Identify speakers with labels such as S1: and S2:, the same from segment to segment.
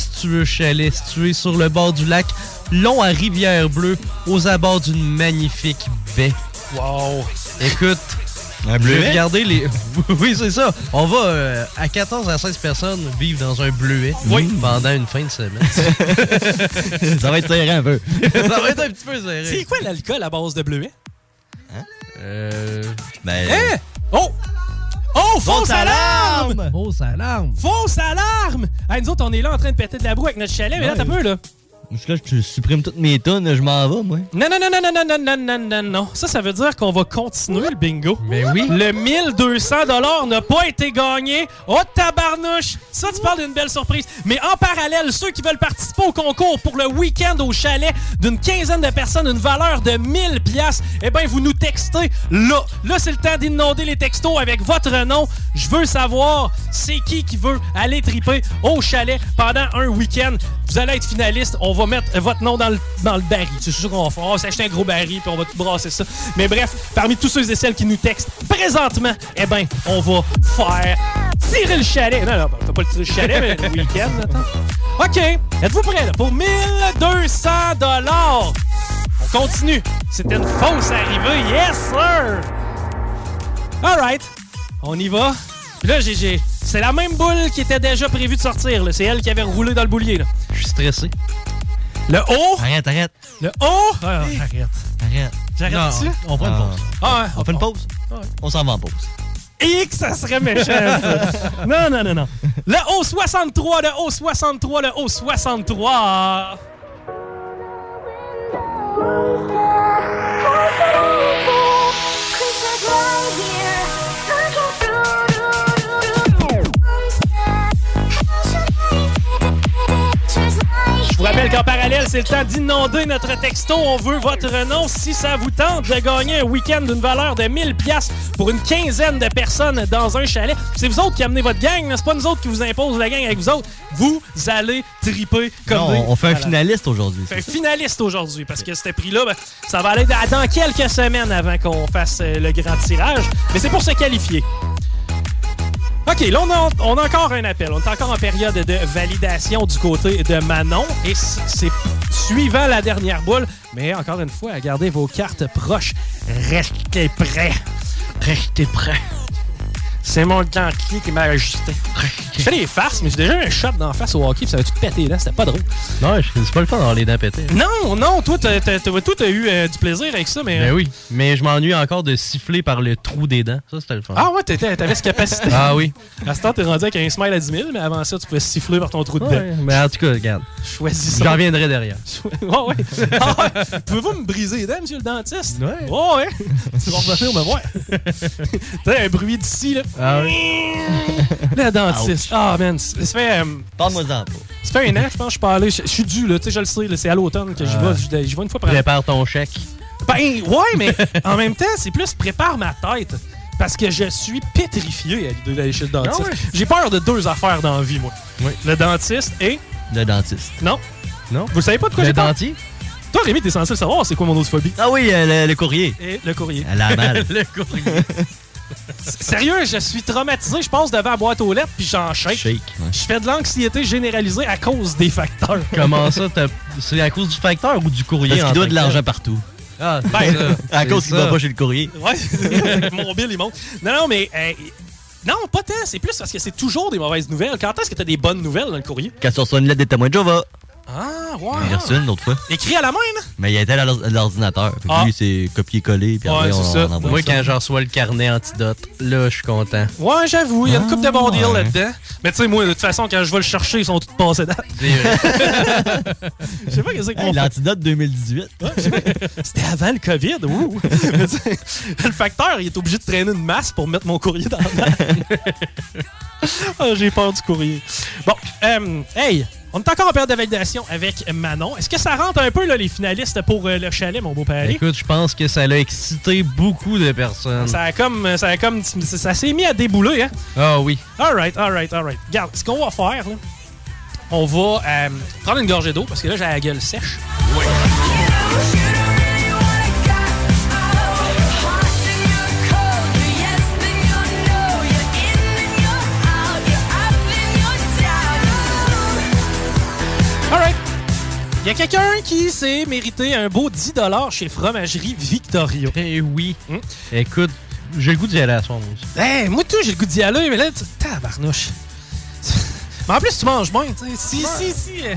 S1: somptueux chalet situé sur le bord du lac long à Rivière-Bleue, aux abords d'une magnifique baie.
S2: Wow!
S1: Écoute,
S3: Un
S1: je vais
S3: bleuet?
S1: regarder les... oui, c'est ça. On va euh, à 14 à 16 personnes vivre dans un bleuet
S3: Oui.
S1: pendant une fin de semaine.
S3: Ça va être serré un peu.
S1: ça va être un petit peu serré.
S2: C'est quoi l'alcool à base de bleuet?
S3: Hein?
S1: Euh...
S3: Ben,
S2: Hein? Oh! Oh, fausse alarme!
S1: Oh, ça alarme!
S2: Fausse alarme! Hey, nous autres, on est là en train de péter de la broue avec notre chalet, mais là,
S3: Ouais.
S2: t'as peu, là.
S3: je, là, je supprime toutes mes tonnes, je m'en vais, moi.
S2: Non, non, non, non, non, non, non, non, non, non. Ça, ça veut dire qu'on va continuer le bingo.
S1: Mais oui.
S2: Le 1200 n'a pas été gagné. Oh, tabarnouche! Ça, tu parles d'une belle surprise. Mais en parallèle, ceux qui veulent participer au concours pour le week-end au chalet d'une quinzaine de personnes, une valeur de 1000 pièces, eh bien, vous nous textez là. Là, c'est le temps d'inonder les textos avec votre nom. Je veux savoir c'est qui qui veut aller triper au chalet pendant un week-end. Vous allez être finaliste. On va mettre votre nom dans le, dans le baril. C'est sûr qu'on va faire. On va s'acheter un gros baril puis on va tout brasser ça. Mais bref, parmi tous ceux et celles qui nous textent présentement, eh ben, on va faire tirer le chalet. Non, non, ben, t'as pas le tirer le chalet, mais le week-end, attends. OK. Êtes-vous prêts là, pour 1200 On continue. C'était une fausse arrivée. Yes, sir! Alright, on y va. Puis là, j'ai- j'ai. C'est la même boule qui était déjà prévue de sortir. là. C'est elle qui avait roulé dans le boulier. Là.
S1: Je suis stressé.
S2: Le haut,
S3: Arrête, arrête,
S2: le haut. Ah, arrête.
S3: arrête.
S1: Non,
S2: J'arrête dessus.
S1: on prend une
S3: Ah.
S1: pause.
S2: Ah, ouais,
S3: On fait une pause?
S2: Ouais.
S3: On s'en va en pause.
S2: Et que ça serait méchant, ça. Non, non, non, non. Le haut 63, le haut 63, le haut 63. Je vous rappelle qu'en parallèle, c'est le temps d'inonder notre texto. On veut votre nom si ça vous tente de gagner un week-end d'une valeur de 1000 pièces pour une quinzaine de personnes dans un chalet. C'est vous autres qui amenez votre gang, là. c'est pas nous autres qui vous impose la gang avec vous autres. Vous allez triper comme
S3: Non,
S2: des
S3: on, on fait un
S2: malades.
S3: finaliste aujourd'hui.
S2: Fait finaliste aujourd'hui parce que ce prix-là, ben, ça va aller dans dans quelques semaines avant qu'on fasse euh, le grand tirage. Mais c'est pour se qualifier. OK, là, on a, on a encore un appel. On est encore en période de validation du côté de Manon. Et c- c'est suivant la dernière boule. Mais encore une fois, gardez vos cartes proches. Restez prêts. Restez prêts. C'est mon dentier qui m'a ajusté. Je fais des farces, mais j'ai déjà eu un shot d'en face au hockey, puis ça va tout péter, là. C'était pas drôle.
S1: Non, je- c'est pas le temps d'avoir les dents pétées.
S2: Non, non, toi, t'as, t'as- t'as- toi, t'as eu euh, du plaisir avec ça, mais. euh,
S1: Ben oui, mais je m'ennuie encore de siffler par le trou des dents. Ça, c'était le fun.
S2: Ah ouais, t'étais- t'avais cette capacité.
S1: Ah oui.
S2: À ce temps, t'es rendu avec un smile à 10 000, mais avant ça, tu pouvais siffler par ton trou de dent.
S1: Ouais, mais en tout cas, regarde,
S2: Choisis
S1: j'en
S2: ça.
S1: viendrai derrière.
S2: Ah ouais. Ah ouais. Pouvez-vous me briser les dents, monsieur le dentiste?
S1: Ouais.
S2: Oh, ouais. tu vas revenir me voir. T'as un bruit d'ici, là.
S1: Ah oui.
S2: Le dentiste. Ah, man. Ça fait. euh,
S3: Parle-moi en pas.
S2: ça fait un an, je pense, que je suis pas allé. Je je suis dû, là. Tu sais, je le sais, là, c'est à l'automne que j'y
S1: Ah.
S2: vais. J'y vais- J'y vais une fois par an.
S1: Prépare ton chèque.
S2: Ben, ouais, mais en même temps, c'est plus prépare ma tête. Parce que je suis pétrifié à l'idée d'aller chez le dentiste.
S1: Ah ouais?
S2: J'ai peur de deux affaires dans la vie, moi.
S1: Oui.
S2: Le dentiste et.
S3: Le dentiste.
S2: Non.
S1: Non.
S2: Vous le savez pas de quoi
S1: Le
S2: j'ai peur?
S1: dentier?
S2: Toi, Rémi, t'es censé le savoir, c'est quoi mon phobie?
S3: Ah oui, euh, le, le courrier.
S2: Et le courrier.
S3: À la malle.
S1: Le courrier.
S2: Sérieux, je suis traumatisé, je passe devant la boîte aux lettres, puis j'en shake.
S3: Shake. ouais.
S2: Je fais de l'anxiété généralisée à cause des facteurs.
S1: Comment ça? t'as- C'est à cause du facteur ou du courrier?
S3: Parce qu'il
S1: en
S3: doit de
S1: tant que
S3: l'argent partout.
S1: tel? Ah, c'est ça.
S3: À
S1: C'est
S3: cause qu'il
S1: ça.
S3: va pas chez le courrier.
S2: Ben, Ouais, mon bill, il monte. Non, non, mais. euh, non, pas tant, c'est plus parce que c'est toujours des mauvaises nouvelles. Quand est-ce que t'as des bonnes nouvelles dans le courrier?
S3: Quand tu reçois une lettre des témoins de Jova.
S2: Ah,
S3: J'en ai
S2: ouais.
S3: reçu une l'autre fois.
S2: Écrit à la main, hein? là?
S3: Mais il était à l'or- à l'ordinateur. Fait que
S2: Ah.
S3: lui, c'est copier-coller. Puis
S2: Ouais,
S3: après,
S2: c'est
S3: on,
S2: ça.
S3: on envoie
S1: Moi,
S3: ça.
S1: quand je reçois le carnet antidote, là, je suis content.
S2: Ouais, j'avoue, il y a une coupe de bons
S3: Ah,
S2: deals
S3: ouais.
S2: là-dedans. Mais tu sais, moi, de toute façon, quand je vais le chercher, ils sont tous passés date.
S1: C'est vrai.
S2: Je sais pas qu'est-ce qu'on
S3: Hey,
S2: fait.
S3: L'antidote 2018.
S2: C'était avant le COVID, ouh! Mais tu sais, le facteur, il est obligé de traîner une masse pour mettre mon courrier dans la main. Ah, J'ai peur du courrier. Bon, euh, hey, on est encore en période de validation avec Manon. Est-ce que ça rentre un peu, là, les finalistes pour euh, le chalet, mon beau père?
S1: Ben Écoute, je pense que ça l'a excité beaucoup de personnes.
S2: Ça a comme, ça a comme, ça s'est mis à débouler, hein?
S1: Ah oui.
S2: Alright, alright, alright. Regarde, ce qu'on va faire, là, on va euh, prendre une gorgée d'eau parce que là, j'ai la gueule sèche. Il y a quelqu'un qui s'est mérité un beau 10 chez Fromagerie Victoria.
S1: Eh oui.
S2: Hmm.
S1: Écoute, j'ai le goût d'y aller à soir, moi aussi.
S2: Hey, moi tout, j'ai le goût d'y aller, mais là, tu... tabarnouche. mais en plus, tu manges bien, tu sais. Si, si, si. euh,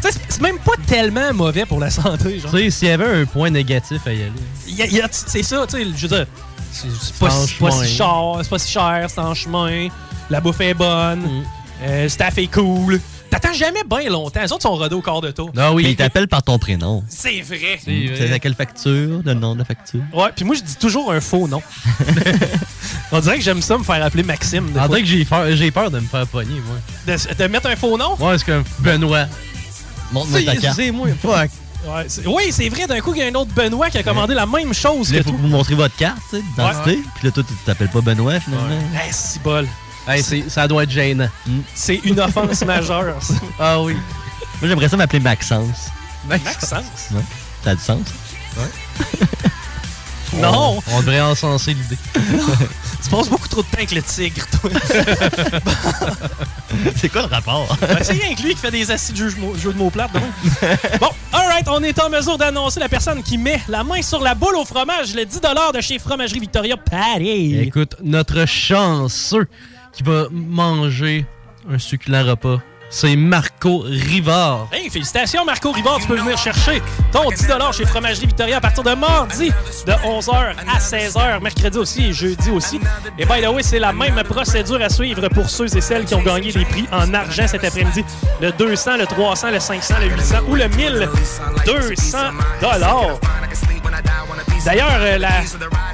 S2: tu sais, c'est- c'est même pas tellement mauvais pour la santé, genre.
S1: Tu sais, s'il y avait un point négatif à y aller.
S2: Y a- y a- c'est ça, tu sais, je veux dire, c'est c'est pas,
S1: C'est en
S2: si- pas si cher,
S1: chemin.
S2: c'est pas si cher, c'est en chemin, la bouffe est bonne,
S1: Mm.
S2: euh, le staff est cool. T'attends jamais bien longtemps, les autres sont rodés au corps de tour.
S1: Ah
S3: Mais ils t'appellent par ton prénom.
S2: C'est vrai.
S1: C'est
S3: C'est
S1: vrai.
S3: à quelle facture, le nom de la facture?
S2: Ouais, puis moi, je dis toujours un faux nom. On dirait que j'aime ça me faire appeler Maxime. des
S1: En
S2: fois.
S1: vrai que j'ai peur, j'ai peur de me faire pogner, moi.
S2: De, de mettre un faux nom?
S1: Ouais, c'est comme Benoît.
S3: Montre-moi ta carte.
S1: moi, fuck.
S2: Ouais, c'est- oui, c'est vrai, d'un coup, il y a un autre Benoît qui a commandé la même chose
S3: Là, il
S2: que
S3: faut
S2: tout.
S3: que vous montrez votre carte, tu sais, d'identité. Puis là, toi, tu t'appelles pas Benoît, finalement.
S2: Eh, si bol.
S1: Hey, c'est- ça doit être gênant.
S2: C'est une offense majeure, ça.
S1: Ah oui.
S3: Moi, j'aimerais ça m'appeler Maxence.
S2: Maxence?
S3: Ça a du sens?
S2: Non!
S1: On devrait encenser l'idée.
S2: Tu passes beaucoup trop de temps avec le tigre, toi.
S3: C'est quoi le rapport?
S2: Ben, c'est rien que lui qui fait des assis de jeux, jeux de mots plates, donc. Bon, alright, on est en mesure d'annoncer la personne qui met la main sur la boule au fromage, le 10 de chez Fromagerie Victoria Paris.
S1: Écoute, notre chanceux qui va manger un succulent repas, c'est Marco Rivard.
S2: Hey, félicitations Marco Rivard, tu peux venir chercher ton 10 chez Fromagerie Victoria à partir de mardi de 11h à 16h, mercredi aussi et jeudi aussi. Et by the way, c'est la même procédure à suivre pour ceux et celles qui ont gagné des prix en argent cet après-midi, le 200, le 300, le 500, le 800 ou le 1000 200 dollars. D'ailleurs, euh, la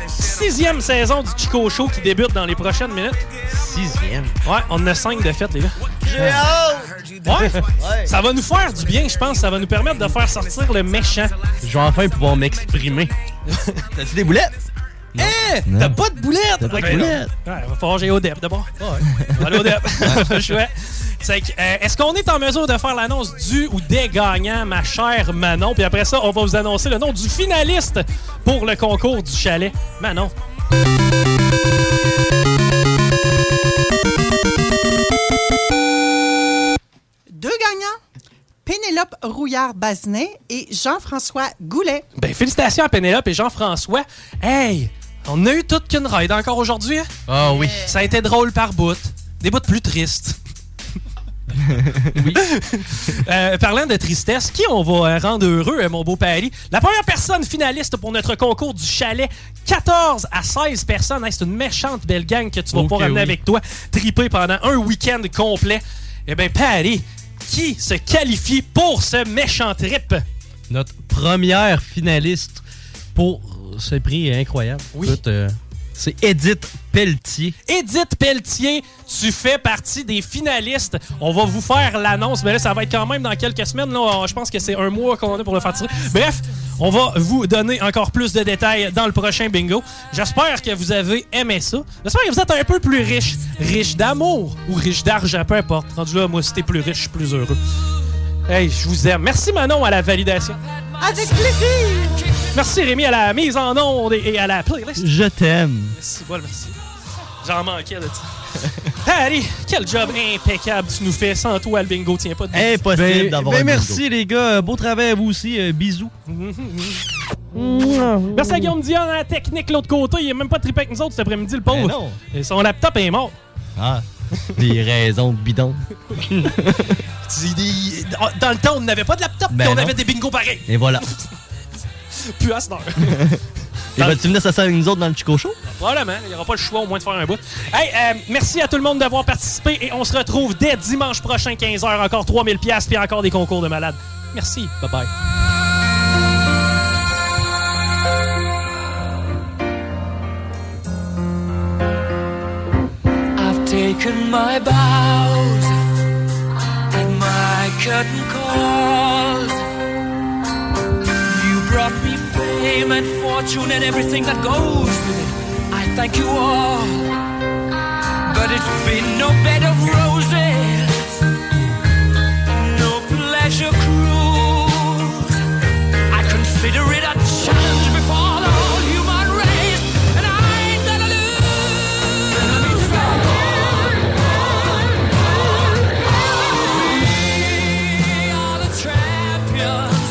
S2: sixième saison du Chico Show qui débute dans les prochaines minutes.
S1: Sixième.
S2: Ouais, on en a cinq de fête, les gars.
S3: Ah.
S2: Ouais. Ça va nous faire du bien, je pense. Ça va nous permettre de faire sortir le méchant.
S1: Je vais enfin pouvoir m'exprimer.
S3: T'as-tu des boulettes?
S2: Hé!
S3: Non.
S2: Eh, T'as pas de boulettes!
S3: T'as pas de
S2: Ouais,
S3: boulettes.
S2: Ben non. Ouais, va falloir que j'aille au DEP d'abord. On va aller au DEP. Chouette. C'est que, euh, Est-ce qu'on est en mesure de faire l'annonce du ou des gagnants, ma chère Manon? Puis après ça, on va vous annoncer le nom du finaliste pour le concours du chalet. Manon.
S4: Deux gagnants, Pénélope Rouillard-Bazinet et Jean-François Goulet.
S2: Ben, félicitations à Pénélope et Jean-François. Hey! On a eu toute qu'une ride encore aujourd'hui. hein?
S1: Ah oui.
S2: Ça a été drôle par bout. Des bouts plus tristes.
S1: Oui.
S2: Euh, parlant de tristesse, qui on va euh, rendre heureux, euh, mon beau Paris? La première personne finaliste pour notre concours du chalet, 14 à 16 personnes. Hey, c'est une méchante belle gang que tu vas
S1: Ok,
S2: pouvoir amener
S1: oui.
S2: avec toi, triper pendant un week-end complet. Eh bien, Paris, qui se qualifie pour ce méchant trip?
S1: Notre première finaliste pour ce prix est incroyable.
S2: Oui.
S1: Écoute, euh, c'est Edith Pelletier.
S2: Edith Pelletier, tu fais partie des finalistes. On va vous faire l'annonce, mais là, ça va être quand même dans quelques semaines. Là, On- je pense que c'est un mois qu'on a pour le faire tirer. Bref, on va vous donner encore plus de détails dans le prochain bingo. J'espère que vous avez aimé ça. J'espère que vous êtes un peu plus riche. Riche d'amour ou riche d'argent, peu importe. Rendu là, moi, si t'es plus riche, je suis plus heureux. Hey, je vous aime. Merci Manon à la validation.
S4: Avec plaisir!
S2: Merci Rémi à la mise en onde et et à la playlist.
S3: Je t'aime.
S2: Merci, bol, merci. J'en manquais de ça. Harry, quel job impeccable tu nous fais. Sans toi, le bingo tient pas de
S3: Impossible
S1: Ben,
S3: d'avoir
S1: ben
S3: un bingo.
S1: merci les gars, Euh, beau travail à vous aussi, Euh, bisous.
S2: Merci à Guillaume Dion, à la technique, l'autre côté. Il est même pas trippé avec nous autres cet après-midi, le
S3: Ben
S2: pauvre.
S3: non.
S2: Et son laptop est mort.
S3: Ah, des raisons bidons.
S2: Tu dis- ah, Dans le temps, on n'avait pas de laptop,
S3: Ben
S2: puis on
S3: non.
S2: avait des bingos pareils.
S3: Et voilà.
S2: Plus à cette heure.
S3: Et vas-tu venir s'asseoir avec nous autres dans le Chico Show?
S2: Probablement, il n'y aura pas le choix au moins de faire un bout. Hey, euh, merci à tout le monde d'avoir participé et on se retrouve dès dimanche prochain, 15h. Encore 3000 pièces puis encore des concours de malades. Merci, bye bye.
S5: I've taken my bows and my curtain calls. You brought me fame and fortune and everything that goes with it. I thank you all. But it's been no bed of roses, no pleasure cruise. I consider it a challenge before the whole human race, and I ain't gonna lose. Let me try. We are the champions.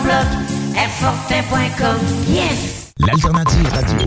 S6: bloc, airfortin.com, yes.
S7: L'alternative radio.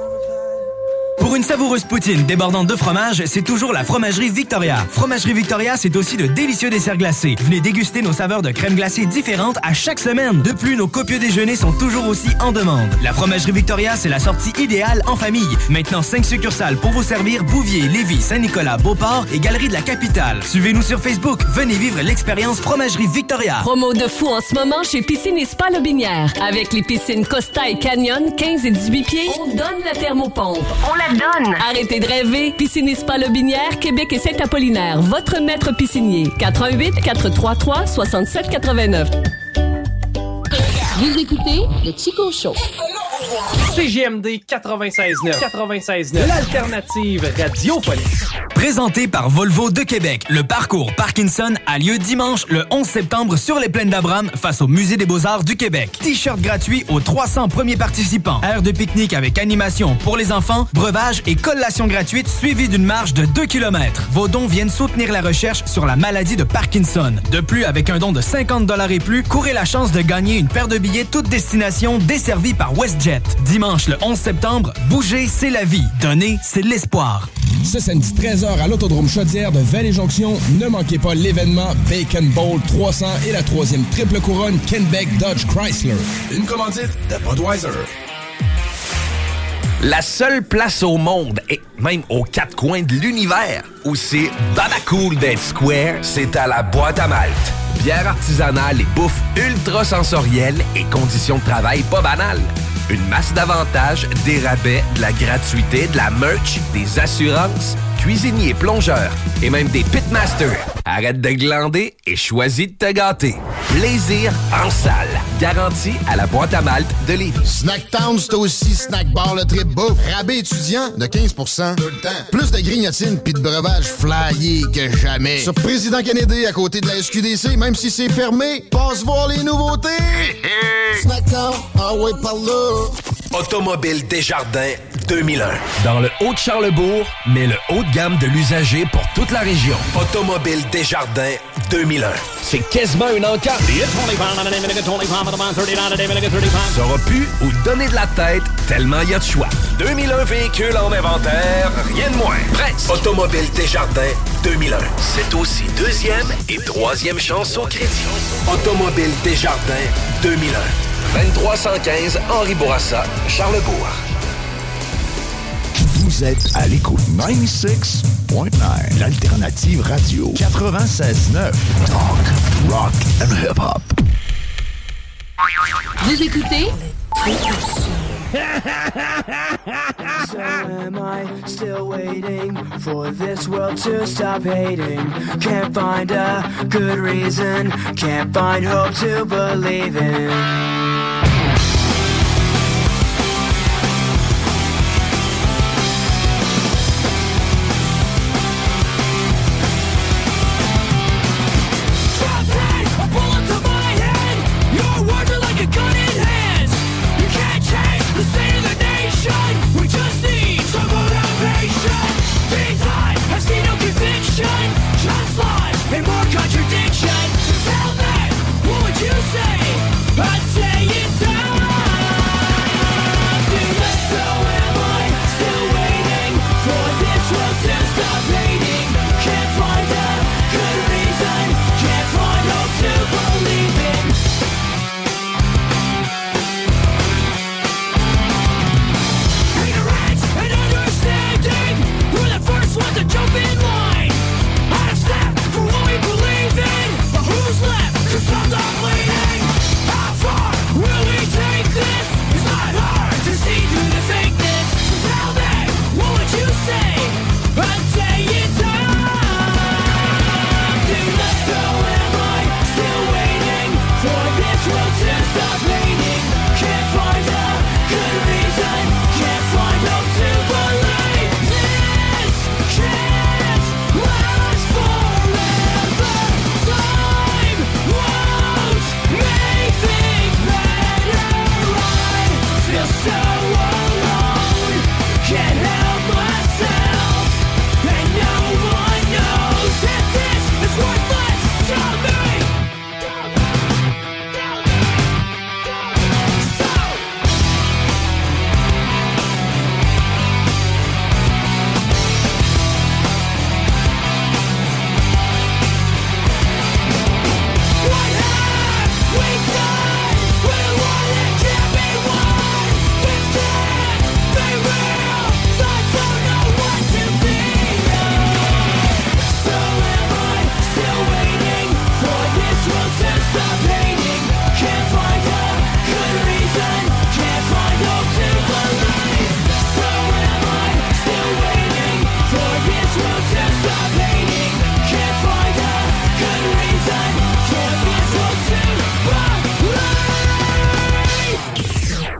S8: Pour une savoureuse poutine débordante de fromage, c'est toujours la Fromagerie Victoria. Fromagerie Victoria, c'est aussi de délicieux desserts glacés. Venez déguster nos saveurs de crème glacée différentes à chaque semaine. De plus, nos copieux déjeuners sont toujours aussi en demande. La Fromagerie Victoria, c'est la sortie idéale en famille. Maintenant, 5 succursales pour vous servir Bouvier, Lévis, Saint-Nicolas, Beauport et Galerie de la Capitale. Suivez-nous sur Facebook. Venez vivre l'expérience Fromagerie Victoria.
S9: Promo de fou en ce moment chez Piscine et Spa Lobinière. Avec les piscines Costa et Canyon, 15 et 18 pieds, on donne la thermopompe. On la donne! Arrêtez de rêver. Piscine et Spa Lobinière, Québec et Saint-Apollinaire. Votre maître piscinier. 88 433 67 89. Vous écoutez le Chico Show.
S2: CGMD 96.9. 96.9. L'alternative radiophonique.
S8: Présenté par Volvo de Québec, le parcours Parkinson a lieu dimanche le 11 septembre sur les plaines d'Abraham face au Musée des Beaux-Arts du Québec. T-shirt gratuit aux 300 premiers participants. Aire de pique-nique avec animation pour les enfants, breuvage et collation gratuite suivie d'une marche de 2 km. Vos dons viennent soutenir la recherche sur la maladie de Parkinson. De plus, avec un don de 50 et plus, courez la chance de gagner une paire de billets toute destination desservie par WestJet. Dimanche le 11 septembre, bouger, c'est la vie. Donner, c'est l'espoir.
S10: Ce samedi 13h à l'Autodrome Chaudière de Vallée-Jonction, ne manquez pas l'événement Bacon Bowl 300 et la troisième triple couronne Kenbeck Dodge Chrysler. Une commandite de Budweiser.
S11: La seule place au monde, et même aux quatre coins de l'univers, où c'est dans la cool d'être square, c'est à la boîte à malte. Bière artisanale et bouffe ultra sensorielle et conditions de travail pas banales. Une masse d'avantages, des rabais, de la gratuité, de la merch, des assurances, cuisiniers, plongeurs et même des pitmasters. Arrête de glander et choisis de te gâter. Plaisir en salle. Garantie à la boîte à malte de Lévis.
S12: Snacktown, c'est aussi Snack Bar le trip bouffe. Rabais étudiant de 15 Tout le temps. Plus de grignotines puis de breuvages flyés que jamais. Sur Président Kennedy, à côté de la SQDC, même si c'est fermé, passe voir les nouveautés. Snacktown, ah ouais, par là.
S11: Automobile Desjardins 2001. Dans le Haut-de-Charlebourg, mais le haut de gamme de l'usager pour toute la région. Automobile Desjardins 2001. C'est quasiment une encarte. Sera pu ou donner de la tête tellement il y a de choix. 2001 véhicules en inventaire, rien de moins. Presque. Automobile Desjardins 2001. C'est aussi deuxième et troisième chance au crédit. Automobile Desjardins 2001. 2315 Henri Bourassa, Charlebourg.
S7: Vous êtes à l'écoute 96.9. L'alternative radio 96.9. Talk, rock and hip-hop.
S9: Vous écoutez
S5: So am I still waiting for this world to stop hating? Can't find a good reason, can't find hope to believe in.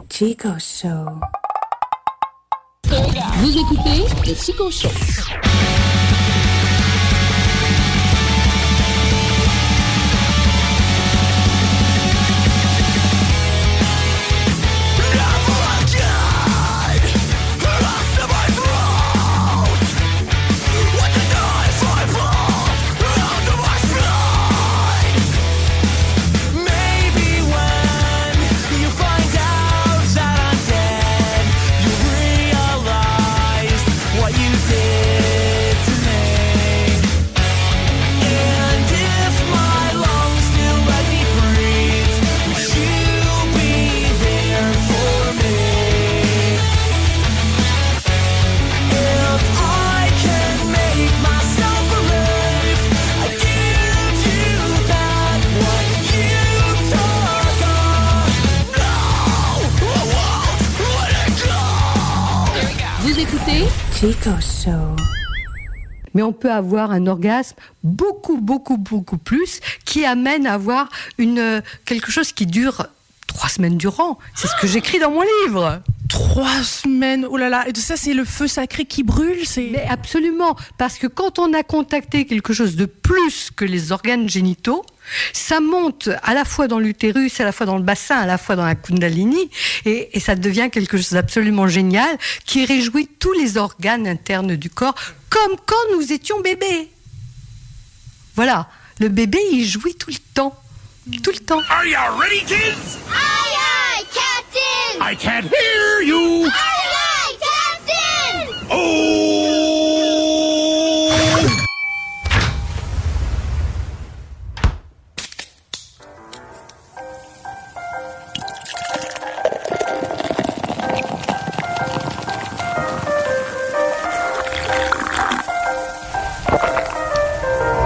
S13: Chico Show.
S9: Vous écoutez le Chico Show.
S5: Maybe when you find out that I'm dead, you realize what you did to me. And if my lungs still let me breathe, would you be there for me? If I can make myself believe, I give you back what you took off. No, I won't let it go.
S13: Vous écoutez Chico Show.
S14: Mais on peut avoir un orgasme beaucoup, beaucoup, beaucoup plus qui amène à avoir une, euh, quelque chose qui dure trois semaines durant. C'est ce que j'écris dans mon livre.
S15: Trois semaines, oh là là, et ça c'est le feu sacré qui brûle, c'est...
S14: Mais absolument, parce que quand on a contacté quelque chose de plus que les organes génitaux, ça monte à la fois dans l'utérus, à la fois dans le bassin, à la fois dans la kundalini, et, et ça devient quelque chose d'absolument génial qui réjouit tous les organes internes du corps, comme quand nous étions bébés. Voilà, le bébé, il jouit tout le temps. Tout le temps.
S5: Are you ready, kids? Aye, aye, Captain! I can't hear you! Aye, aye, Captain! Oh!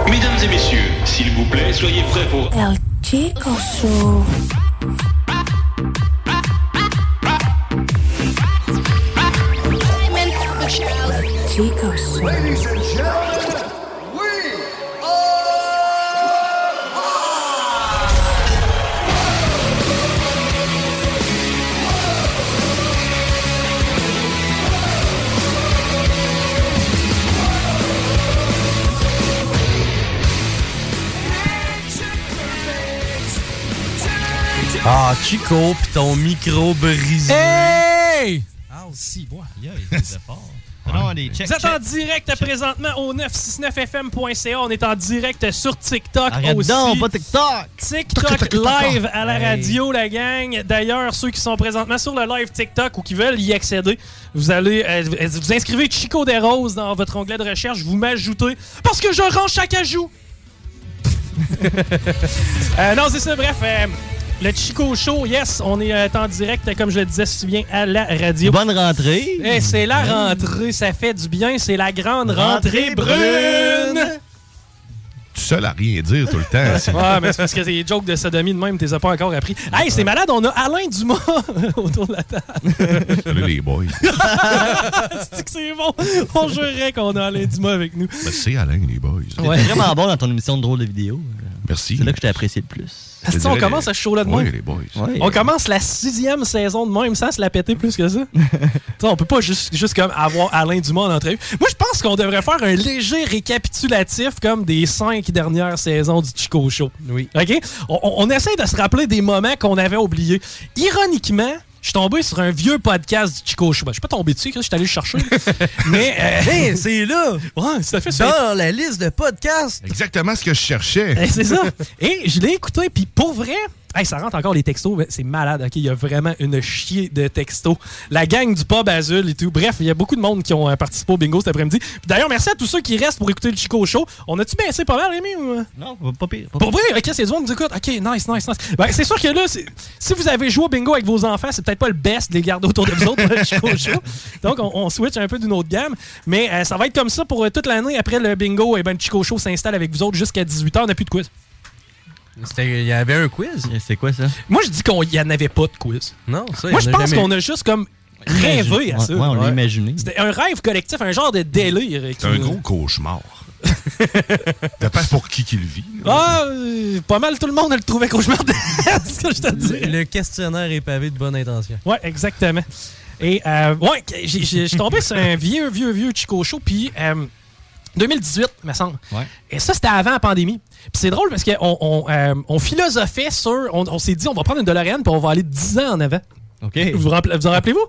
S16: Mesdames et messieurs, s'il vous plaît, soyez prêts pour
S5: E
S13: El Chico Show. Chico Show.
S1: Ah, Chico, pis ton micro brisé.
S2: Hey! Ah, aussi, moi.
S3: Non, allez, check,
S2: Vous êtes en
S3: check.
S2: direct présentement au 969fm.ca. On est en direct sur TikTok
S3: Arrête
S2: aussi.
S3: donc, pas TikTok.
S2: TikTok live à la radio, la gang. D'ailleurs, ceux qui sont présentement sur le live TikTok ou qui veulent y accéder, vous allez euh, vous inscrivez Chico des Roses dans votre onglet de recherche. Vous m'ajoutez parce que je range chaque ajout. Euh, non, c'est ça, bref. euh, le Chico Show, yes, on est euh, en direct, comme je le disais si bien, à la radio.
S3: Bonne rentrée.
S2: Eh, c'est la rentrée, ça fait du bien, c'est la grande rentrée,
S3: Rentrée
S2: brune!
S7: Tout seul à rien dire tout le temps. c'est-
S2: Ouais, mais c'est parce que les jokes de sodomie de même, t'es pas encore appris. Hey, c'est malade, on a Alain Dumas autour de la table.
S7: Salut les boys.
S2: C'est-tu que c'est bon? On jurerait qu'on a Alain Dumas avec nous.
S7: Ben, c'est Alain, les boys.
S3: T'étais vraiment bon dans ton émission de drôle de vidéo.
S7: Merci.
S3: C'est là que je t'ai apprécié le plus.
S2: Parce que on commence à ce show-là de
S3: Ouais,
S2: même.
S3: les boys. Ouais.
S2: On commence la sixième saison de même sans se la péter plus que ça. Tu sais, on peut pas juste, juste comme avoir Alain Dumas en entrevue. Moi, je pense qu'on devrait faire un léger récapitulatif comme des cinq dernières saisons du Chico Show. Oui. OK? On, on- on essaie de se rappeler des moments qu'on avait oubliés. Ironiquement, je suis tombé sur un vieux podcast du Chico Show. Ben, Je suis pas tombé dessus, Chris, je suis allé le chercher. Mais.
S17: Hey,
S2: c'est là! Ouais, ça fait
S17: Dans
S2: la liste de podcasts!
S7: Exactement ce que je cherchais.
S2: Eh, c'est ça. Et je l'ai écouté, puis pour vrai, hey, ça rentre encore les textos, mais c'est malade. ok? Il y a vraiment une chier de textos. La gang du pub Azul et tout. Bref, il y a beaucoup de monde qui ont euh, participé au bingo cet après-midi. Puis D'ailleurs, merci à tous ceux qui restent pour écouter le Chico Show. On a-tu baissé pas mal, Rémi? Ou... euh?
S3: Non, pas pire.
S2: Pour vrai, ok, c'est du monde qui nous écoute. Ok, nice, nice, nice. Ben, c'est sûr que là, c'est- si vous avez joué au bingo avec vos enfants, c'est peut-être pas le best de les garder autour de vous autres pour le Chico Show. Donc, on, on switch un peu d'une autre gamme. Mais euh, ça va être comme ça pour euh, toute l'année. Après le bingo, et ben, le Chico Show s'installe avec vous autres jusqu'à 18h. On n'a plus de quiz.
S1: C'était- Il y avait un quiz.
S3: C'est quoi ça?
S2: Moi, je dis qu'il n'y en avait pas de quiz.
S1: Non, ça, il y
S2: Moi,
S1: en
S2: je
S1: a
S2: pense
S1: jamais eu.
S2: qu'on a juste comme
S3: Imagine-
S2: rêvé à
S3: Ouais,
S2: ça.
S3: ouais, on l'a imaginé.
S2: C'était un rêve collectif, un genre de délire. qui
S7: C'est un
S2: nous-
S7: gros cauchemar. Ça passe pour qui qui le vit.
S2: Ah, euh, euh, pas mal tout le monde le trouvait cauchemardesque, je te dis.
S1: Le questionnaire est pavé de bonne intention.
S2: Ouais, exactement. Et euh, ouais, j'ai- j'ai- je suis tombé sur un vieux, vieux, vieux Chico Show, puis euh, 2018, me semble. Et ça, c'était avant la pandémie. Puis c'est drôle parce qu'on on, euh, on philosophait sur. On, on s'est dit, on va prendre une DeLorean, puis on va aller 10 ans en avant.
S1: OK.
S2: Vous vous, rappelez- vous en rappelez-vous?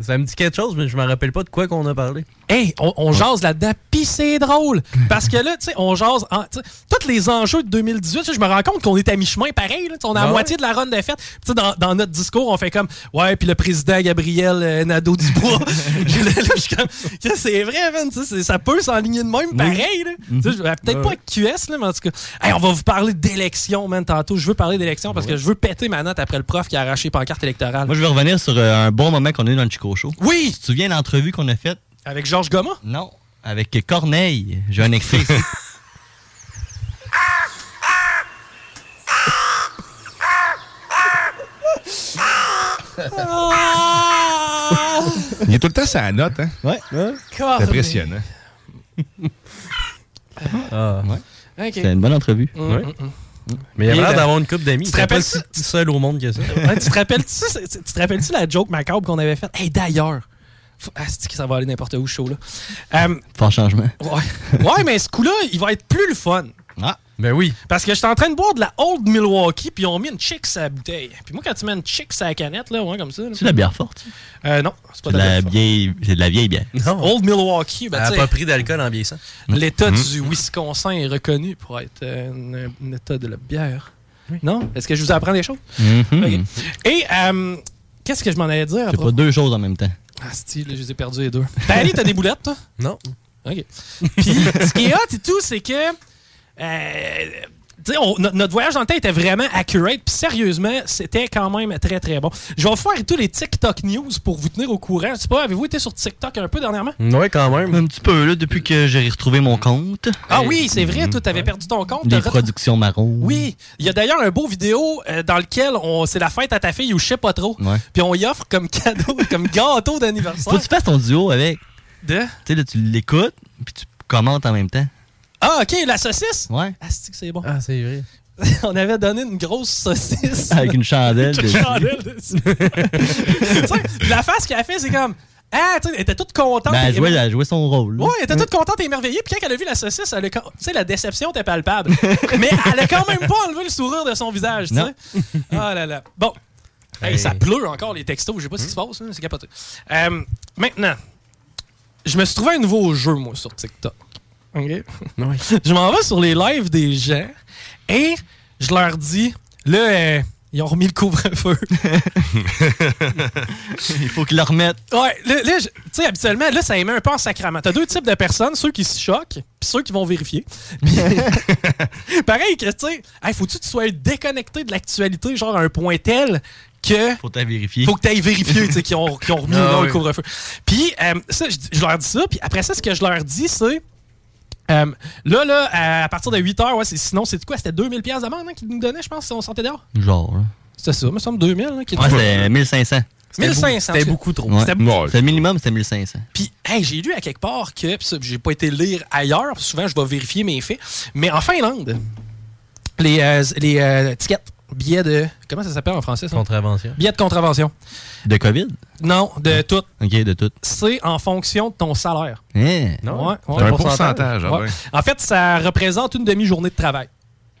S1: Ça me dit quelque chose, mais je me rappelle pas de quoi qu'on a parlé.
S2: Hey, on, on jase là-dedans, puis c'est drôle. Parce que là, tu sais, on jase. en- tu sais, tous les enjeux de 2018, tu sais, je me rends compte qu'on est à mi-chemin pareil. là. Tu sais, on est à
S1: Ah ouais?
S2: moitié de la run de fête. Puis tu sais, Dans, dans notre discours, on fait comme Ouais, puis le président Gabriel euh, Nadeau-Dubois. Je- là, je suis comme, Qu'est-ce que c'est vrai, man. tu sais, c'est- Ça peut s'enligner de même pareil. là.
S3: Mhm.
S2: Tu sais, je- euh, Peut-être pas avec QS, là, mais en tout cas. Hey, on va vous parler d'élection, man, tantôt. Je veux parler d'élection parce que je veux péter ma note après le prof qui a arraché pancarte électorale.
S3: Moi, je vais revenir sur euh, un bon moment qu'on a eu dans le Chico Show.
S2: Oui!
S3: Tu te souviens de l'entrevue qu'on a faite
S2: Avec Georges Goma?
S3: Non, avec Corneille. J'ai un extrait ici.
S2: Ah!
S7: Il est tout le temps sur la note, hein?
S3: Ouais.
S7: C'est impressionnant.
S2: Ok.
S3: Ah. C'était une bonne entrevue.
S2: Mm,
S1: Ouais.
S2: mm, mm.
S1: Mais il a
S2: Et
S1: l'air
S2: la-
S1: d'avoir une coupe d'amis.
S2: Tu
S1: Il
S2: te
S1: était pas
S2: rappelles
S1: si seul au monde que ça.
S2: Ouais, tu te rappelles-tu tu te rappelles-tu la joke macabre qu'on avait faite? Hey, d'ailleurs! Faut- Ah, c'est que ça va aller n'importe où, chaud, là. Euh,
S3: Fort changement.
S2: ouais. Ouais, mais ce coup-là, il va être plus le fun.
S3: Ah,
S1: ben oui.
S2: Parce que je suis en train de boire de la Old Milwaukee, puis ils ont mis une chick à la bouteille. Puis moi, quand tu mets une chick à la canette, là, ouais, comme ça. là.
S3: C'est de la bière forte.
S2: Euh, non, c'est pas
S3: C'est de
S2: de la
S3: la vieille, c'est de la vieille bière.
S2: Old Milwaukee, ben,
S1: Elle a
S2: tu sais,
S1: pas pris d'alcool en vieillissant.
S2: l'État
S1: Mm.
S2: du Wisconsin est reconnu pour être euh, un, un État de la bière. Non? Est-ce que je vous apprends des choses?
S3: Mhm.
S2: Et euh, qu'est-ce que je m'en allais dire? à
S3: C'est pas
S2: propos-
S3: deux choses en même temps.
S2: Ah, style, je les ai perdus les deux. Danny, t'as des boulettes, toi?
S1: Non.
S2: OK. Puis, ce qui est hot et tout, c'est que. euh, tu sais, on- no- notre voyage dans le temps était vraiment accurate, puis sérieusement, c'était quand même très très bon. Je vais vous faire tous les TikTok news pour vous tenir au courant. Je sais pas, avez-vous été sur TikTok un peu dernièrement?
S1: Ouais, quand même.
S3: Un petit peu, là, depuis que j'ai retrouvé mon compte.
S2: Ah oui, c'est vrai, toi, t'avais perdu ton compte.
S3: Mm-hmm. Les
S2: t'as re-
S3: productions marron.
S2: Oui, il y a d'ailleurs un beau vidéo euh, dans lequel on c'est la fête à ta fille ou je sais pas trop.
S3: Ouais.
S2: Puis on y offre comme cadeau, comme gâteau d'anniversaire.
S3: Faut que tu fasses ton duo avec.
S2: De?
S3: Tu sais, là, tu l'écoutes, puis tu commentes en même temps.
S2: Ah, ok, la saucisse?
S3: Ouais.
S2: Ah, c'est que c'est bon.
S1: Ah, c'est vrai.
S2: On avait donné une grosse saucisse.
S3: Avec une chandelle.
S2: Une
S3: dessus.
S2: chandelle dessus. Tu sais, puis la face qu'elle a fait, c'est comme. Ah, tu sais, elle était toute contente.
S3: Ben, elle
S2: et-
S3: jouait, elle jouait son rôle. là.
S2: Ouais, elle était toute contente et émerveillée. Puis quand elle a vu la saucisse, elle a quand- tu sais, la déception était palpable. Mais elle a quand même pas enlevé le sourire de son visage, tu
S3: Non.
S2: sais. Ah là là. Bon. Hey,
S3: Hey.
S2: ça pleut encore les textos. Je sais pas ce qui se passe. hein, C'est capoté. Euh, maintenant, je me suis trouvé un nouveau jeu, moi, sur TikTok. OK? je m'en vais sur les lives des gens et je leur dis, là, euh, ils ont remis le couvre-feu.
S3: Il faut qu'ils le remettent.
S2: Ouais, là, là, je- tu sais, habituellement, là, ça émet un peu en sacrament. T'as deux types de personnes, ceux qui se choquent, puis ceux qui vont vérifier. Puis- Pareil que, tu sais, hey, faut-tu que tu sois déconnecté de l'actualité, genre à un point tel que.
S3: Faut t'aille vérifier.
S2: Faut que t'ailles vérifier, tu sais, qu'ils ont, qu'ils ont remis ou
S3: Ah
S2: non le
S3: oui.
S2: couvre-feu. Puis, euh, ça, je, dis- je leur dis ça, puis après ça, ce que je leur dis, c'est. euh, là, là, à, à partir de 8 heures, ouais, c'est- sinon, c'est quoi? C'était 2000$ piastres d'amende hein, qu'ils nous donnaient, je pense, si on sortait dehors?
S3: Genre, là.
S2: C'était ça, me semble, 2000. Là, qui
S3: Ouais, c'était 1500.
S2: 1500, C'était beaucoup trop.
S3: Ouais.
S2: C'était
S3: C'était le minimum, c'était 1500.
S2: Puis, hey, j'ai lu à quelque part que, pis ça, j'ai pas été lire ailleurs, pis souvent je vais vérifier mes faits, mais en Finlande, les, euh, les euh, tickets, billets de. Comment ça s'appelle en français ça?
S1: Contravention.
S2: Billets de contravention.
S3: De COVID?
S2: Non, de tout.
S3: OK, de tout.
S2: C'est en fonction de ton salaire.
S3: Eh.
S2: Ouais, ouais.
S7: C'est un pourcentage, ah
S2: Ouais.
S7: ouais.
S2: En fait, ça représente une demi-journée de travail.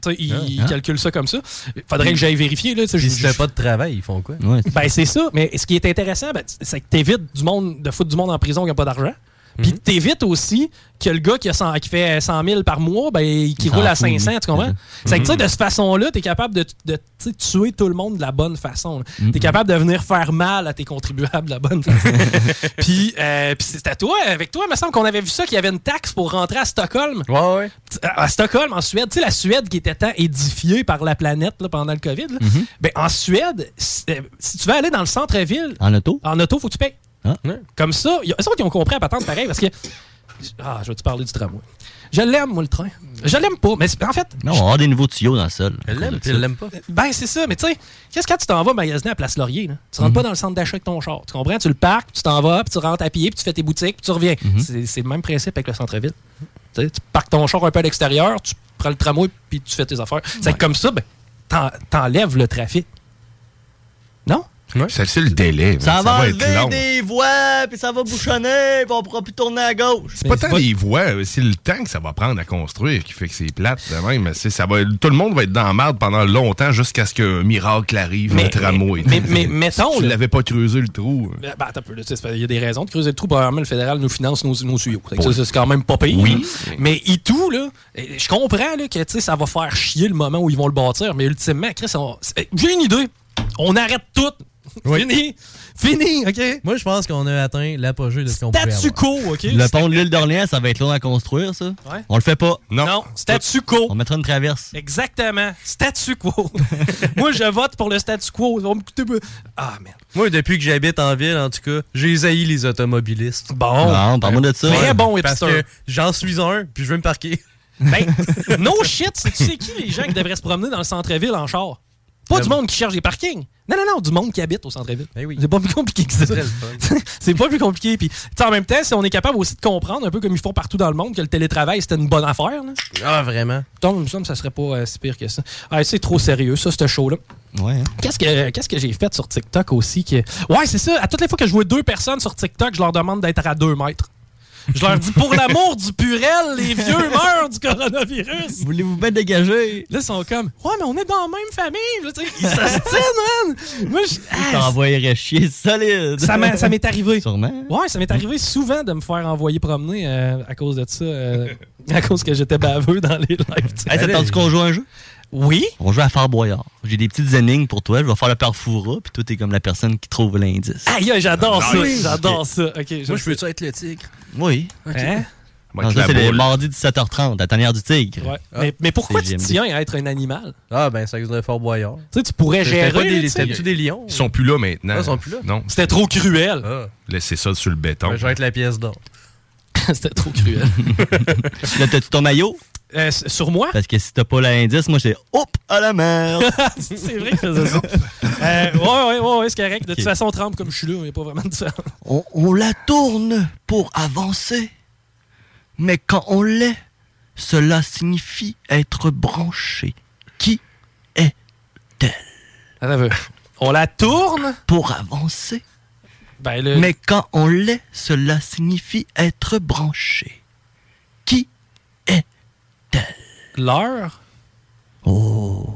S2: Tu sais, ils ils calculent ça comme ça. Faudrait que j'aille vérifier. Là, tu sais, je-
S1: Puis si
S2: je-
S1: t'as pas de travail, ils font quoi?
S2: Ben, c'est ça. Mais ce qui est intéressant, ben, c'est que t'évites du monde, de foutre du monde en prison qui n'a pas d'argent.
S3: Mhm.
S2: Puis t'évites aussi que le gars qui, a 100 qui fait 100 000 par mois, ben, il- qui
S3: Il
S2: roule
S3: s'en
S2: à
S3: fout,
S2: 500,
S3: lui.
S2: tu comprends?
S3: Mhm.
S2: C'est que, tu sais, de cette façon-là, t'es capable de, de, tu sais, tuer tout le monde de la bonne façon. là.
S3: Mhm.
S2: T'es capable de venir faire mal à tes contribuables de la bonne façon. Puis, euh, puis c'est à toi, avec toi, il me semble qu'on avait vu ça, qu'il y avait une taxe pour rentrer à Stockholm.
S1: Ouais, ouais.
S2: À à Stockholm, en Suède, tu sais, la Suède qui était tant édifiée par la planète là, pendant le COVID, là.
S1: Mhm.
S2: ben, en Suède, si, euh, si tu veux aller dans le centre-ville,
S3: En auto?
S2: en auto, faut que tu payes.
S3: Hein?
S2: Comme ça, y a, eux autres, ils ont compris à patente pareil parce que. Ah, je vais te parler du tramway. Je l'aime, moi, le train. Je l'aime pas, mais c'est- en fait,
S3: Non, on va avoir des nouveaux tuyaux dans le sol.
S1: Elle l'aime,
S3: tu
S1: elle l'aime pas.
S2: ben, c'est ça, mais tu sais, qu'est-ce que quand tu t'en vas magasiner à Place Laurier, là? tu
S3: Mhm.
S2: rentres pas dans le centre d'achat avec ton char. Tu
S3: Mhm.
S2: comprends? Tu le parques, puis tu t'en vas, puis tu rentres à pied, puis tu fais tes boutiques, puis tu reviens. C'est- C'est le même principe avec le centre-ville. Tu sais, tu parques ton char un peu à l'extérieur, tu prends le tramway, puis tu fais tes affaires. C'est que comme ça, ben, t'en- t'enlèves le trafic. Non?
S7: C'est le délai.
S3: Ça,
S7: man.
S3: va,
S7: être long.
S3: enlever des voies, puis ça va bouchonner, puis on pourra plus tourner à gauche.
S7: C'est pas tant les voies, c'est le temps que ça va prendre à construire qui fait que c'est plate de même. C'est- Ça va, tout le monde va être dans la merde pendant longtemps jusqu'à ce qu'un miracle arrive, le tramway.
S2: mais- mais- mettons,
S7: Si tu
S2: là-
S7: l'avais pas creusé le trou. euh.
S2: Ben, ben, attends un peu, là, tu sais, c'est parce qu'il y a des raisons de creuser le trou. Probablement, le fédéral nous finance nos, nos tuyaux. Fait que ça, ça, c'est quand même pas payé. Oui. Mais tout là, eh, je comprends là, que tu sais, ça va faire chier le moment où ils vont le bâtir, mais ultimement, Chris, on- c'est- j'ai une idée. On arrête tout. Fini. Fini, OK?
S1: Moi, je pense qu'on a atteint l'apogée de ce qu'on pouvait
S2: Statu
S1: avoir.
S2: quo, OK?
S3: Le pont de l'île d'Orléans, ça va être long à construire, ça.
S2: Ouais.
S3: On le fait pas.
S7: Non.
S2: statu quo.
S3: On mettra une traverse.
S2: Exactement. Statu quo. Moi, je vote pour le statu quo. On me coûte peu. Ah, merde.
S1: Moi, depuis que j'habite en ville, en tout cas, j'ai haï les automobilistes.
S2: Bon.
S3: Non, parle-moi de ça.
S1: Ouais,
S3: Très bon
S1: Parce
S3: hipster.
S1: que j'en suis un, puis je veux me parquer.
S2: Ben, no shit, c'est- tu sais qui les gens qui devraient se promener dans le centre-ville en char? Pas du monde qui cherche des parkings. Non, non, non, du monde qui habite au centre-ville.
S1: Ben
S2: C'est pas plus compliqué que ça. c'est pas plus compliqué. Puis, tu sais, en même temps, si on est capable aussi de comprendre, un peu comme ils font partout dans le monde, que le télétravail, c'était une bonne affaire. Là.
S1: Ah, vraiment?
S2: Putain, il me semble que ça serait pas euh, si pire que ça. Ah, c'est trop sérieux, ça, ce show-là.
S3: Ouais. hein.
S2: Qu'est-ce que, qu'est-ce que j'ai fait sur TikTok aussi? Que... Ouais, c'est ça. À toutes les fois que je vois deux personnes sur TikTok, je leur demande d'être à deux mètres. Je leur dis, pour l'amour du purel, les vieux meurent du coronavirus.
S3: Voulez-vous bien dégager?
S2: Là, ils sont comme, ouais, mais on est dans la même famille. Là, tu sais, ils s'astinent, man. Moi, je- Ah,
S3: T'envoyerais chier solide.
S2: Ça m'a- ça m'est arrivé.
S3: Sûrement.
S2: Ouais, ça m'est arrivé souvent de me faire envoyer promener euh, à cause de ça, euh, à cause que j'étais baveux dans les lives. tu sais.
S3: Hey, ça te tente qu'on joue à un jeu?
S2: Oui.
S3: On joue à Fort Boyard. J'ai des petites énigmes pour toi. Je vais faire le parfoura, puis toi, t'es comme la personne qui trouve l'indice.
S2: Aïe, aïe, j'adore ça.
S3: Nice.
S2: J'adore
S3: Ok.
S2: ça. Ok,
S1: Moi, je peux-tu être le tigre?
S3: Ah, Oui.
S1: Ok.
S2: Hein?
S3: Non, ça, c'est le mardi 17h30, la tanière du tigre.
S2: Ouais. Ah, Mais, mais pourquoi tu tiens à être un animal?
S1: Ah, ben, ça cause de Fort Boyard.
S2: Tu sais, tu pourrais
S1: C'était
S2: gérer.
S1: pas des-
S2: là, tu sais.
S1: c'était-tu des lions?
S7: Ils sont plus là maintenant.
S1: Ah, ils sont plus là?
S7: Non.
S2: C'était trop cruel.
S7: Laissez ça sur le béton.
S1: Ben, je vais être la pièce d'or.
S2: C'était trop cruel.
S3: Là, t'as-tu ton maillot?
S2: Euh, sur moi?
S3: Parce que si t'as pas l'indice, moi, j'ai hop à la merde.
S2: c'est vrai que ça faisait ça. Euh, ouais, ouais, ouais, ouais, c'est correct. De toute façon, on trempe comme je suis là. Il n'y a pas vraiment de différence.
S3: On, on la tourne pour avancer, mais quand on l'est, cela signifie être branché. Qui
S2: On la tourne
S3: pour avancer,
S2: Ben, le-
S3: mais quand on l'est, cela signifie être branché. Qui
S2: L'heure?
S3: Oh.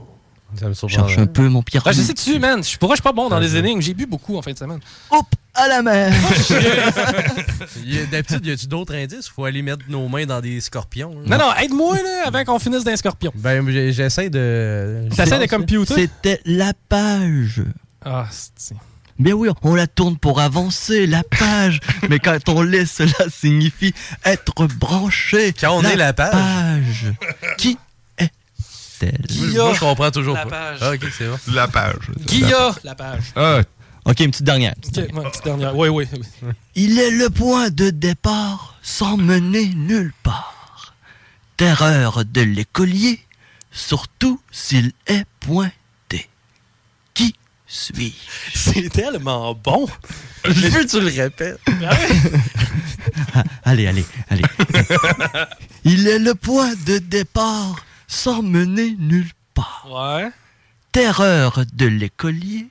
S1: Ça me
S3: Cherche un peu mon Pierre.
S2: Ah, je sais dessus, man. Je- Pourquoi je suis pas bon dans les énigmes? J'ai bu beaucoup en fin de semaine.
S3: Hop à la mer.
S1: Il y a- D'habitude, y a-tu d'autres indices? Faut aller mettre nos mains dans des scorpions.
S2: Non, non, aide-moi là, avant qu'on finisse d'un scorpion.
S1: Ben, j'ai- j'essaie de.
S2: T'essaies de computer?
S3: C'était la page.
S2: Ah, c'est.
S3: Mais oui, on la tourne pour avancer, la page. Mais quand on l'est, cela signifie être branché.
S1: Quand on est la page.
S3: page. Qui est-elle
S1: Moi, moi, je comprends toujours
S2: La
S1: pas.
S2: page.
S1: Ah, ok, c'est bon.
S7: La page.
S2: Guilla, la page.
S3: Ok, une petite dernière.
S2: Ok, ouais, petite dernière. Oui, oui. oui.
S3: Il est le point de départ sans mener nulle part. Terreur de l'écolier, surtout s'il est pointé. Qui suis
S2: C'est tellement bon. Ah
S1: Je veux que tu le répètes.
S3: Ah, Allez, allez, allez. Il est le point de départ sans mener nulle part.
S2: Ouais.
S3: Terreur de l'écolier,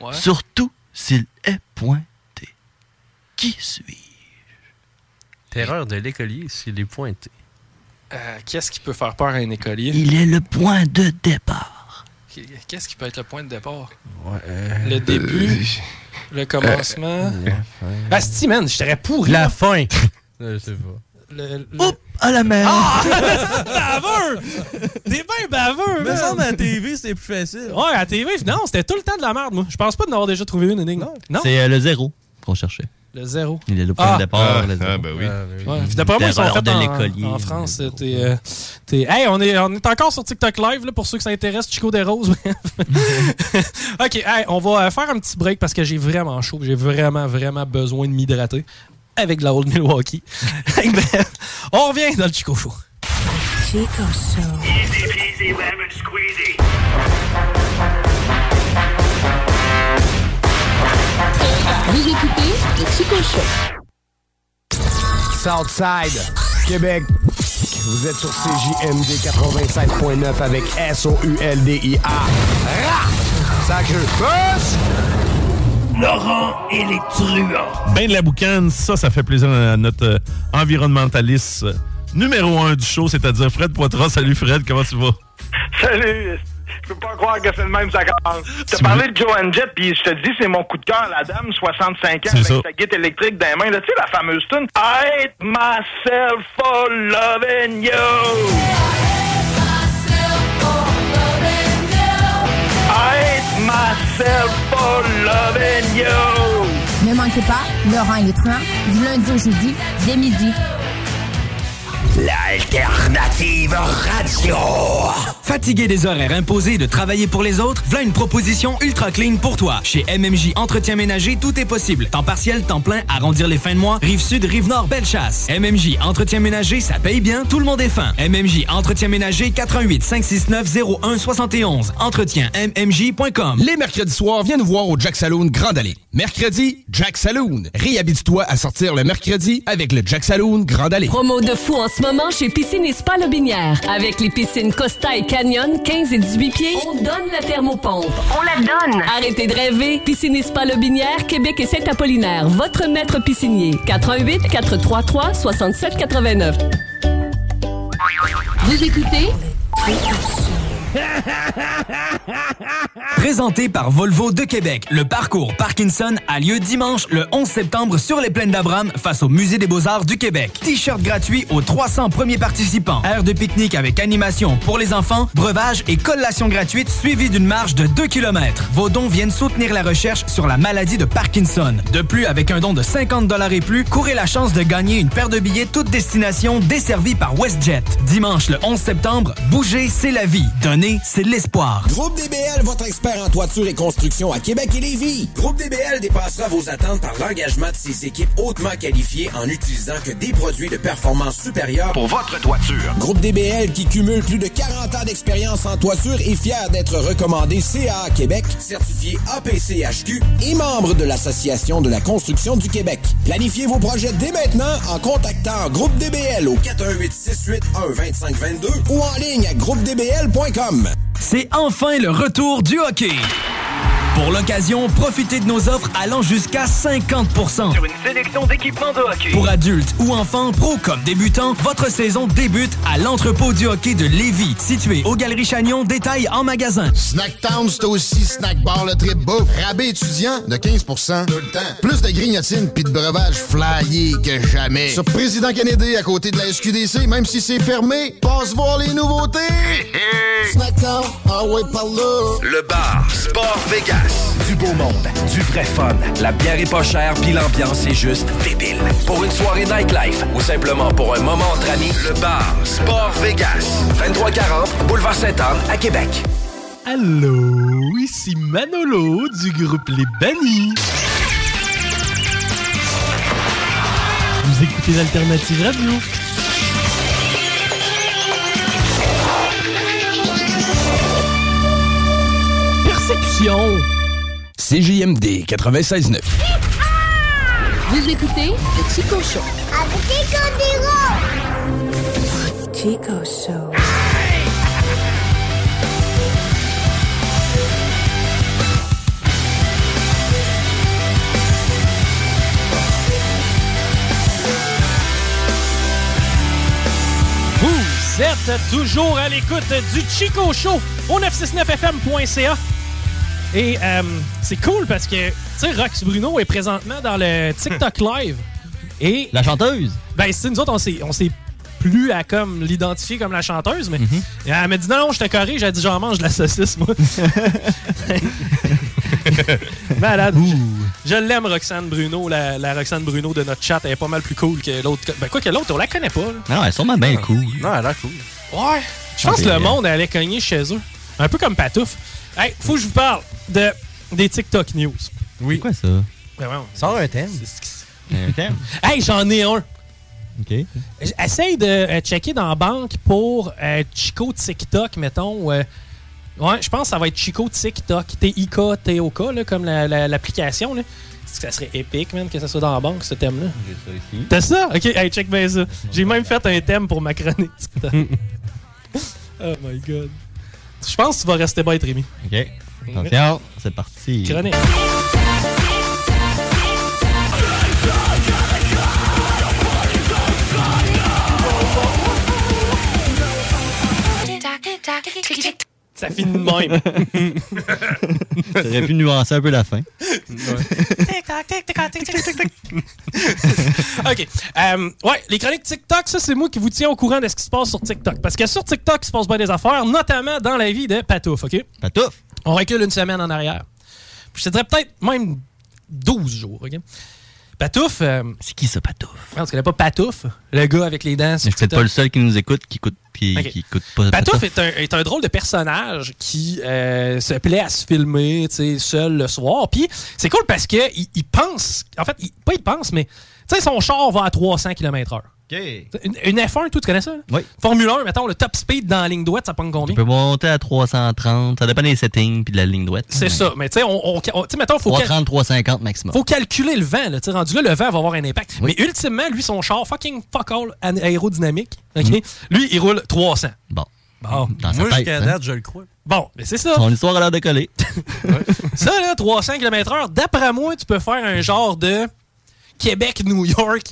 S2: Ouais.
S3: surtout s'il est pointé. Qui suis
S1: Terreur de l'écolier, s'il est pointé.
S2: Euh, Qu'est-ce qui peut faire peur à un écolier?
S3: Il est le point de départ.
S2: Qu'est-ce qui peut être le point de départ?
S1: euh,
S2: le début, le commencement. Ah, si, man, je t'aurais pourri.
S1: La fin. Euh, Je sais pas.
S2: Le- le-
S3: Oups, à la mer.
S2: Ah! baveux! T'es bien baveux,
S1: Mais ça,
S2: man!
S1: dans la TV, c'est plus facile.
S2: Ouais, à TV, non, c'était tout le temps de la merde, moi. Je pense pas de n'avoir déjà trouvé une énigme. Non?
S3: C'est euh, le zéro qu'on cherchait.
S2: Le zéro.
S3: Il est le point
S2: Ah.
S3: de départ.
S7: Ah,
S3: le
S7: ah,
S3: zéro.
S7: ben oui.
S2: Ouais, puis d'après moi, ils sont
S3: Terreur
S2: faits
S3: de
S2: en,
S3: l'écolier.
S2: en France. T'es, euh, t'es- Hey, on est, on est encore sur TikTok Live, là, pour ceux qui s'intéressent, Chico des Roses. OK, hey, on va euh, faire un petit break parce que j'ai vraiment chaud. J'ai vraiment, vraiment besoin de m'hydrater avec de la Old Milwaukee. Fait que, ben, on revient dans le Chico Show.
S13: Chico Show.
S9: Vous écoutez le Chico Show.
S17: Southside, Québec. Vous êtes sur CJMD 96.9 avec S-O-U-L-D-I-A. Ra! Sacre.
S18: Laurent et les truands.
S19: Ben de la boucane, ça, ça fait plaisir à notre euh, environnementaliste euh, numéro un du show, c'est-à-dire Fred Poitras. Salut Fred, comment tu vas?
S20: Salut! Je peux pas croire que c'est le même ça commence. T'as parlé de Joanne Jett, puis je te dis, c'est mon coup de cœur, la dame, 65 ans, avec
S19: ça.
S20: sa guette électrique dans les mains. là. Tu sais, la fameuse tune « I hate myself for loving you ».« I hate myself for loving you ».
S21: Ne manquez pas Laurent et les truands, du lundi au jeudi, dès midi.
S5: L'alternative radio.
S8: Fatigué des horaires imposés de travailler pour les autres, voilà une proposition ultra clean pour toi. Chez MMJ Entretien Ménager, tout est possible. Temps partiel, temps plein, arrondir les fins de mois, rive sud, rive nord, belle chasse. MMJ Entretien Ménager, ça paye bien, tout le monde est fin. MMJ Entretien Ménager, 88 569 0171. Entretien MMJ.com.
S10: Les mercredis soirs, viens nous voir au Jack Saloon Grande Allée. Mercredi, Jack Saloon. Réhabite-toi à sortir le mercredi avec le Jack Saloon Grande Allée.
S9: Promo de fou en ce moment chez Piscine et Spa Lobinière. Avec les piscines Costa et Canyon, 15 et 18 pieds, on donne la thermopompe. On la donne! Arrêtez de rêver. Piscine et Spa Lobinière, Québec et Saint-Apollinaire. Votre maître piscinier. 88 433 67 89. Vous écoutez?
S8: Présenté par Volvo de Québec, le parcours Parkinson a lieu dimanche le 11 septembre sur les plaines d'Abraham face au Musée des Beaux-Arts du Québec. T-shirt gratuit aux 300 premiers participants. Aire de pique-nique avec animation pour les enfants, breuvage et collation gratuite suivie d'une marche de 2 km. Vos dons viennent soutenir la recherche sur la maladie de Parkinson. De plus, avec un don de 50 et plus, courez la chance de gagner une paire de billets toute destination desservie par WestJet. Dimanche le 11 septembre, bouger, c'est la vie. Donner, c'est l'espoir.
S22: Groupe DBL, votre expert en toiture et construction à Québec et Lévis. Groupe DBL dépassera vos attentes par l'engagement de ses équipes hautement qualifiées en utilisant que des produits de performance supérieure
S11: Pour votre toiture.
S22: Groupe DBL qui cumule plus de 40 ans d'expérience en toiture est fier d'être recommandé CA Québec, certifié APCHQ et membre de l'Association de la construction du Québec. Planifiez vos projets dès maintenant en contactant Groupe DBL au 418 681 2522 ou en ligne à groupedbl.com.
S8: C'est enfin le retour du hockey. Pour l'occasion, profitez de nos offres allant jusqu'à 50%.
S5: Une sélection d'équipements de hockey.
S8: Pour adultes ou enfants, pro comme débutants, votre saison débute à l'entrepôt du hockey de Lévis, situé aux Galeries Chagnon, détail en magasin.
S12: Snacktown, c'est aussi snack bar le trip bouffe. Rabais étudiant de 15 Tout le temps. Plus de grignotines puis de breuvages flyés que jamais. Sur Président Kennedy, à côté de la SQDC, même si c'est fermé, passe voir les nouveautés. Snacktown, ah ouais, par là.
S11: Le bar Sport Vegas. Du beau monde, du vrai fun. La bière est pas chère, puis l'ambiance est juste débile. Pour une soirée nightlife ou simplement pour un moment entre amis, le bar Sport Vegas. 2340 Boulevard Sainte-Anne à Québec.
S23: Allô, ici Manolo du groupe Les Bannis. Vous écoutez l'Alternative Radio.
S10: Perception. CJMD 96.9.
S13: Vous écoutez le Chico Show. Chico Show.
S2: Vous êtes toujours à l'écoute du Chico Show au 969fm.ca. Et euh, c'est cool parce que, tu sais, Rox Bruno est présentement dans le TikTok Live. Et.
S24: La chanteuse?
S2: Ben, c'est nous autres, on s'est, on s'est plus à comme l'identifier comme la chanteuse, mais
S24: Mhm.
S2: elle m'a dit non, non, je te corrige. Elle a dit j'en mange de la saucisse, moi. Malade. Je l'aime, Roxane Bruno. La, la Roxane Bruno de notre chat, elle est pas mal plus cool que l'autre. Ben, quoi que l'autre, on la connaît pas. là.
S24: Non, elle est sûrement bien cool.
S2: Non, elle a cool. Ouais. Je pense
S24: Ah,
S2: que le
S24: ben,
S2: monde allait cogner chez eux. Un peu comme Patouf. Hey, faut que je vous parle de, des TikTok News. Ben
S24: Oui. quoi ça?
S2: Sors un thème.
S24: Un thème?
S2: Hey, j'en ai un.
S24: OK.
S2: J- Essaye de euh, checker dans la banque pour euh, Chico TikTok, mettons. euh, ouais, je pense que ça va être Chico TikTok. T-I-K-T-O-K, là, comme la- la- l'application. là. Parce que ça serait épique, man, que ça soit dans la banque, ce thème-là. T'as ça? Ok, hey, check bien ça. J'ai même fait un thème pour ma chronique. oh my god. Je pense que tu vas rester bête, Rémi.
S24: OK. Attention, c'est parti.
S2: Chronique. Ça finit de même.
S24: T'aurais pu nuancer un peu la fin.
S2: OK. Euh, ouais, les chroniques TikTok, ça, c'est moi qui vous tiens au courant de ce qui se passe sur TikTok. Parce que sur TikTok, il se passe bien des affaires, notamment dans la vie de Patouf, OK?
S24: Patouf!
S2: On recule une semaine en arrière. Puis je te dirais peut-être même 12 jours, OK? Patouf... euh,
S24: c'est qui ça, Patouf?
S2: On ne connaît pas Patouf, le gars avec les dents sur
S24: Je suis peut-être
S2: TikTok.
S24: pas le seul qui nous écoute qui écoute, puis
S2: Ok.
S24: qui écoute pas.
S2: Patouf
S24: Patouf.
S2: est un, est un drôle de personnage qui euh, se plaît à se filmer tu sais, seul le soir. Puis c'est cool parce que il, il pense, en fait, il- pas il pense, mais tu sais, son char va à 300 km/h. Une, une F1, toi, tu connais ça? là?
S24: Oui.
S2: Formule 1, mettons, le top speed dans la ligne droite, ça prend
S24: Tu
S2: combien?
S24: peux monter à 330. Ça dépend des settings puis de la ligne droite.
S2: C'est ça, mais tu sais, on, on- on- tu sais, mettons, faut, cal-
S24: 330, 350 maximum.
S2: faut calculer le vent. Là, Tu sais, rendu là, le vent va avoir un impact. Mais ultimement, lui, son char, fucking fuck all an- aérodynamique, OK? lui, il roule 300.
S24: Mm. Bon.
S2: Bon.
S24: Dans sa Moi, tête, jusqu'à hein. date, je
S2: le crois. Bon, mais c'est ça.
S24: Son histoire a l'air de coller.
S2: Ça, là, 300 km/h, d'après moi, tu peux faire un genre de Québec-New York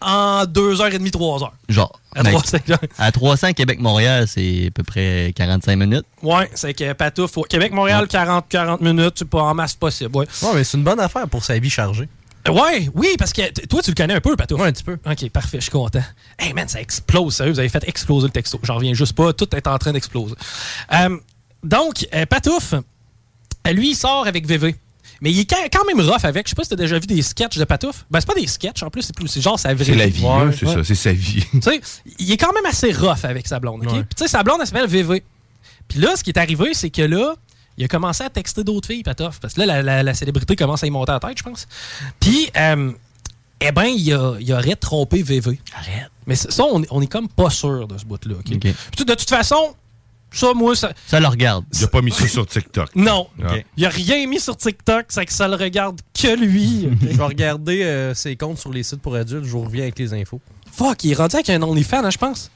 S2: en 2h30, 3h.
S24: Genre.
S2: À
S24: mais-
S2: 300
S24: à 300 Québec-Montréal, c'est à peu près 45 minutes.
S2: Ouais, c'est que Patouf, faut- Québec-Montréal, 40-40 minutes, tu peux en masse possible. Ouais.
S23: Ah.
S2: Euh,
S23: Ouais, mais c'est une bonne affaire pour sa vie chargée.
S2: Ouais, oui, parce que t- toi, tu le connais un peu, Patouf. Ouais, un petit peu. Ok, parfait, je suis content. Hey man, ça explose, sérieux, vous avez fait exploser le texto. J'en reviens juste pas, tout est en train d'exploser. Euh, donc, euh, Patouf, euh, lui, il sort avec VV. Mais il est quand quand même rough avec. Je sais pas si t'as déjà vu des sketchs de Patouf. Ben, c'est pas des sketchs en plus, c'est plus c'est genre sa vraie
S11: C'est la vie, là,
S2: Ouais,
S11: c'est
S2: ouais.
S11: ça, c'est sa vie.
S2: Tu sais, il est quand même assez rough avec sa blonde. ok? Puis tu sais, sa blonde, elle s'appelle VV. Puis là, ce qui est arrivé, c'est que là, il a commencé à texter d'autres filles, Patoff. Parce que là, la, la- la célébrité commence à y monter à la tête, je pense. Puis, euh, eh ben, il, a, il aurait trompé VV. Arrête. Mais ça, ça, on, est- on est comme pas sûr de ce bout-là. ok? Puis tu- de toute façon, ça, moi, ça.
S24: Ça le regarde.
S11: Il a pas mis ça sur TikTok.
S2: Non.
S11: Ah.
S2: Il a rien mis sur TikTok, c'est que ça le regarde que lui. ok?
S23: Je vais regarder euh, ses comptes sur les sites pour adultes, je vous reviens avec les infos.
S2: Fuck, il est rendu avec un OnlyFans, hein, je pense.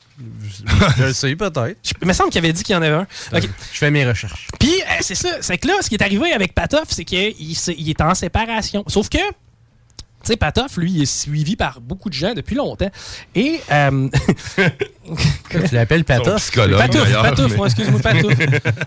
S23: Je le sais peut-être.
S2: Je- Il me semble qu'il avait dit qu'il y en avait un.
S1: Euh,
S2: Ok.
S23: Je fais mes recherches.
S2: Puis, euh, c'est ça. C'est que là, ce qui est arrivé avec Patoff, c'est qu'il s'est- il est en séparation. Sauf que, tu sais, Patoff, lui, il est suivi par beaucoup de gens depuis longtemps. Et. euh,
S23: Tu l'appelles Patoff?
S11: psychologue,
S2: Patouf,
S11: d'ailleurs,
S2: Patouf,
S11: mais-
S2: ouais, excuse-moi, Patouf.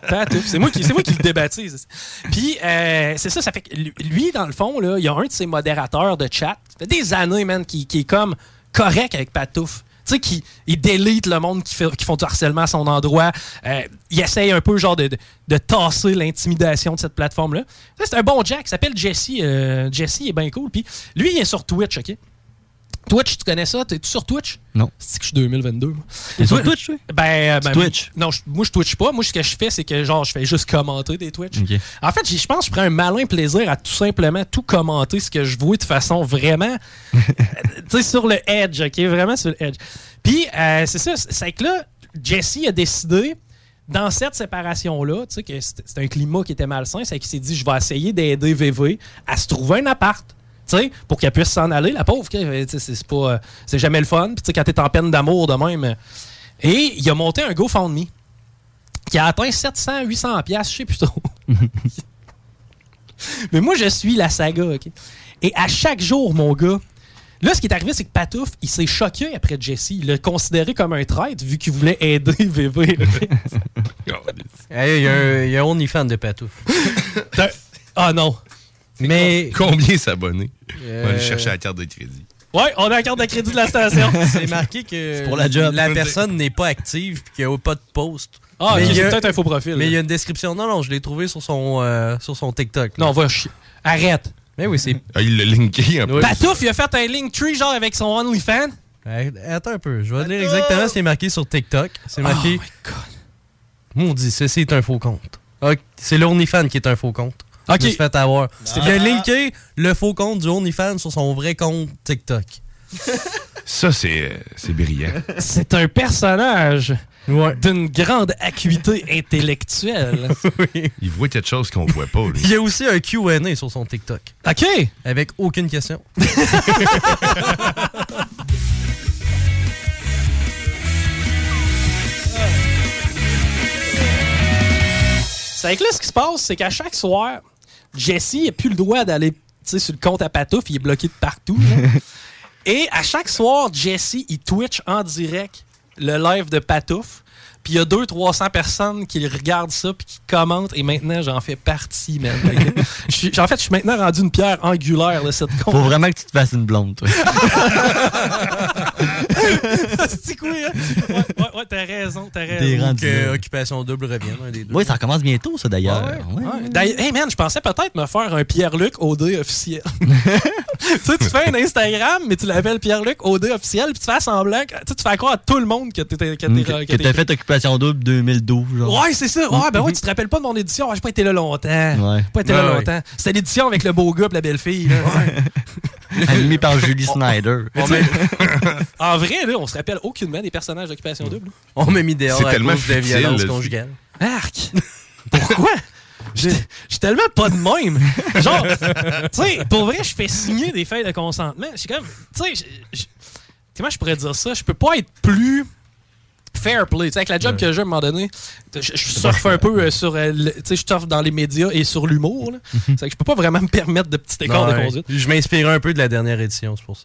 S2: Patouf, c'est moi qui, c'est moi qui le débaptise. Puis euh, c'est ça, ça fait que lui- lui, dans le fond, là, il y a un de ses modérateurs de chat, ça fait des années, man, qui, qui est comme correct avec Patouf. Tu sais, qui il délite le monde qui, fait, qui font du harcèlement à son endroit. Euh, il essaye un peu, genre, de, de, de tasser l'intimidation de cette plateforme-là. Ça, C'est un bon Jack, il s'appelle Jesse. euh, Jesse, il est bien cool. Puis lui, il est sur Twitch, OK? Twitch, tu connais ça? T'es-tu sur Twitch?
S24: Non.
S2: C'est que je suis 2022, moi.
S24: T'es sur
S2: Toi-
S24: Twitch, toi?
S2: Ben, euh, ben,
S24: Twitch?
S2: Non, je- moi, je Twitch pas. Moi, ce que je fais, c'est que genre, je fais juste commenter des Twitch.
S24: OK.
S2: En fait, j'ai- je pense que je prends un malin plaisir à tout simplement tout commenter ce que je vois de façon vraiment, euh, tu sais, sur le edge, OK? Vraiment sur le edge. Puis, euh, c'est ça, c'est- c'est que là, Jesse a décidé, dans cette séparation-là, tu sais, que c'était c'était un climat qui était malsain, c'est qu'il s'est dit, je vais essayer d'aider VV à se trouver un appart. tu sais, pour qu'elle puisse s'en aller, la pauvre, que, euh, tu sais, c'est c'est pas, euh, c'est jamais le fun. Puis, tu sais, quand t'es en peine d'amour de même. euh, Et il a monté un GoFundMe qui a atteint 700, 800 piastres, je sais plus trop. Mais moi, je suis la saga, OK? Et à chaque jour, mon gars, là, ce qui est arrivé, c'est que Patouf, il s'est choqué après Jesse. Il l'a considéré comme un traître vu qu'il voulait aider VV. OK?
S23: Hey, il y a un- il y a un OnlyFans de Patouf.
S2: T'as- Ah non.
S23: Mais.
S11: Combien s'abonner?
S23: Euh,
S11: On va aller chercher la carte de crédit.
S2: Ouais, on a la carte de crédit de la station.
S23: C'est marqué que
S24: pour la job.
S23: euh, personne n'est pas active et qu'il n'y a pas de post.
S2: Ah,
S23: Mais
S2: ok,
S23: il y
S2: j'ai
S23: a-
S2: peut-être un faux profil.
S23: Mais il y a une description. Non, non, je l'ai trouvé sur son, euh, sur son TikTok. là.
S2: Non, va chier. Arrête.
S23: Mais oui, c'est.
S11: Ah, il l'a linké un peu.
S2: Patouf, il a fait un link tree genre avec son OnlyFans.
S23: Euh, Attends un peu. Je vais te lire exactement ce qui est marqué sur TikTok. C'est marqué.
S2: Oh God.
S23: Maudit, ceci est un faux compte. Ok, C'est le OnlyFans qui est un faux compte.
S2: Ok.
S23: Je me suis fait avoir.
S2: Ah.
S23: Il a linké le faux compte du OnlyFans sur son vrai compte TikTok.
S11: Ça, c'est, c'est brillant.
S2: C'est un personnage. d'une grande acuité intellectuelle.
S4: Il voit quelque chose qu'on voit pas, lui.
S1: Il y a aussi un QA sur son TikTok.
S2: OK!
S1: Avec aucune question.
S2: C'est que là, ce qui se passe, c'est qu'à chaque soir, Jesse n'a plus le droit d'aller tu sais, sur le compte à Patouf, il est bloqué de partout. là. Et à chaque soir, Jesse, il Twitch en direct le live de Patouf. Puis il y a 200-300 personnes qui regardent ça puis qui commentent. Et maintenant, j'en fais partie, man. Fait que, je suis- en fait, je suis maintenant rendu une pierre angulaire de cette con.
S24: Faut vraiment que tu te fasses une blonde, toi.
S2: C'est quoi, hein? Ouais, ouais, ouais, t'as raison, t'as raison.
S24: T'es rendu
S1: que euh,
S24: là.
S1: Occupation Double revienne, un des deux.
S24: Oui, ça recommence bientôt, ça, d'ailleurs. Ouais.
S2: Ouais. D'ailleurs, hey man, je pensais peut-être me faire un Pierre-Luc OD officiel. tu sais, tu fais un Instagram, mais tu l'appelles Pierre-Luc OD officiel, puis tu fais semblant, que- tu sais, tu fais croire à tout le monde que t'es. Que t'es-
S24: Mm,
S2: que
S24: Que
S2: t'es-
S24: t'as fait Occupation Double 2012, genre.
S2: Ouais, c'est ça. Ouais, ben ouais, tu te rappelles pas de mon édition. Ouais, J'ai pas été là longtemps.
S24: Mm-hmm. Ouais.
S2: J'ai Pas été
S1: Ben
S24: Ouais,
S2: là
S24: ouais.
S2: longtemps. C'était l'édition avec le beau gars et la belle fille. là.
S24: Animé par Julie Snyder.
S2: Mais tu sais, en vrai, là, on se rappelle aucunement des personnages d'occupation double.
S1: On m'a mis dehors
S4: C'est
S1: à
S4: tellement
S1: cause de
S4: futile,
S1: violence
S4: le-
S1: conjugale.
S2: Arc! Pourquoi? Je je suis tellement pas de même. Genre, tu sais, pour vrai, je fais signer des feuilles de consentement. Je suis comme, tu sais, je- je- comment je pourrais dire ça? Je peux pas être plus fair play. Tu sais, avec la job que j'ai à un moment donné, je, je surfe un peu euh, sur, euh, le- tu sais, je surfe dans les médias et sur l'humour. là. C'est que je peux pas vraiment me permettre de petits écarts de
S1: Ouais.
S2: conduite. Hum.
S1: Je m'inspirais un peu de la dernière édition, c'est pour ça.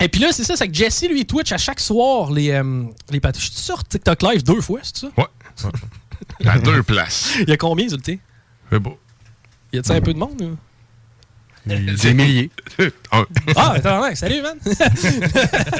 S2: Et puis là, c'est ça, c'est que Jesse, lui, il Twitch à chaque soir les, euh, les pat- Je suis sur TikTok Live deux fois, c'est ça?
S4: Ouais. À deux places.
S2: Il y a combien, Zulté?
S4: C'est beau.
S2: Y a-t-il un peu de monde? ou?
S4: Des milliers.
S2: Ah, attends, ouais, salut, man!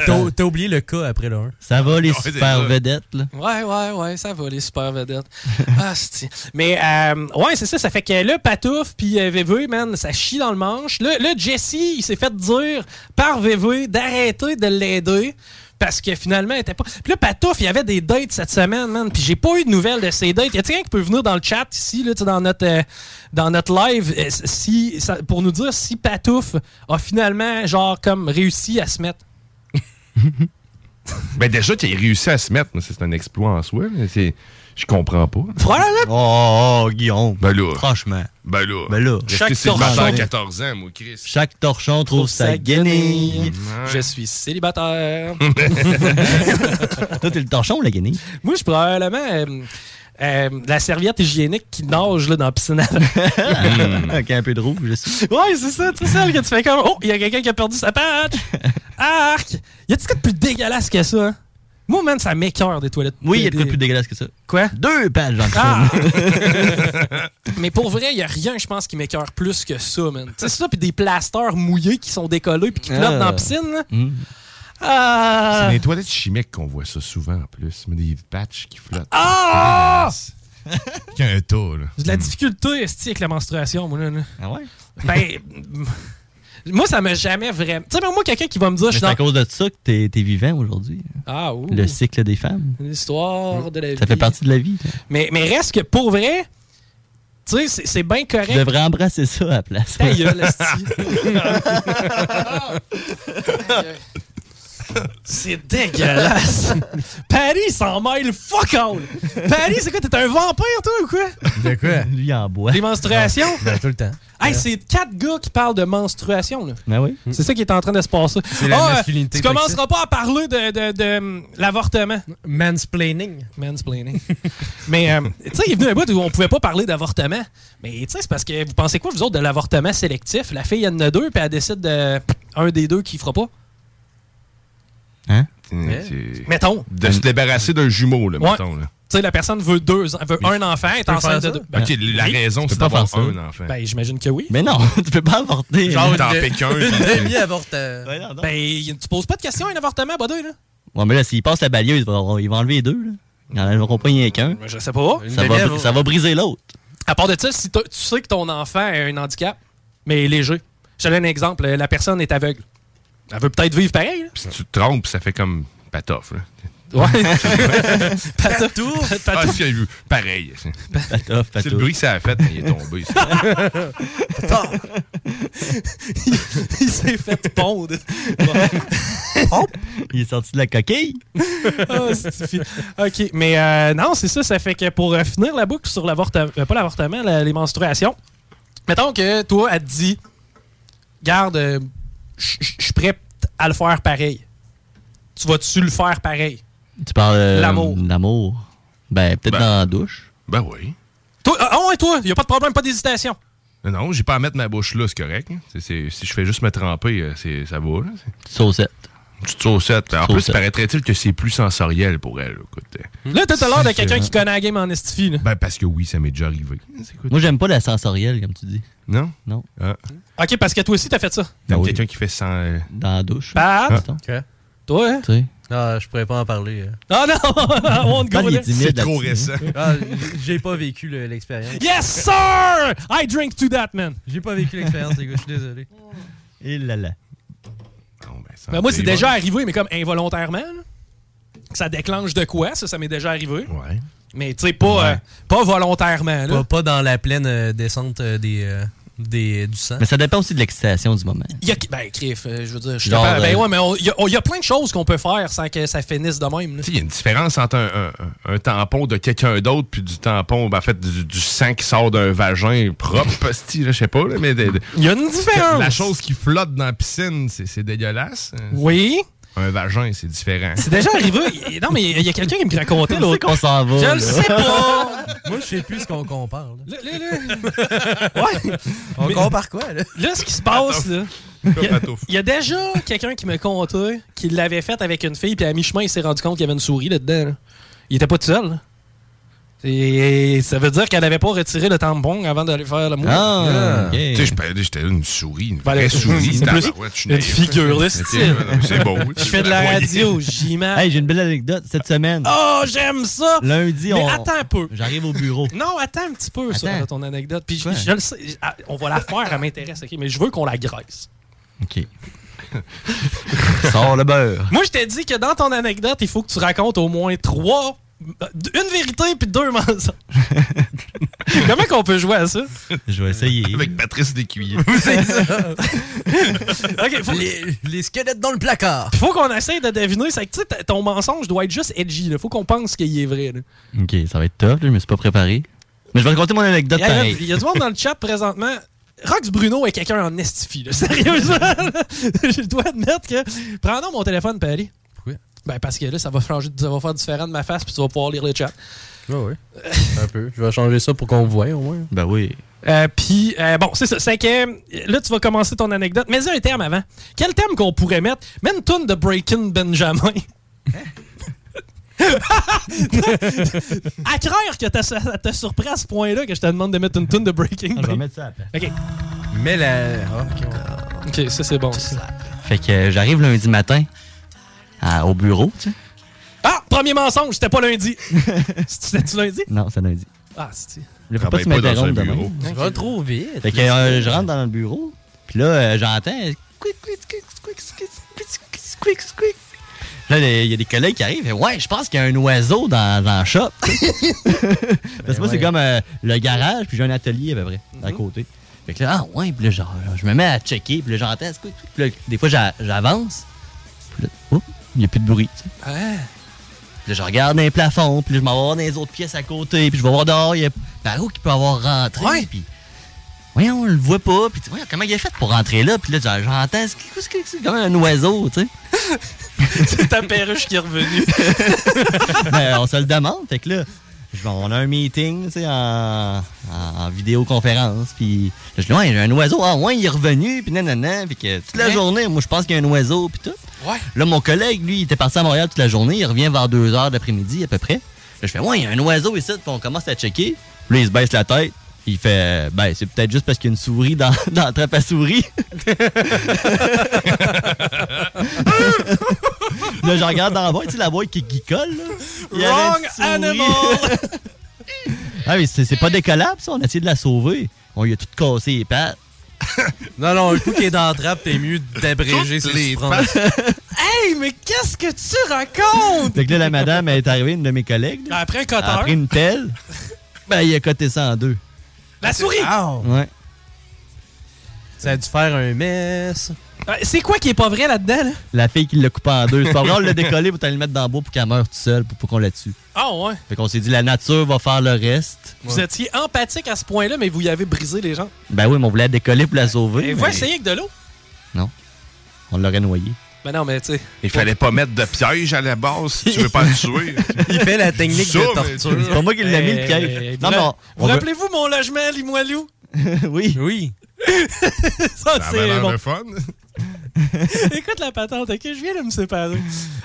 S1: T'as t'as oublié le cas après le 1.
S24: Ça va, les
S1: Ouais, c'est
S24: super
S1: ça.
S24: vedettes, là?
S2: Ouais, ouais, ouais, ça va, les super vedettes. ah, c'est-tu. Mais, euh, ouais, c'est ça, ça fait que là, Patouf puis euh, VV, man, ça chie dans le manche. Là, là Jesse, il s'est fait dire par VV d'arrêter de l'aider parce que finalement, elle était pas. Puis là, Patouf, il y avait des dates cette semaine, man, puis j'ai pas eu de nouvelles de ces dates. Y a-t-il quelqu'un qui peut venir dans le chat ici, là, tu sais, dans notre, euh, dans notre live, euh, si, ça- pour nous dire si Patouf a finalement, genre, comme réussi à se mettre
S4: Ben déjà, tu as réussi à se mettre, mais c'est un exploit en soi. mais c'est- Je comprends pas.
S24: Oh, oh, Guillaume.
S4: Ben là.
S24: Franchement.
S4: Ben là.
S24: Ben là.
S4: Chaque
S24: Chaque
S4: célibataire
S24: torchon.
S4: 14 ans, moi, Chris.
S24: Chaque torchon trouve sa guenille.
S2: Je suis célibataire.
S24: Toi, t'es le torchon ou la guenille?
S2: Moi, je suis probablement euh, euh, la serviette hygiénique qui nage là, dans la piscine. ouais,
S4: Hmm.
S24: Avec un peu de rouge, je suis.
S2: c'est ça, c'est celle que tu fais comme Oh, il y a quelqu'un qui a perdu sa patch. Arc Y a-tu quoi de plus dégueulasse que ça hein? Moi, man, ça m'écœure des toilettes.
S24: Oui, il y a de
S2: des-
S24: quoi de plus dégueulasse que ça.
S2: Quoi?
S24: Deux pages, jean
S2: Ah! Mais pour vrai, il y a rien, je pense, qui m'écœure plus que ça, man. Tu sais, ça, puis des plasteurs mouillés qui sont décollés puis qui flottent
S4: Ah.
S2: dans la piscine. là.
S24: Hmm.
S4: C'est
S2: Ah!
S4: dans les toilettes chimiques qu'on voit ça souvent en plus. Mais des patchs qui flottent.
S2: Ah!
S4: Il y a un tas, là.
S2: J'ai de la difficulté esti, avec la menstruation, moi. Là, là.
S24: Ah ouais?
S2: Ben, m- moi, ça m'a jamais vraiment. Tu sais, même moi, quelqu'un qui va me dire, je
S24: Mais
S2: suis
S24: C'est
S2: dans.
S24: à cause de ça que t'es t'es vivant aujourd'hui.
S2: Ah, ouh.
S24: Le cycle des femmes.
S2: L'histoire de la vie.
S24: Ça fait partie de la vie. là.
S2: Mais, mais reste que pour vrai, tu sais, c'est- c'est bien correct.
S24: Tu devrais embrasser ça à la place.
S2: Ta gueule, esti. C'est dégueulasse. Paris s'en mêle fuck all. Paris, c'est quoi? T'es un vampire, toi, ou quoi?
S1: De quoi?
S24: Lui, il en boit.
S2: Les menstruations?
S1: Ben, tout le temps.
S2: Hey, c'est quatre gars qui parlent de menstruation, là.
S24: Ben oui.
S2: C'est ça qui est en train de se passer.
S1: Mm. C'est la
S2: Ah, euh,
S1: masculinité
S2: Tu
S1: toxique.
S2: commenceras pas à parler de, de- de, hum, l'avortement.
S1: Mansplaining.
S2: Mansplaining. Mais, euh, tu sais, il est venu un bout où on pouvait pas parler d'avortement. Mais, tu sais, c'est parce que vous pensez quoi, vous autres, de l'avortement sélectif? La fille, elle en a deux, puis elle décide de un des deux qui fera pas.
S24: Hein?
S4: C'est-
S2: Mettons.
S4: De se débarrasser d'un jumeau, là,
S2: Ouais.
S4: mettons. Là.
S2: Tu sais, la personne veut deux, elle veut un enfant, elle est
S4: peux faire
S2: enceinte
S4: ça?
S2: de deux.
S4: Ok, la raison, c'est d'avoir un enfant.
S2: Ben, j'imagine que oui.
S24: Mais non, tu peux pas avorter.
S4: Genre, t'en fais qu'un. puis-
S1: avortement.
S2: Ben, y- tu poses pas de question à un avortement, Badoy, là?
S24: Bon, mais là, s'il passe la balieuse, il va, il va enlever les deux. Là. Il n'en aura pas rien qu'un.
S2: Ben, Je sais pas.
S24: Ça va, br- ça va briser l'autre.
S2: À part de ça, si t'as- tu sais que ton enfant a un handicap, mais léger. Je te donne un exemple. La personne est aveugle. Elle veut peut-être vivre pareil. là.
S4: Puis si tu te trompes, ça fait comme patof. Là.
S2: Ouais.
S4: Patou. Ah, si, j'ai vu. Pareil. C'est le bruit que ça a fait quand il est tombé. ça.
S2: Attends. il il s'est fait pondre. Bon.
S24: Il est sorti de la coquille.
S2: Ah, c'est fi- OK, mais euh, non, c'est ça, ça fait que pour euh, finir la boucle sur l'avortement, pas l'avortement, la- les menstruations, mettons que toi, elle te dit, garde, euh, je je- je suis prête à le faire pareil. Tu vas-tu le faire pareil?
S24: Tu parles. euh,
S2: L'amour.
S24: L'amour. Ben, peut-être dans la douche.
S4: Ben oui.
S2: Toi, ah ouais, toi, il n'y a pas de problème, pas d'hésitation.
S4: Non, j'ai pas à mettre ma bouche là, c'est correct. hein. C'est- c'est- si je fais juste me tremper, euh, c'est, ça va. Là.
S24: Saucette.
S4: Petite saucette. En plus,
S24: saucette.
S4: paraîtrait-il que c'est plus sensoriel pour elle. Écoute.
S2: Là, t'as l'air de quelqu'un qui connaît la game en estifi. là.
S4: Ben, parce que oui, ça m'est déjà arrivé.
S24: Moi, j'aime pas la sensorielle, comme tu dis.
S4: Non?
S24: Non.
S4: Ah.
S2: OK, parce que toi aussi, t'as fait ça.
S4: T'as Ben quelqu'un qui fait sans.
S24: Ben
S4: euh,
S24: Dans la douche.
S2: Pat?
S24: Ah.
S1: Ok.
S2: Toi, hein?
S24: Tu sais.
S1: Ah, je pourrais pas en parler. euh.
S2: Ah non! On te
S1: Pat, il est
S2: go
S1: timide,
S2: C'est
S1: la
S2: trop
S1: petite.
S24: hein.
S2: récent.
S1: Ah, j- j'ai pas vécu le- l'expérience.
S2: Yes, sir! I drink to that, man.
S1: J'ai pas vécu l'expérience, les gars, je suis désolé.
S24: Et là là.
S2: Ben, moi, c'est déjà arrivé, mais comme involontairement. là. Que Ça déclenche de quoi, ça, ça m'est déjà arrivé.
S4: Ouais.
S2: Mais tu sais, pas, euh, pas volontairement.
S1: Pas,
S2: Là.
S1: pas dans la pleine euh, descente euh, des, euh, des, du sang.
S24: Mais ça dépend aussi de l'excitation du moment.
S2: Il y a, ben, crif, euh, je veux dire, je suis
S24: Genre,
S2: capable- ben
S24: euh,
S2: ouais, mais on- il y, a- on- il y a plein de choses qu'on peut faire sans que ça finisse de même. là.
S4: Il y a une différence entre un, un- un- un tampon de quelqu'un d'autre puis du tampon, ben, en fait, du, du sang qui sort d'un vagin propre, posti, là, je sais pas, là, mais.
S2: Il y a une différence.
S4: La chose qui flotte dans la piscine, c'est c'est dégueulasse.
S2: Oui.
S4: Un vagin, c'est différent.
S2: C'est déjà arrivé. Il- Non, mais il y a quelqu'un qui me racontait l'autre.
S24: qu'on s'en va,
S2: Je
S24: là.
S2: le sais pas.
S1: Moi, je sais plus ce qu'on compare. là.
S2: Ouais.
S1: On
S2: Mais-
S1: compare quoi, là?
S2: Là, ce qui se passe, là.
S1: Comme
S2: Il y a-
S1: Patouf.
S2: il y, a déjà quelqu'un qui me contait qu'il l'avait fait avec une fille, puis à mi-chemin, il s'est rendu compte qu'il y avait une souris là-dedans. là. Il était pas tout seul. là. Et ça veut dire qu'elle avait pas retiré le tampon avant d'aller faire le mot.
S4: Ah, Tu sais, je parlais- j'étais une souris, une vraie souris.
S2: Ben, c'est plus
S4: tabarouette, je suis
S2: une
S4: naïf.
S2: figure de
S4: C'est-
S2: style.
S4: C'est beau.
S2: Je fais de la radio, j'imagine.
S24: Hey, j'ai une belle anecdote cette semaine.
S2: Oh, j'aime ça!
S24: Lundi,
S2: Mais
S24: on-
S2: attends un peu.
S24: J'arrive au bureau.
S2: Non, attends un petit peu ça,
S24: Attends.
S2: là, ton anecdote. Puis je,
S24: Quoi?
S2: je le sais, je- ah, on va la faire, elle m'intéresse, ok? Mais je veux qu'on la graisse.
S24: OK. Sors le beurre.
S2: Moi, je t'ai dit que dans ton anecdote, il faut que tu racontes au moins trois. Une vérité puis deux mensonges. Comment qu'on peut jouer à ça?
S24: Je vais essayer.
S4: Avec Patrice Descuillers.
S2: C'est ça. OK, faut-
S1: Les, les squelettes dans le placard.
S2: Faut qu'on essaye de deviner. C'est que, tu sais, t- ton mensonge doit être juste edgy. Là. Faut qu'on pense qu'il est vrai. là.
S24: OK, ça va être tough. là, Je me suis pas préparé. Mais je vais raconter mon anecdote
S2: Il y, a,
S24: pareil.
S2: il y a du monde dans le chat présentement. Rox Bruno est quelqu'un en estifi. là. Sérieusement, là. je dois admettre que. Prends donc mon téléphone, Paris. Pourquoi? Ben, parce que là, ça va, changer, ça va faire différent de ma face, puis tu vas pouvoir lire le chat.
S1: Ouais, ouais. Un peu. Je vais changer ça pour qu'on voie, au moins.
S24: Ben oui.
S2: Euh, Puis, euh, bon, c'est ça. C'est que euh, là, tu vas commencer ton anecdote. Mais un terme avant. Quel terme qu'on pourrait mettre? Mets une toune de Breaking Benjamin.
S24: Hein?
S2: à croire que t'as- ça t'a surpris à ce point-là que je te demande de mettre une toune de Breaking
S24: Ah, Je vais
S2: Benjamin.
S24: mettre ça après. Ah,
S2: Ok.
S1: Mais la.
S2: ok, ça c'est bon. ça.
S24: Fait que euh, j'arrive lundi matin à- au bureau, tu sais.
S2: Ah, premier mensonge, c'était pas lundi. C'était-tu lundi?
S24: Non, c'est lundi.
S2: Ah, c'est.
S24: Il faut pas que tu m'interrompes demain.
S1: Tu vas trop vite.
S24: Fait que euh, je rentre dans le bureau, puis là, euh, j'entends. Quick, quick, quick, quick, quick, quick, quick, quick. Là, il y a des collègues qui arrivent. et ouais, je pense qu'il y a un oiseau dans, dans le shop. tu sais. Parce que moi, c'est comme euh, le garage, puis j'ai un atelier à peu près, à côté. Fait que là, ah ouais, puis là, genre, je me mets à checker, puis là, j'entends. squeak, squeak. Puis là, des fois, j'a- j'avance, puis là, oh, il n'y a plus de bruit. tu sais. Puis là, je regarde dans les plafonds, puis là, je m'en vais voir dans les autres pièces à côté, puis je vais voir dehors, il y a par où qui peut avoir rentré. Puis, voyons, on le voit pas, puis tu vois, comment il est fait pour rentrer là, puis là, genre, j'entends, c'est- c'est- c'est c'est comme un oiseau, tu sais.
S2: C'est ta perruche qui est revenue.
S24: Ben, on se le demande, fait que là, je vais- on a un meeting, tu sais, en, en- en vidéoconférence, puis là, je dis, ouais, il y a un oiseau, ah, ouais, il est revenu, puis nanana, puis que toute la
S2: Ouais.
S24: journée, moi, je pense qu'il y a un oiseau, puis tout.
S2: Ouais.
S24: Là, mon collègue, lui, il était parti à Montréal toute la journée. Il revient vers 2 h l'après-midi à peu près. Là, je fais, ouais, il y a un oiseau ici. Puis on commence à checker. Puis là, il se baisse la tête. Il fait, ben, c'est peut-être juste parce qu'il y a une souris dans, dans la trappe à souris. là, je regarde dans la boîte, tu sais, la boîte qui, qui colle. là. Il y avait une
S2: Wrong
S24: souris.
S2: animal!
S24: Ah, mais c'est c'est pas décollable, ça. On a essayé de la sauver. On lui a tout cassé les pattes.
S1: Non, non, un coup qui est dans la trappe, t'es mieux d'abréger
S24: Toutes
S1: ses
S24: les
S1: souffrances.
S24: faces.
S2: Hey, mais qu'est-ce que tu racontes?
S24: Fait que là, la madame elle est arrivée, une de mes collègues. là.
S2: Ben, Après un
S24: Elle a
S2: coteur.
S24: pris une pelle. Ben, il a coté ça en deux.
S2: La souris!
S24: Ouais.
S23: Ça a dû faire un mess.
S2: Euh, C'est quoi qui est pas vrai là-dedans? Là?
S24: La fille qui l'a coupé en deux. C'est pas vrai, on l'a décollé pour t'aller le mettre dans le bois pour qu'elle meure toute seule, pour, pour qu'on la tue.
S2: Ah ouais.
S24: Fait qu'on s'est dit, la nature va faire le reste.
S2: Vous étiez empathique à ce point-là, mais vous y avez brisé les gens.
S24: Ben oui, mais on voulait la décoller pour la sauver.
S2: Et vous
S24: mais
S2: essayez avec de l'eau?
S24: On l'aurait noyée.
S2: Ben non, mais tu sais.
S4: Il fallait pas mettre de piège à la base si tu veux pas le tuer.
S24: Il fait la technique
S4: Ça,
S24: de
S4: mais-
S24: torture. C'est pas moi qui l'ai mis, le piège. Non,
S2: Non,
S24: mais on-
S2: Vous
S24: on veut-
S2: rappelez-vous mon logement à Limoilou?
S24: oui.
S23: Oui.
S2: Ça,
S4: Ça avait
S2: c'est
S4: l'air
S2: bon.
S4: de fun.
S2: Écoute la patente, ok? Je viens de me séparer.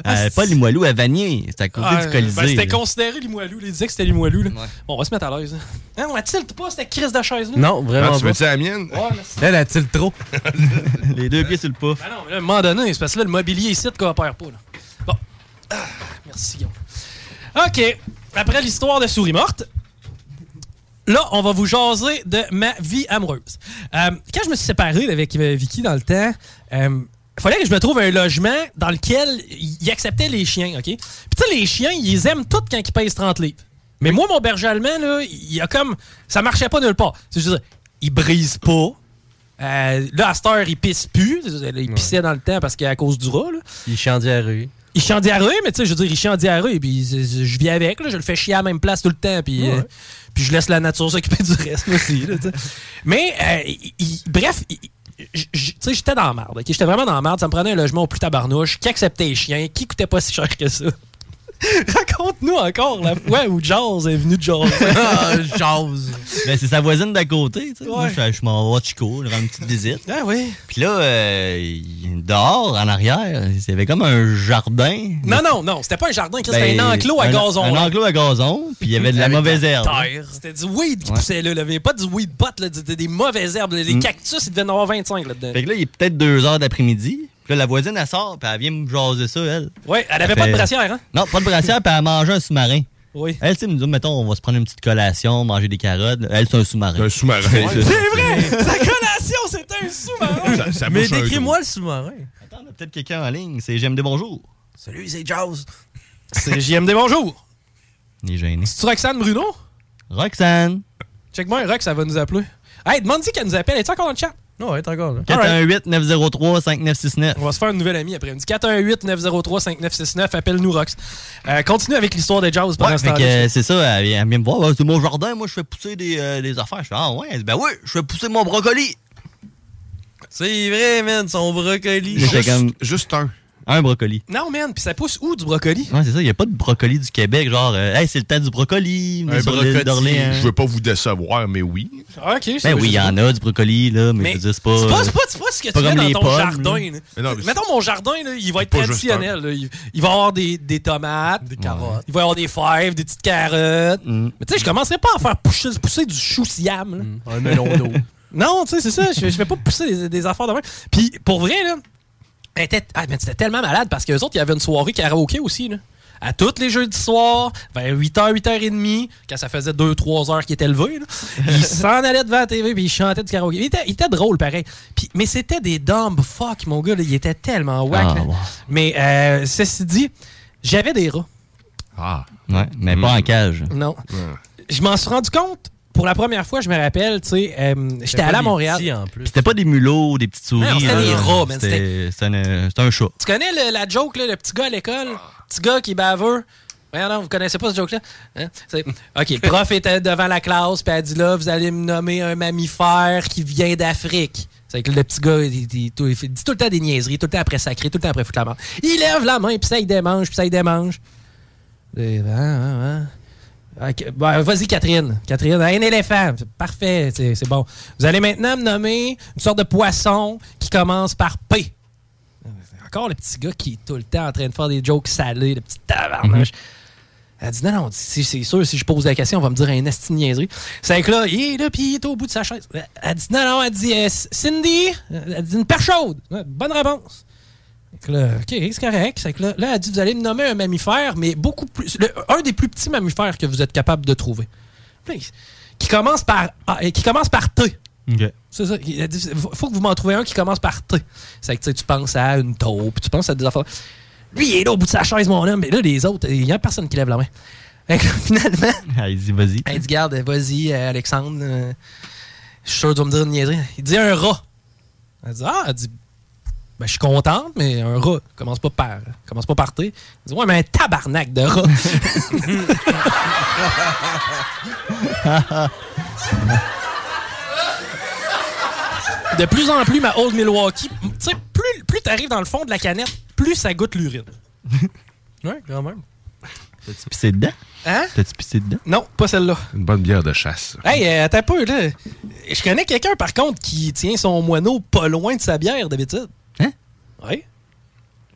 S24: Euh, pas Limoilou à Vanier. C'est à côté
S2: Ah,
S24: du Colisée.
S2: ben, c'était
S24: là.
S2: considéré Limoilou. Ils disaient que c'était Limoilou. Là. Bon, on va se mettre à l'aise. hein. Hein, on la tilte pas, cette crise de chaise-là.
S23: Non, vraiment.
S4: Ah, tu veux-tu
S23: pas.
S4: la mienne?
S2: Ouais, merci.
S23: Elle a-t-il trop?
S24: Les deux pieds sur le pouf.
S2: Ben non, mais là, à un moment donné, c'est parce que là, le mobilier ici, ne coopère pas. Là. Bon. Ah, merci, Guillaume. OK. Après l'histoire de souris morte, là, on va vous jaser de ma vie amoureuse. Euh, quand je me suis séparé avec euh, Vicky dans le temps, euh, il fallait que je me trouve un logement dans lequel il acceptait les chiens, OK? Puis tu sais, les chiens, ils aiment tout quand ils pèsent 30 livres. Mais moi, mon berger allemand, là, il a comme... Ça marchait pas nulle part. C'est juste... Il brise pas. Euh, là, à cette heure, il pisse plus. Il pissait dans le temps parce qu'à cause du rat, là.
S23: Il chantait à rue.
S2: Il chie en diarrhée, mais tu sais, je veux dire, il chie en diarrhée, puis c'est- c'est- je vis avec, là, je le fais chier à la même place tout le temps, puis, euh, puis je laisse la nature s'occuper du reste aussi. là, tu sais. mais, euh, il- il- bref, il- il- j- j- tu sais, j'étais dans la merde, ok? j'étais vraiment dans la merde, ça me prenait un logement au plus tabarnouche, qui acceptait les chiens, qui coûtait pas si cher que ça. Raconte-nous encore la fois où Jaws est venu de Jaws.
S23: Jaws.
S24: Ah, Ben, c'est sa voisine d'à côté. tu sais. Moi,
S2: Ouais.
S24: je, je m'en vais à Chico, je rends une petite visite.
S2: Ah oui.
S24: Puis là, euh, il- dehors, en arrière, il y avait comme un jardin.
S2: Non, non, non, c'était pas un jardin, Chris, c'était
S24: Ben,
S2: un enclos à gazon. hein.
S24: Un
S2: là.
S24: enclos à gazon, puis il y avait de la mauvaise herbe. hein.
S2: Terre. C'était du weed qui poussait là, là. Il y avait pas du weed pot, là. C'était des mauvaises herbes. là. Les
S24: Mm.
S2: cactus, ils devaient en avoir 25 là-dedans.
S24: Fait que là, il est peut-être 2 heures d'après-midi. Puis là, la voisine, elle sort, puis elle vient me jaser ça, elle.
S2: Ouais, elle avait pas de
S24: fait-
S2: brassière, hein?
S24: Non, pas de brassière, puis elle mangeait un sous-marin.
S2: Oui.
S24: Elle, tu sais, nous dit, mettons, on va se prendre une petite collation, manger des carottes. Elle, c'est un sous-marin. Un
S4: sous-marin.
S2: C'est vrai! Sa collation, c'était un sous-marin!
S24: Ça- ça
S23: Mais
S24: bouche un
S23: décris-moi le sous-marin.
S24: Attends, on a peut-être quelqu'un en ligne. C'est JMD Bonjour.
S23: Salut, c'est Jaws.
S2: C'est JMD Bonjour.
S24: Il est gêné.
S2: C'est Roxane Bruno?
S24: Roxane.
S2: Check-moi, Rox, ça va nous appeler. Hey, demande-y qu'elle nous appelle. Est-ce encore dans le chat?
S23: Non, elle est encore là.
S24: 418-903-5969.
S2: On va se faire une nouvelle amie après. Elle me dit 418-903-5969. Appelle-nous, Rox. Euh, continue avec l'histoire des Jaws pendant
S24: Ouais,
S2: ce
S24: fait que,
S2: temps-là.
S24: euh, c'est ça, elle vient, elle vient me voir. Ouais, c'est mon jardin, moi, je fais pousser des, euh, des affaires. Je fais, ah ouais, Elle dit, ben oui, je fais pousser mon brocoli.
S23: C'est vrai, man, son brocoli.
S24: J'étais comme-
S4: Juste un.
S24: Un brocoli.
S2: Non, man, puis ça pousse où du brocoli?
S24: Ouais, c'est ça, il n'y a pas de brocoli du Québec, genre, euh, hey, c'est le temps du brocoli, venez
S4: Un
S24: sur l'île
S4: brocoli,
S24: d'Orléans.
S4: je veux pas vous décevoir, mais oui.
S2: Ah, Ok, ça
S24: Ben
S2: veut
S24: oui, il y
S2: dire-
S24: en a du brocoli, là, mais,
S2: Mais
S24: je veux dire, c'est pas. euh,
S2: C'est pas, c'est pas- c'est pas ce que
S24: pas
S2: tu mets
S24: comme
S2: dans
S24: les
S2: ton
S24: pommes,
S2: jardin.
S24: là.
S2: là.
S24: Mais non, mais
S2: Mettons, mon jardin, là, il va être
S24: pas juste un.
S2: traditionnel. là. Il, il va y avoir des, des tomates, des carottes. Il va y avoir des fèves, des petites carottes.
S24: Mm.
S2: Mais tu sais, je commencerai pas à faire pousser, pousser du chou siam. là.
S23: Un melon d'eau.
S2: Non, tu sais, c'est ça. Je, je vais pas pousser des, des affaires de même. Puis, pour vrai, là, elle était, ah, mais c'était tellement malade parce qu'eux autres, il y avait une soirée karaoké aussi, là. À tous les jeudis soirs, vers 8h, 8h30, quand ça faisait 2-3 heures qu'il était levé, là, il s'en allait devant la TV puis il chantait du karaoké. Il était, il était drôle, pareil. Puis, mais c'était des dumb fuck, mon gars. là. Il était tellement whack.
S24: Ah,
S2: là.
S24: bon.
S2: Mais euh, ceci dit, j'avais des rats.
S4: Ah.
S24: Ouais, mais pas en cage.
S2: Non. Je m'en suis rendu compte pour la première fois, je me rappelle, tu sais, euh, j'étais
S24: pas
S2: allé à
S24: des
S2: Montréal.
S24: petits, en Puis C'était pas des mulots, des petites souris.
S2: Non, c'était
S24: là,
S2: des
S24: non,
S2: rats, man,
S24: C'était c'était un, euh, c'était un chat.
S2: Tu connais le- la joke, là, le petit gars à l'école? Petit gars qui est baveux. Ouais, non, vous connaissez pas ce joke-là? Hein? C'est- OK, le prof était devant la classe, puis elle dit là, vous allez me nommer un mammifère qui vient d'Afrique. C'est que le petit gars, il, il- il- tout- il fait- dit tout le temps des niaiseries, tout le temps après sacré, tout le temps après foutre la mort. Il lève la main, puis ça, il démange, puis ça, il démange. Et, ah, ah, ah. Ok, ben, Vas-y, Catherine. Catherine, un éléphant. C'est Parfait, c'est c'est bon. Vous allez maintenant me nommer une sorte de poisson qui commence par P. Encore le petit gars qui est tout le temps en train de faire des jokes salés, le petit tabarnage. Elle dit non, non, si- c'est sûr, si je pose la question, on va me dire un esti de niaiserie. C'est que là, il est là, puis il est au bout de sa chaise. Elle dit non, non, elle dit euh, Cindy, elle dit une paire chaude. Ouais, Bonne réponse. Fait que là, OK, c'est correct. C'est que là, là, elle dit vous allez me nommer un mammifère, mais beaucoup plus. le- un des plus petits mammifères que vous êtes capable de trouver. Puis là, il- Qui commence par, ah, et qui commence par T.
S24: OK.
S2: C'est ça. Il a dit, faut faut que vous m'en trouvez un qui commence par T. C'est que tu sais, tu penses à une taupe, tu penses à des affaires. Lui, il est là au bout de sa chaise, mon homme. Mais là, les autres, il n'y a personne qui lève la main. Fait que là, finalement,
S24: Il dit, vas-y.
S2: il dit Garde, vas-y, euh, Alexandre. euh, je suis sûr que tu vas me dire une niaiserie. Il dit un rat. Elle dit Ah, elle dit ben, je suis contente, mais un rat, commence pas par commence pas par T. Elle dit Ouais, mais un tabarnak de rat. de plus en plus, ma Old Milwaukee, tu sais, plus, plus t'arrives dans le fond de la canette, plus ça goûte l'urine. ouais, quand même.
S24: T'as-tu pissé dedans?
S2: Hein?
S24: T'as-tu pissé dedans?
S2: Non, pas celle-là.
S4: Une bonne bière de chasse.
S2: Hey, euh, attends un peu, là. Je connais quelqu'un, par contre, qui tient son moineau pas loin de sa bière, d'habitude.
S24: Hein?
S2: Oui.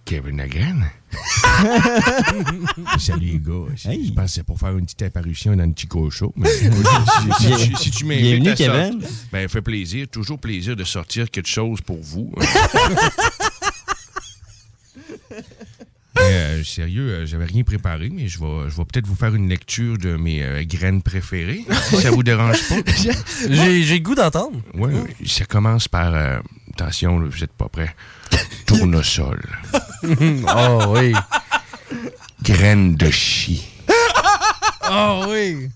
S4: Kevin Hagan.
S7: Salut les gars. Je- Je pensais pour faire une petite apparition dans le Chico Show. Mais
S4: si, si- si- si tu m'invites
S7: Bienvenue,
S4: à sortir,
S7: Kevin.
S4: ben fait plaisir, toujours plaisir de sortir quelque chose pour vous.
S7: Mais, euh, sérieux, euh, j'avais rien préparé, mais je vais, je vais peut-être vous faire une lecture de mes euh, graines préférées. si ça vous dérange pas.
S23: J'ai j'ai le goût d'entendre.
S7: Ouais,
S4: ça commence par euh, attention, là, vous n'êtes pas prêts. Tournesol. oh oui. Graines de chi.
S23: Oh oui.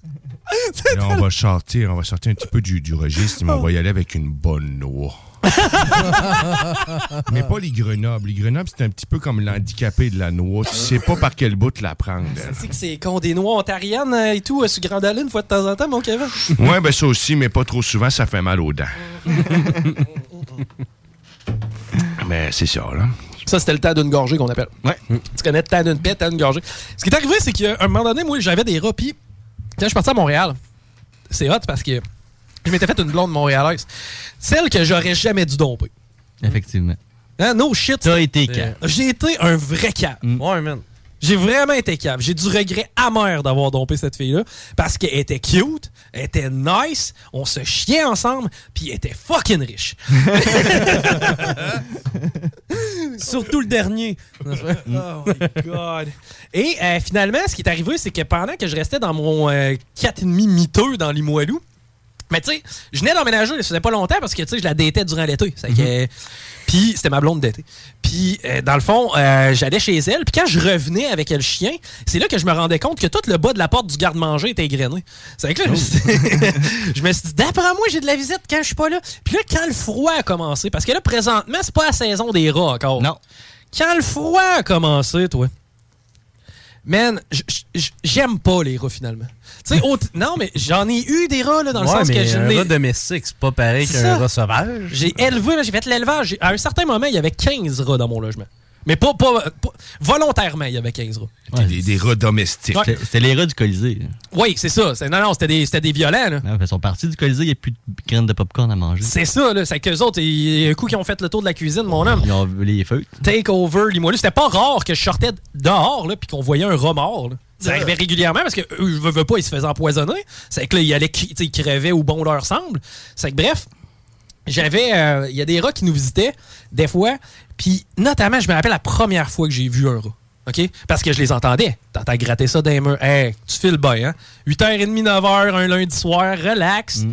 S7: Là, on va sortir, on va sortir un petit peu du, du registre, mais on va y aller avec une bonne noix.
S5: Ah.
S7: Mais pas les Grenobles. Les Grenobles, c'est un petit peu comme l'handicapé de la noix. Tu sais pas par quel bout te la prendre.
S2: C'est que c'est con des noix ontariennes euh, et tout, euh, sur Grande Allée, une fois de temps en temps, mon Kevin.
S4: Ouais, ben ça aussi, mais pas trop souvent, ça fait mal aux dents.
S7: Ben,
S4: mais c'est ça, là.
S2: Ça, c'était le temps d'une gorgée qu'on appelle.
S4: Ouais.
S2: Tu connais le temps d'une paix, le temps d'une gorgée. Ce qui est arrivé, c'est qu'à un moment donné, moi, j'avais des rats, puis quand je suis parti à Montréal, c'est hot parce que je m'étais fait une blonde montréalaise. Celle que j'aurais jamais dû domper.
S24: Effectivement.
S2: Hein, no shit.
S24: T'as été Mm. cave.
S2: Euh, J'ai été un vrai cave. Ouais, man. J'ai vraiment été cave. J'ai du regret amer d'avoir dompé cette fille-là parce qu'elle était cute, elle était nice, on se chiait ensemble, puis elle était fucking riche. Surtout le dernier. oh my God. Et euh, finalement, ce qui est arrivé, c'est que pendant que je restais dans mon euh, 4,5 miteux dans Limoilou, mais tu sais, je venais d'emménager, ça faisait pas longtemps parce que tu sais, je la détais durant l'été. Ça fait que- Puis c'était ma blonde d'été. Puis euh, dans le fond, euh, j'allais chez elle. Puis quand je revenais avec le chien, c'est là que je me rendais compte que tout le bas de la porte du garde-manger était égrené. C'est que là, je me suis- je me suis dit, d'après moi, j'ai de la visite quand je suis pas là. Puis là, quand le froid a commencé, parce que là, présentement, c'est pas la saison des rats encore. Non. Quand le froid a commencé, toi. Man, j- j- j'aime pas les rats finalement. Tu sais, autre- non, mais j'en ai eu des rats là, dans le
S23: Ouais,
S2: sens que
S23: mais
S2: je
S23: un
S2: n'ai-
S23: rat domestique, c'est pas pareil
S2: C'est ça.
S23: qu'un rat sauvage.
S2: J'ai élevé, là, j'ai fait l'élevage. J'ai- À un certain moment, il y avait 15 rats dans mon logement. Mais pas, pas, pas- volontairement, il y avait 15 rats.
S4: Des, des rats domestiques.
S2: Ouais.
S24: C'était les rats du Colisée. là.
S2: Oui, c'est ça. C'est- Non, non, c'était des, c'était des violents. là.
S24: Ah, Ils sont partis du Colisée, il n'y a plus de graines de popcorn à manger.
S2: C'est ça, là. C'est qu'eux autres, il y a un coup qui ont fait le tour de la cuisine, mon homme.
S24: Ils ont vu les feutres.
S2: Take over, Limoilou. C'était pas rare que je sortais dehors, là, puis qu'on voyait un rat mort, là. Ça arrivait régulièrement parce que eux, je veux, veux pas, ils se faisaient empoisonner. C'est que là, ils allaient, cri- tu sais, ils crevaient où bon leur semble. C'est que bref, j'avais, euh, il y a des rats qui nous visitaient des fois, puis notamment, je me rappelle la première fois que j'ai vu un rat. OK? Parce que je les entendais. T'entends gratter ça d'un mur. Hey, tu files bien, hein? 8h30, 9h, un lundi soir, relax.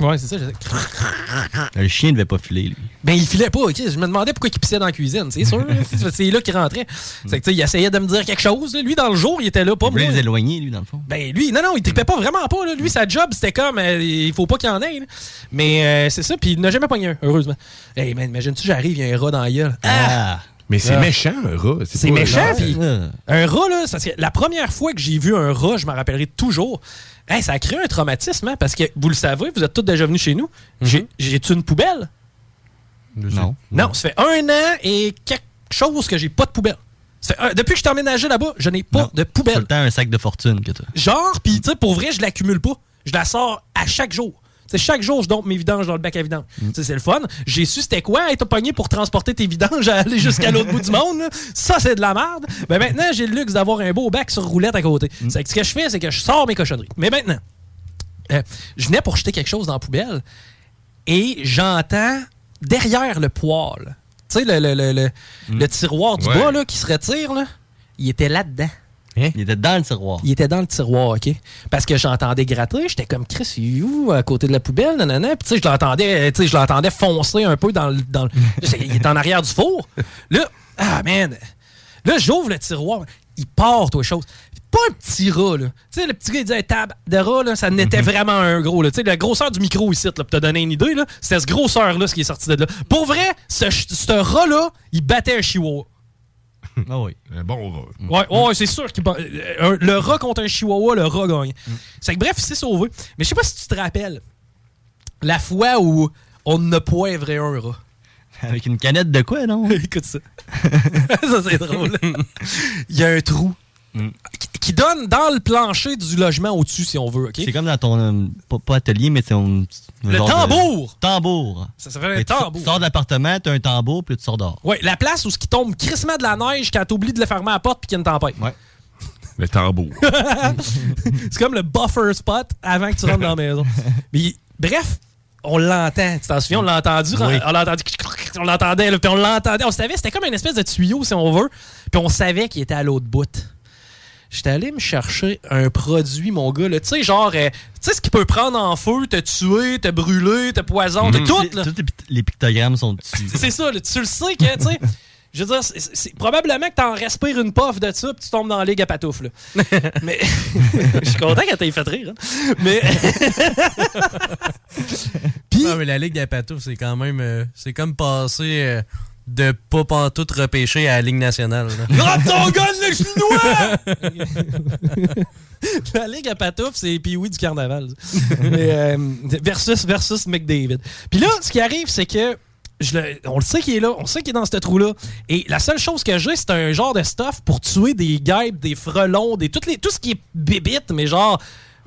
S2: Ouais, c'est ça. je-
S24: Le chien ne devait pas filer, lui.
S2: ben, il filait pas, ok. Je me demandais pourquoi il pissait dans la cuisine, c'est sûr. là. C'est- c'est là qu'il rentrait. C'est que, tu sais, il essayait de me dire quelque chose. là. Lui, dans le jour, il était là, pas
S24: Il voulait
S2: moi.
S24: les éloigner, lui, dans le fond.
S2: Ben, lui, non, non, il tripait pas vraiment pas, là. Lui, sa job, c'était comme, euh, il faut pas qu'il y en ait, là. Mais euh, c'est ça, puis il n'a jamais pogné un, heureusement. Hey, man, imagine-tu, j'arrive, il y a un rat dans la gueule. Ah!
S4: Mais c'est
S2: Ah.
S4: méchant, un rat.
S2: C'est
S4: pas-
S2: méchant,
S4: Ouais.
S2: puis Euh, un rat, là, ça, c'est la première fois que j'ai vu un rat, je m'en rappellerai toujours. Hey, ça a créé un traumatisme, hein, parce que vous le savez, vous êtes tous déjà venus chez nous. J'ai- J'ai-tu une poubelle?
S24: Non.
S2: Non, ça fait un an et quelque chose que j'ai pas de poubelle. Ça fait un- depuis que je suis emménagé là-bas, je n'ai pas de
S24: Tout
S2: poubelle.
S24: le temps, un sac de fortune que tu
S2: Genre, puis tu sais, pour vrai, je l'accumule pas. Je la sors à chaque jour. C'est chaque jour, je dompe mes vidanges dans le bac à vidanges. Tu sais, C'est le fun. J'ai su c'était quoi être pogné pour transporter tes vidanges à aller jusqu'à l'autre bout du monde. là. Ça, c'est de la merde. Ben maintenant, j'ai le luxe d'avoir un beau bac sur roulette à côté. C'est que ce que je fais, c'est que je sors mes cochonneries. Mais maintenant, euh, je venais pour jeter quelque chose dans la poubelle et j'entends derrière le poêle, tu sais, le, le- le- le- le tiroir du
S24: Ouais.
S2: bas là, qui se retire, là, il était là-dedans.
S24: Il était dans le tiroir.
S2: Il était dans le tiroir, OK? Parce que j'entendais gratter, j'étais comme Chris, il est où, à côté de la poubelle, nanana. Puis, tu sais, je l'entendais, euh, tu sais, je l'entendais foncer un peu dans le. Dans le- il était en arrière du four. Là, Ah, man. Là, j'ouvre le tiroir. Il part, toi, chose. Pas un petit rat, là. Tu sais, le petit gars, il disait tab de rat, là, ça n'était
S24: Mhm.
S2: vraiment un gros, là. Tu sais, la grosseur du micro ici, là, pour te donner une idée, là, c'était ce grosseur-là, ce qui est sorti de là. Pour vrai, ce, ch- ce rat-là, il battait un chihuahua.
S24: Ah oui.
S4: Un bon rat.
S24: Mhm.
S2: Ouais, ouais, ouais, c'est sûr. qu'il bat- euh, un- le rat contre un chihuahua, le rat gagne.
S24: Mhm.
S2: C'est que bref, il s'est sauvé. Mais je sais pas si tu te rappelles la fois où on ne poivrait un rat.
S24: Avec une canette de quoi, non?
S2: Écoute ça. ça, c'est drôle. Il y a un trou Mm. qui, qui donne dans le plancher du logement au-dessus, si on veut. ok?
S24: C'est comme dans ton. euh, pas, pas atelier, mais c'est un.
S2: Le tambour!
S24: Tambour.
S2: Ça s'appelle un
S24: Et tu sors-
S2: tambour.
S24: Tu sors de l'appartement, t'as un tambour, puis tu sors dehors.
S2: Ouais, la place où ce qui tombe crissement de la neige quand t'oublies de le fermer à la porte puis qu'il y a une tempête.
S4: Le tambour.
S2: c'est comme le buffer spot avant que tu rentres dans la maison. Mais il- bref, on l'entend. Tu t'en souviens, on l'a entendu.
S23: Oui.
S2: On l'a entendu. On l'entendait, là, puis on l'entendait. On savait, c'était comme une espèce de tuyau, si on veut. Puis on savait qu'il était à l'autre bout. J'étais allé me chercher un produit, mon gars. là. Tu sais, genre, euh, tu sais ce qu'il peut prendre en feu, te tuer, te brûler, te poisonner,
S24: Mhm.
S2: tout.
S24: Les-
S2: là.
S24: Tous les, pict- les pictogrammes sont dessus.
S2: C'est ça, là, tu le sais que, tu sais. Je veux dire, c'est- c'est- c'est- probablement que t'en respires une pof de ça, puis tu tombes dans la ligue à patoufle. là. Mais je suis content quand t'as fait rire. hein. Mais
S23: Non, Ah, mais la Ligue des Patous, c'est quand même. euh, c'est comme passer euh, de pas pantoute repêché à la Ligue nationale. là.
S2: Gratte ton gun, le chinois! La Ligue à patouf, c'est Pee-Wee du carnaval. ça. Mais, euh, versus, versus McDavid. Puis là, ce qui arrive, c'est que je le- on le sait qu'il est là, on sait qu'il est dans ce trou-là. Et la seule chose que j'ai, c'est un genre de stuff pour tuer des guêpes, des frelons, des, toutes les, tout ce qui est bébite, mais genre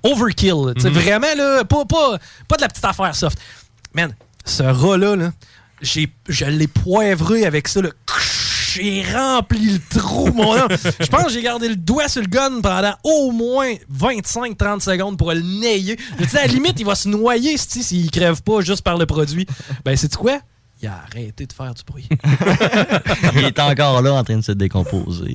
S2: overkill. Tu sais,
S23: Mhm.
S2: Vraiment, là, pas, pas, pas de la petite affaire soft. Man, ce rat-là, là, j'ai- je l'ai poivré avec ça. là. J'ai rempli le trou, mon homme. Je pense que j'ai gardé le doigt sur le gun pendant au moins 25-30 secondes pour le nayer. Je dis, à la limite, il va se noyer c'ti, s'il crève pas juste par le produit. Ben, c'est quoi? Il a arrêté de faire du bruit.
S24: Il est encore là en train de se décomposer.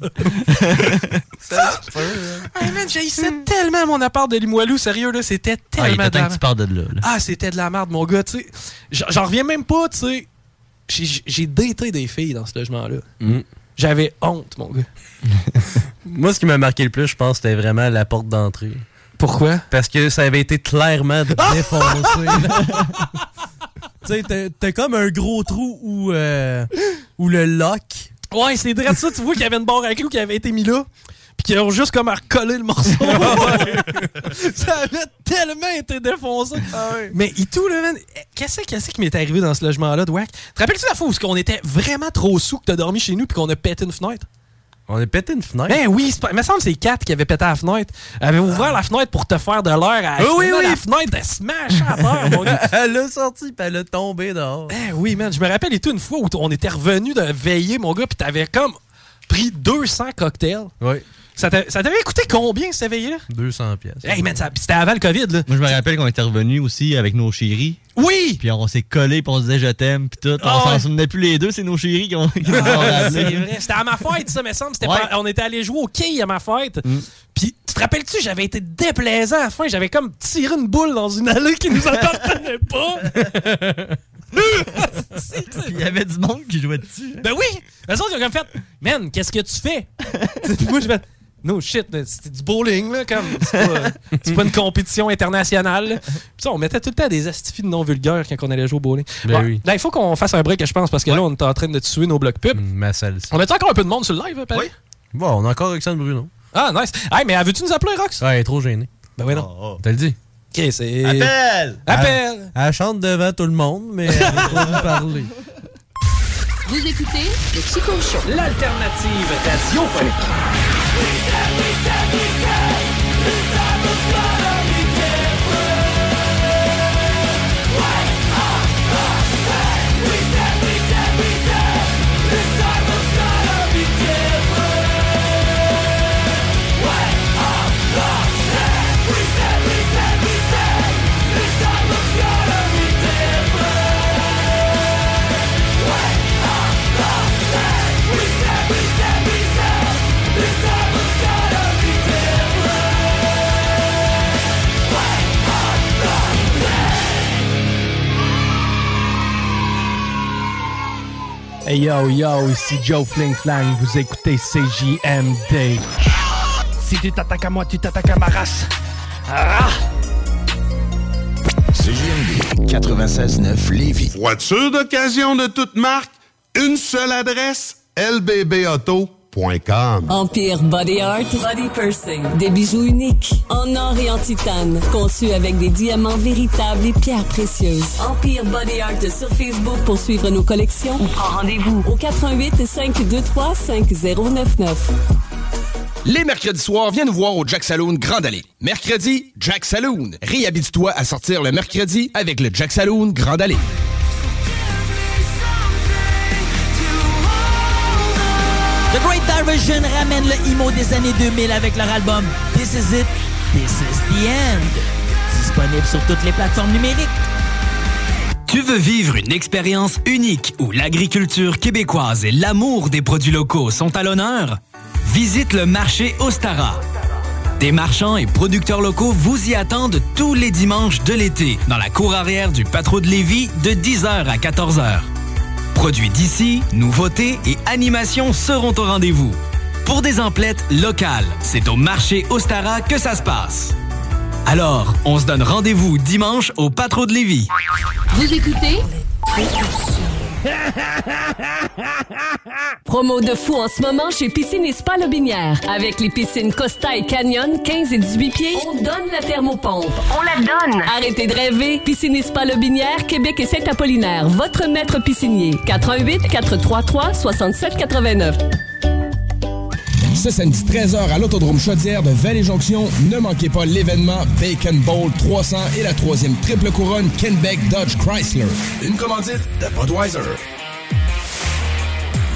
S2: Hey man, j'haïssais tellement mon appart de Limoilou, sérieux, là, c'était
S24: Ah, il
S2: tellement
S24: est
S2: de la
S24: temps que tu parles de là. là.
S2: Ah, c'était de la merde, mon gars, tu sais. J- J'en reviens même pas, tu sais. J'ai- J'ai daté des filles dans ce logement-là. J'avais honte, mon gars.
S23: Hmm. Moi, ce qui m'a marqué le plus, je pense, c'était vraiment la porte d'entrée.
S2: Pourquoi?
S23: Parce que ça avait été clairement défoncé. tu sais, t'as- t'as comme un gros trou où, euh, où le lock.
S2: Ouais, c'est vrai ça, tu vois qu'il y avait une barre à clous qui avait été mise là. Puis qu'ils ont juste comme à recoller le
S23: Ah
S2: morceau. ça avait tellement été défoncé. Mais et tout, là, man, qu'est-ce qu'est-ce qui m'est arrivé dans ce logement-là, de Wack? Te rappelles-tu la fois où on était vraiment trop sous que t'as dormi chez nous puis qu'on a pété une fenêtre?
S23: On a pété une fenêtre.
S2: Ben oui, c'est pas- il me semble que c'est Kat qui avait pété la fenêtre. Elle avait ouvert la fenêtre pour te faire de l'air. Elle
S23: Oui, Ah oui,
S2: fermait
S23: oui.
S2: la fenêtre, elle smash à terre, mon gars.
S23: elle l'a sorti, puis elle a tombé dehors.
S2: Ben oui, man, je me rappelle et tout une fois où t- on était revenu de veiller, mon gars, puis t'avais comme pris 200 cocktails.
S23: Oui.
S2: Ça t'a- ça t'avait coûté combien, cette veillée-là?
S23: 200 pièces.
S2: Hey, man, ça- c'était avant le COVID, là.
S24: Moi, je me rappelle qu'on était revenus aussi avec nos chéris.
S2: Oui!
S24: Puis on s'est collés, puis on se disait je t'aime, puis tout.
S2: Ah
S24: on s'en
S2: ouais. Ah,
S24: souvenait plus les deux, c'est nos chéris qui ont. qui nous ont
S2: c'est
S24: rappelé.
S2: vrai. C'était à ma fête, ça, me semble. C'était
S24: Ah, Ouais. Mm.
S2: pas- on était allé jouer au quai à ma fête. Puis, tu te rappelles-tu, j'avais été déplaisant à la fin. J'avais comme tiré une boule dans une allée qui nous appartenait pas.
S24: Il y avait du monde qui jouait dessus. hein.
S2: Ben oui! Les autres, ils ont comme fait Man, qu'est-ce que tu fais? Puis moi, je fais No shit, mais c'était du bowling, là, comme. C'est pas, c'est pas une compétition internationale. là. Puis ça, on mettait tout le temps des astifies de non vulgaires quand on allait jouer au bowling.
S23: Ben
S2: Bon,
S23: oui.
S2: Là, il faut qu'on fasse un break, je pense, parce que là, on est en train de tuer nos blocs pubs.
S23: Ma salle.
S2: On a-tu encore un peu de monde sur le live, hein, Patrick?
S23: Bon, on a encore Roxane Bruno.
S2: Ah, nice. Hey, mais veux-tu nous appeler, Rox?
S23: Ouais, Ah, elle est trop gênée. Ah,
S2: Ben oui, non.
S23: T'as le dit.
S2: Ok, c'est.
S23: Appel!
S2: Appel!
S23: Elle, elle chante devant tout le monde, mais elle est trop venue parler.
S13: Vous écoutez le Chico Show. L'alternative radiophonique. We said, we said, we said, this time was gonna be
S2: Hey yo yo, ici Joe Fling Flang, vous écoutez CJMD.
S11: Si tu t'attaques à moi, tu t'attaques à ma race. Ah!
S4: CJMD 96.9 Lévis. Voiture d'occasion de toute marque, une seule adresse, lbbauto.com.
S9: Empire Body Art, Body Pursing. Des bijoux uniques, en or et en titane, conçus avec des diamants véritables et pierres précieuses. Empire Body Art sur Facebook pour suivre nos collections ou prendre rendez-vous au 88 523 5099.
S25: Les mercredis soirs, viens nous voir au Jack Saloon Grande Allée. Mercredi, Jack Saloon. Réhabite-toi à sortir le mercredi avec le Jack Saloon Grande Allée.
S26: The Great Diversion ramène le emo des années 2000 avec leur album This Is It, This Is The End. Disponible sur toutes les plateformes numériques.
S8: Tu veux vivre une expérience unique où l'agriculture québécoise et l'amour des produits locaux sont à l'honneur? Visite le marché Ostara. Des marchands et producteurs locaux vous y attendent tous les dimanches de l'été dans la cour arrière du Patro de Lévis de 10h à 14h. Produits d'ici, nouveautés et animations seront au rendez-vous. Pour des emplettes locales, c'est au marché Ostara que ça se passe. Alors, on se donne rendez-vous dimanche au Patro de Lévis.
S27: Vous écoutez
S9: Promo de fou en ce moment chez Piscine et Spa Lobinière. Avec les piscines Costa et Canyon, 15 et 18 pieds, on donne la thermopompe. On la donne! Arrêtez de rêver. Piscine et Spa Lobinière, Québec et Saint-Apollinaire. Votre maître piscinier. 88 433 67 89.
S10: Ce samedi 13h à l'Autodrome Chaudière de Vallée-Jonction, ne manquez pas l'événement Bacon Bowl 300 et la troisième triple couronne Kenbeck Dodge Chrysler. Une commandite de Budweiser.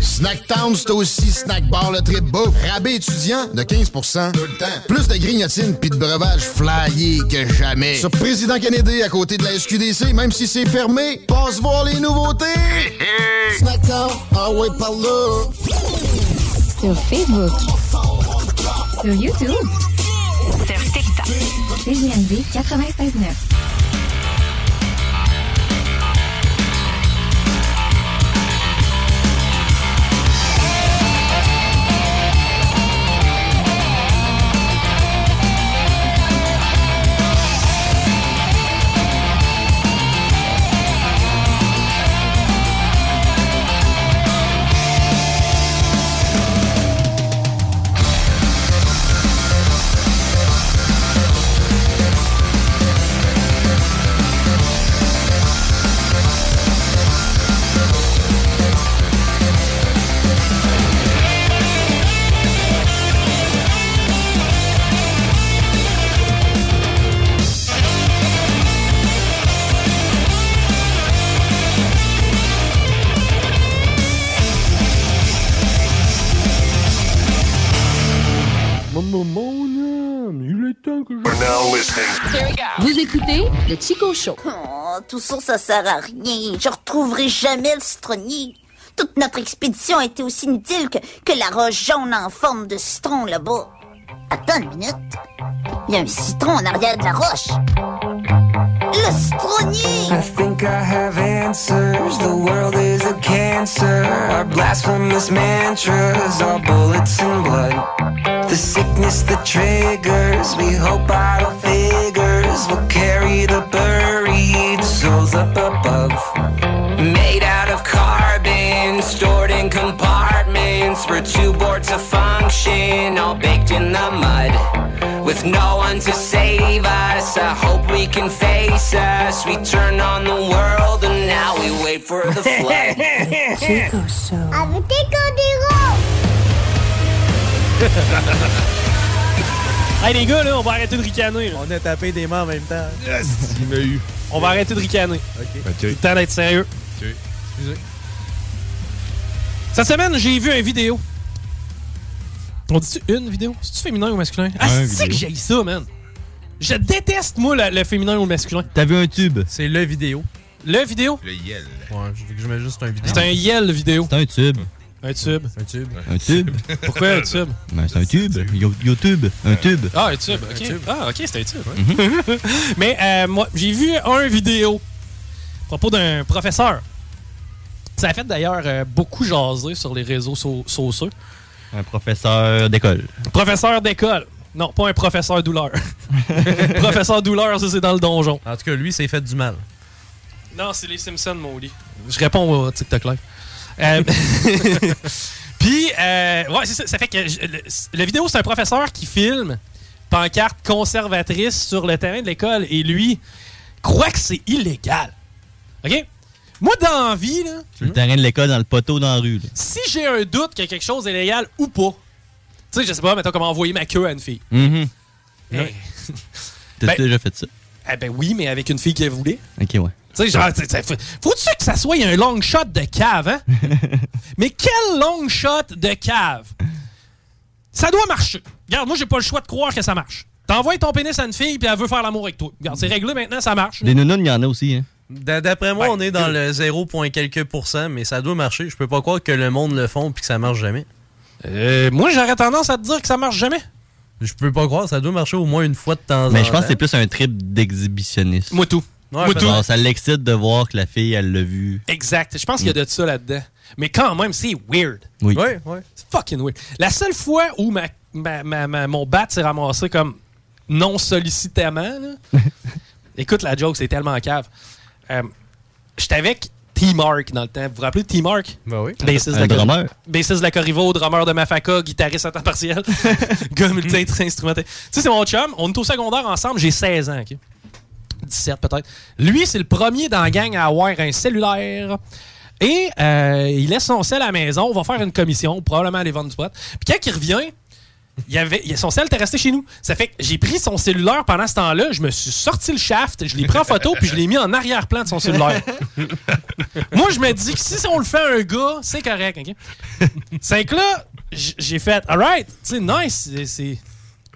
S12: Snacktown, c'est aussi snack bar le trip bouffe. Rabais étudiant de 15 tout le temps. Plus de grignotines puis de breuvages flyés que jamais. Sur Président Kennedy à côté de la SQDC, même si c'est fermé, passe voir les nouveautés. Snacktown, ah ouais, par là.
S27: Sur Facebook. Sur YouTube.
S5: Sur TikTok.
S27: CGMD 96.9.
S28: Mon, mon âme, il est temps que je...
S27: Vous écoutez le Chico Show.
S29: Oh, tout ça, ça sert à rien. Je retrouverai jamais le citronnier. Toute notre expédition a été aussi inutile que, que la roche jaune en forme de citron là-bas. Attends une minute. Il y a un citron en arrière de la roche. Le citronnier!
S5: I think I have answers. The world is a cancer. Our blasphemous mantras are bullets in blood. The sickness that triggers. We hope idle figures will carry the buried souls up above. Made out of carbon, stored in compartments. We're too bored to function, all baked in the mud. With no one to save us, I hope we can face us. We turn on the world and now we wait for the flood.
S29: Chico Show. Avec
S1: Hey les gars, là, on va arrêter de ricaner. On a tapé des mains en même temps.
S28: Il m'a eu.
S1: On va arrêter de ricaner.
S28: OK.
S1: C'est le temps d'être sérieux.
S28: OK.
S1: Excusez.
S2: Cette semaine, j'ai vu une vidéo. On dit une vidéo? C'est-tu féminin ou masculin? Ah,
S23: Un
S2: c'est que
S23: vidéo.
S2: j'ai ça, man! Je déteste, moi, le, le féminin ou le masculin.
S24: T'as vu un tube?
S23: C'est le vidéo.
S2: Le vidéo?
S4: Le yel.
S23: Ouais, je veux que je mette juste un vidéo.
S2: C'est un yel vidéo.
S24: C'est un tube.
S2: Un tube.
S23: Un tube.
S24: Un tube?
S2: Pourquoi un tube?
S24: Ben, c'est un tube. Yo- YouTube. Mhm. Un tube.
S2: Ah, un tube, ok. Ah, ok, c'était un tube. ouais. Mais euh, moi, j'ai vu un vidéo à propos d'un professeur. Ça a fait d'ailleurs euh, beaucoup jaser sur les réseaux so- sociaux.
S24: Un professeur d'école.
S2: Hmm. Professeur d'école. Non, pas un professeur douleur. professeur douleur, ça, c'est dans le donjon.
S23: En tout cas, lui, c'est fait du mal.
S2: Non, c'est les Simpsons, mon lit. Je réponds au TikTok Live. Euh, Puis, euh, ouais, c'est ça, ça fait que je- le- la vidéo, c'est un professeur qui filme pancarte conservatrice sur le terrain de l'école et lui croit que c'est illégal. OK? Moi, dans la vie, là,
S24: Sur le terrain de l'école, dans le poteau, dans la rue. là.
S2: si j'ai un doute que quelque chose est légal ou pas, tu sais, je sais pas, mettons, comment envoyer ma queue à une fille.
S24: Mhm.
S2: Hey.
S24: T'as
S2: Mm-hmm. Ben-
S24: déjà fait ça?
S2: Eh ben oui, mais avec une fille qui voulait.
S24: Ok, ouais.
S2: Tu sais, genre, t'sais, t'sais, faut- faut-tu que ça soit un long shot de cave, hein? Mais quel long shot de cave? Ça doit marcher. Regarde, moi, j'ai pas le choix de croire que ça marche. T'envoies ton pénis à une fille, puis elle veut faire l'amour avec toi. Regarde, c'est réglé maintenant, ça marche.
S24: Des nounounes, il y en a aussi, hein?
S23: D- D'après
S1: Ben,
S23: moi, on est dans le 0, point quelques pourcents, mais ça doit marcher. Je peux pas croire que le monde le font puis que ça marche jamais.
S1: Euh,
S2: moi, j'aurais tendance à te dire que ça marche jamais.
S23: Je peux pas croire, ça doit marcher au moins une fois de temps en temps.
S24: Mais je pense que c'est plus un trip d'exhibitionniste.
S2: Moi tout.
S23: Ouais, Moi tout.
S24: Genre, ça l'excite de voir que la fille, elle l'a vu.
S2: Exact. Je pense qu'il y a de ça là-dedans. Mais quand même, c'est weird.
S24: Oui.
S23: Ouais, ouais.
S2: C'est fucking weird. La seule fois où ma, ma- ma- ma- mon bat s'est ramassé comme non sollicitamment, là. écoute la joke, c'est tellement cave. Euh, J'étais avec T-Mark dans le temps. Vous vous rappelez de T-Mark?
S5: Ah
S23: Ben oui.
S2: Bassiste de,
S24: Un
S2: la Cor-
S24: drummer.
S2: bassiste de la Corriveau, drummer de Mafaca, guitariste à temps partiel, gars multi-instrumenté. Tu sais, c'est mon chum. On est au secondaire ensemble. J'ai 16 ans. OK? 17 peut-être. Lui, c'est le premier dans la gang à avoir un cellulaire. Et euh, il laisse son sel à la maison. On va faire une commission, probablement aller vendre du pot. Puis quand il revient, il y avait, il- son sel était resté chez nous. Ça fait que j'ai pris son cellulaire pendant ce temps-là. Je me suis sorti le shaft, je l'ai pris en photo, puis je l'ai mis en arrière-plan de son cellulaire. Moi, je me dis que si on le fait à un gars, c'est correct. ok? C'est que là, j- j'ai fait, alright, tu sais, nice, c'est- c'est.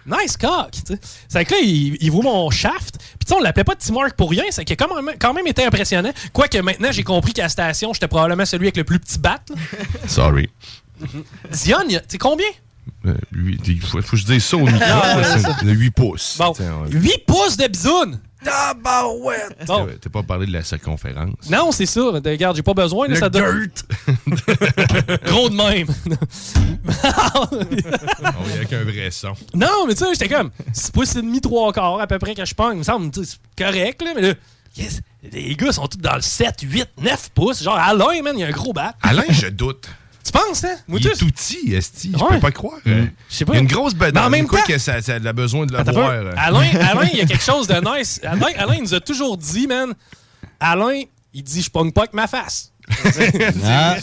S2: Nice cock! tu sais. C'est que là, il, il voit mon shaft. Puis tu sais, on l'appelait pas T-Mark pour rien. C'est qu'il a quand même, quand même été impressionnant. Quoique maintenant, j'ai compris qu'à la station, j'étais probablement celui avec le plus petit bat. là.
S4: Sorry.
S2: Dion, il a- tu sais combien?
S4: Euh, lui, il faut, faut que je dise ça au micro.
S2: Ah, ouais,
S4: là,
S2: c'est ça.
S4: c'est de 8 pouces.
S2: Bon,
S4: Tiens, ouais.
S2: 8 pouces de bisoune! Tabarouette! Bon,
S4: T'as- T'as pas parlé de la circonférence.
S2: non, c'est ça. Mais Regarde, j'ai pas besoin. Là,
S4: Le
S2: ça donne... Gros de même.
S4: Ah oui, avec un vrai son.
S2: non, mais tu sais, j'étais comme 6 pouces et demi, 3 quarts à peu près quand je pogne. Il me semble, tu sais, c'est correct, là, mais là, yes, les gars sont tous dans le 7, 8, 9 pouces. Genre, Alain, man, il y a un gros bat.
S4: Alain, je doute.
S2: Tu penses, hein? Moi,
S4: Il
S2: tu-
S4: est tout petit, Esti. Je
S2: Ouais.
S4: peux pas croire. Euh,
S2: Je sais pas.
S4: Il y a une grosse
S2: Mais
S4: banane.
S2: en même
S4: quoi
S2: temps-
S4: que ça, ça a besoin de la
S2: Attends
S4: voir.
S2: un peu.
S4: euh.
S2: Alain, Alain, il y a quelque chose de nice. Alain, Alain, il nous a toujours dit, man, Alain, il dit, je pogne pas avec ma face.
S4: Ah.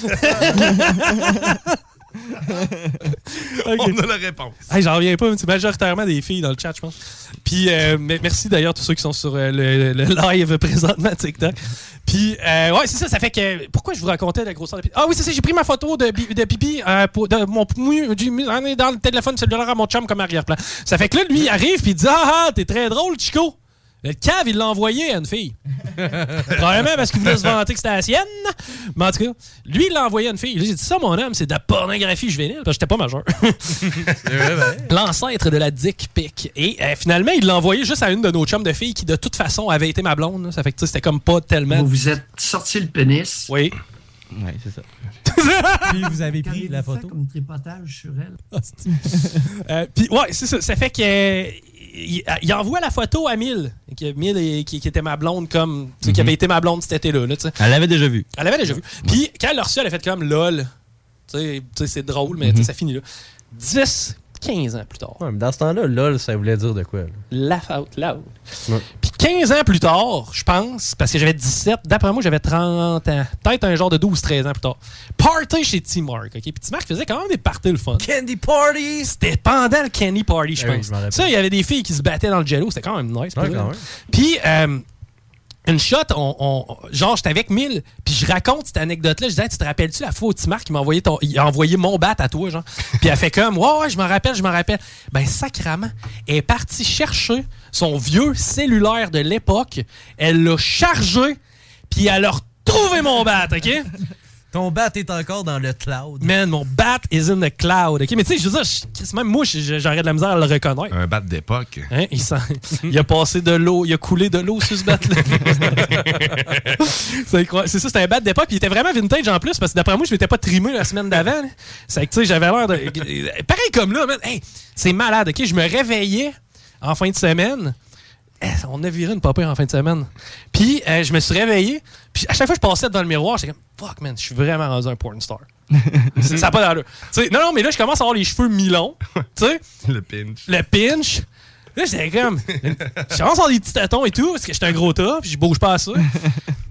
S2: Ok.
S4: On a la réponse.
S2: Hey, J'en reviens pas, mais c'est majoritairement des filles dans le chat, je pense. Puis, euh, me- merci d'ailleurs à tous ceux qui sont sur euh, le, le live présentement TikTok. Puis, euh, ouais, c'est ça, ça fait que. Pourquoi je vous racontais la grosseur de pipi? Ah oui, c'est ça, j'ai pris ma photo de, bi- de pipi euh, pour, de mon mou- du- mou- on est dans le téléphone cellulaire à mon chum comme arrière-plan. Ça fait que là, lui, il arrive, puis il dit Ah, ah t'es très drôle, Chico. Le cave, il l'a envoyé à une fille. Probablement parce qu'il voulait se vanter que c'était la sienne. Mais en tout cas, lui, il l'a envoyé à une fille. Là, J'ai dit ça, mon homme, c'est de la pornographie juvénile parce que j'étais pas majeur. ben. L'ancêtre de la dick pic. Et euh, finalement, il l'a envoyé juste à une de nos chums de filles qui, de toute façon, avait été ma blonde. là. Ça fait que tu sais, c'était comme pas tellement. Vous vous êtes sorti le pénis. Oui.
S24: Ouais, c'est ça.
S2: Puis vous avez pris la photo.
S3: comme tripotage sur elle.
S2: Ah, Euh, Puis, ouais, c'est ça. Ça fait que. euh, il, il envoie la photo à Mille, qui, Mille est- qui, qui était ma blonde, comme. Tu sais, qui avait été ma blonde cet été-là. là, tu sais.
S24: Mhm. Elle l'avait déjà vu.
S2: Elle l'avait déjà vu. Puis, quand elle l'a reçu, elle a fait comme lol. Tu sais, tu sais, c'est drôle, mais tu
S24: Mhm.
S2: sais, ça finit là. 10, 15 ans plus tard.
S23: Ouais, mais dans ce temps-là, lol, ça voulait dire de quoi? là?
S2: Laugh out loud. Puis 15 ans plus tard, je pense, parce que j'avais 17, d'après moi, j'avais 30 ans. Peut-être un genre de 12-13 ans plus tard. Party chez T-Mark, OK? Puis T-Mark faisait quand même des parties le fun. Candy Party! C'était pendant le Candy Party, je
S23: Ah oui,
S2: pense.
S23: je m'en rappelle.
S2: ça, il y avait des filles qui se battaient dans le jello. C'était quand même nice. pour
S23: Ouais,
S2: vrai.
S23: quand même.
S2: Puis, euh, une shot, on, on- genre, j'étais avec 1000, puis je raconte cette anecdote-là. Je disais, Hey, tu te rappelles-tu la fois où Timar qui m'a envoyé, ton, il a envoyé mon bat à toi, genre? Puis elle fait comme, ouais, ouais, je m'en rappelle, je m'en rappelle. Ben, sacrament, elle est partie chercher son vieux cellulaire de l'époque, elle l'a chargé, puis elle a retrouvé mon bat, OK? Ton bat est encore dans le cloud. Man, mon bat is in the cloud. OK? Mais tu sais, je veux dire, je- Chris, même moi, je- j'aurais de la misère à le reconnaître.
S4: Un bat d'époque.
S2: Hein, il, s'en- il a passé de l'eau, il a coulé de l'eau sur ce bat-là. c'est incroyable. C'est ça, c'était un bat d'époque. puis Il était vraiment vintage en plus, parce que d'après moi, je m'étais pas trimé la semaine d'avant. là. C'est que, tu sais, j'avais l'air de. Pareil comme là, man. Hey, c'est malade, OK? Je me réveillais en fin de semaine. Eh, On a viré une papère en fin de semaine. Puis, euh, je me suis réveillé. Puis, à chaque fois que je passais devant le miroir, j'étais comme, fuck, man, je suis vraiment rendu un porn star. ça n'a pas d'allure. Tu sais, Non, non, mais là, je commence à avoir les cheveux mi-longs. Tu sais?
S4: Le pinch.
S2: Le pinch. Là, j'étais comme. Je commence à avoir des petits tatons et tout, parce que j'étais un gros tas, puis je bouge pas à ça.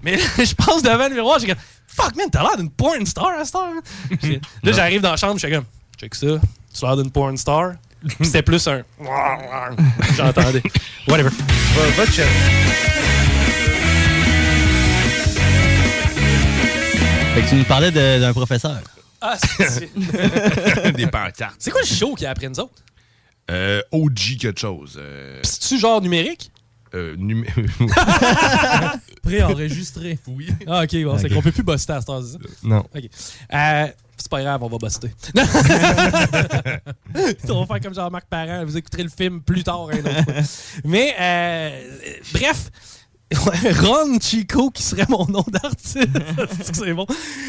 S2: Mais là, je passe devant le miroir, j'ai comme. Fuck, man, t'as l'air d'une porn star à cette heure, hein. J'ai- Là, j'arrive dans la chambre, je suis comme. Check ça. Tu as l'air d'une porn star. Puis c'était plus un. J'entendais. Whatever. Va,
S24: Fait que tu nous parlais de- d'un professeur.
S2: Ah, c'est.
S4: Des pancartes.
S2: C'est quoi le show qui a après nous autres?
S4: Euh, OG quelque chose. Euh,
S2: C'est-tu genre numérique?
S4: euh, numé-
S2: Pré-enregistré. Oui. Ah, ok, bon, c'est
S4: Ok.
S2: qu'on peut plus buster à cette heure, c'est ça?
S4: Non.
S2: Ok. Euh, c'est pas grave, on va buster. Non. on va faire comme Jean-Marc Parent, vous écouterez le film plus tard. hein, donc. Mais, euh, bref. Ron Chico, qui serait mon nom d'artiste. C'est-tu que c'est bon.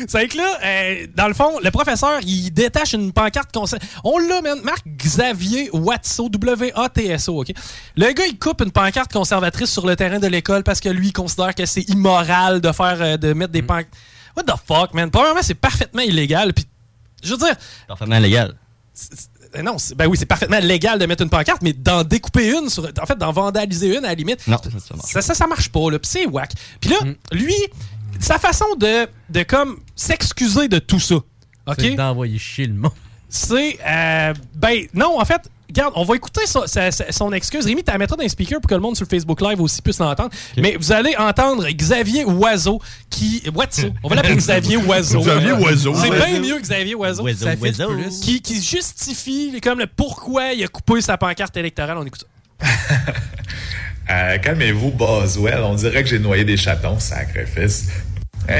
S2: C'est que là, euh, dans le fond, le professeur, il détache une pancarte qu'on sait- On l'a, man. Marc Xavier Watso, W-A-T-S-O, OK? Le gars, il coupe une pancarte conservatrice sur le terrain de l'école parce que lui, il considère que c'est immoral de faire, euh, de mettre des pancartes. What the fuck, man? Premièrement, c'est parfaitement illégal. Puis, je veux dire.
S24: Parfaitement légal.
S2: Euh, Non, c'est- ben oui, c'est parfaitement légal de mettre une pancarte, mais d'en découper une, sur, en fait, d'en vandaliser une à la limite.
S24: Non,
S2: ça, ça, ça marche pas, là. Puis c'est whack. Puis là,
S1: Mm.
S2: lui, sa façon de, de comme, s'excuser de tout ça. OK?
S1: C'est d'envoyer chier le monde.
S2: C'est. euh, ben, non, en fait, regarde, on va écouter sa- sa- sa- son excuse. Rémi, tu la mettras dans les speakers pour que le monde sur le Facebook Live aussi puisse l'entendre. Mais vous allez entendre Xavier Oiseau qui. Oiseau. On va l'appeler Xavier Oiseau.
S4: Xavier Oiseau.
S2: C'est
S4: Oiseau.
S2: bien mieux Xavier Oiseau.
S4: Oiseau,
S2: Ça fit
S4: Oiseau.
S2: plus. Qui, qui justifie comme le pourquoi il a coupé sa pancarte électorale. On écoute ça.
S7: Euh, Calmez-vous, Boswell. On dirait que j'ai noyé des chatons, sacrifice.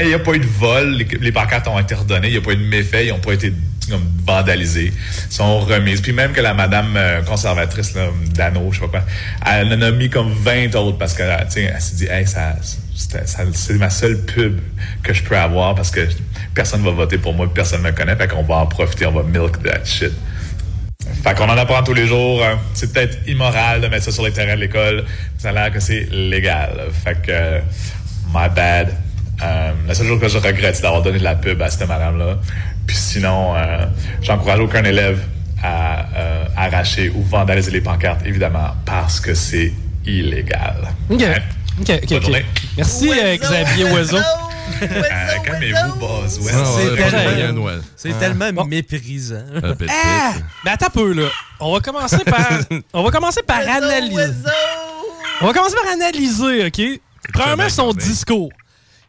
S7: Il n'y a pas eu de vol. Les, les pancartes ont été redonnées. Il n'y a pas eu de méfaits. Ils n'ont pas été comme, vandalisés. Ils sont remises. Puis même que la madame euh, conservatrice, là, Dano, je sais pas quoi, elle en a mis comme 20 autres parce que là, tu sais, elle s'est dit, hey, ça, c'était- ça- c'est ma seule pub que je peux avoir parce que personne va voter pour moi. Personne ne me connaît. Fait qu'on va en profiter. On va milk that shit. Fait qu'on en apprend tous les jours. hein. C'est peut-être immoral de mettre ça sur les terrains de l'école. Ça a l'air que c'est légal. Fait que, euh, my bad. Euh, la seule chose que je regrette, c'est d'avoir donné de la pub à cette madame-là. Puis sinon, euh, j'encourage aucun élève à euh, arracher ou vandaliser les pancartes, évidemment, parce que c'est illégal.
S2: OK. OK, OK,
S7: Bonne
S2: OK.
S7: journée.
S2: Merci, euh, Xavier Oiseau. Ah,
S7: Euh, Calmez-vous, Boswell.
S2: C'est
S7: Calmez-vous.
S2: tellement, c'est
S7: Ah.
S2: tellement méprisant. Ah! Mais attends un peu, là. On va commencer par, on va commencer par analyser. On va commencer par analyser, OK? Premièrement, son discours.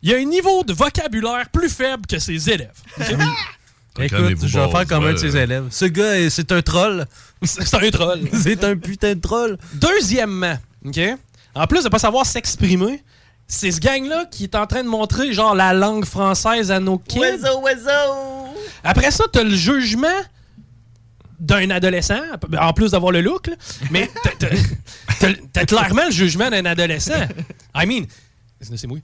S2: Il y a un niveau de vocabulaire plus faible que ses élèves. OK?
S1: Écoute, je vais faire comme un de ses élèves. Ce gars, euh, c'est un troll.
S2: C'est un troll.
S1: c'est un putain de troll.
S2: Deuxièmement, OK? En plus de pas savoir s'exprimer, c'est ce gang-là qui est en train de montrer, genre, la langue française à nos kids. Après ça, t'as le jugement d'un adolescent, en plus d'avoir le look, là. mais t'as- t'as- t'as t'as clairement le jugement d'un adolescent. I mean... C'est moi.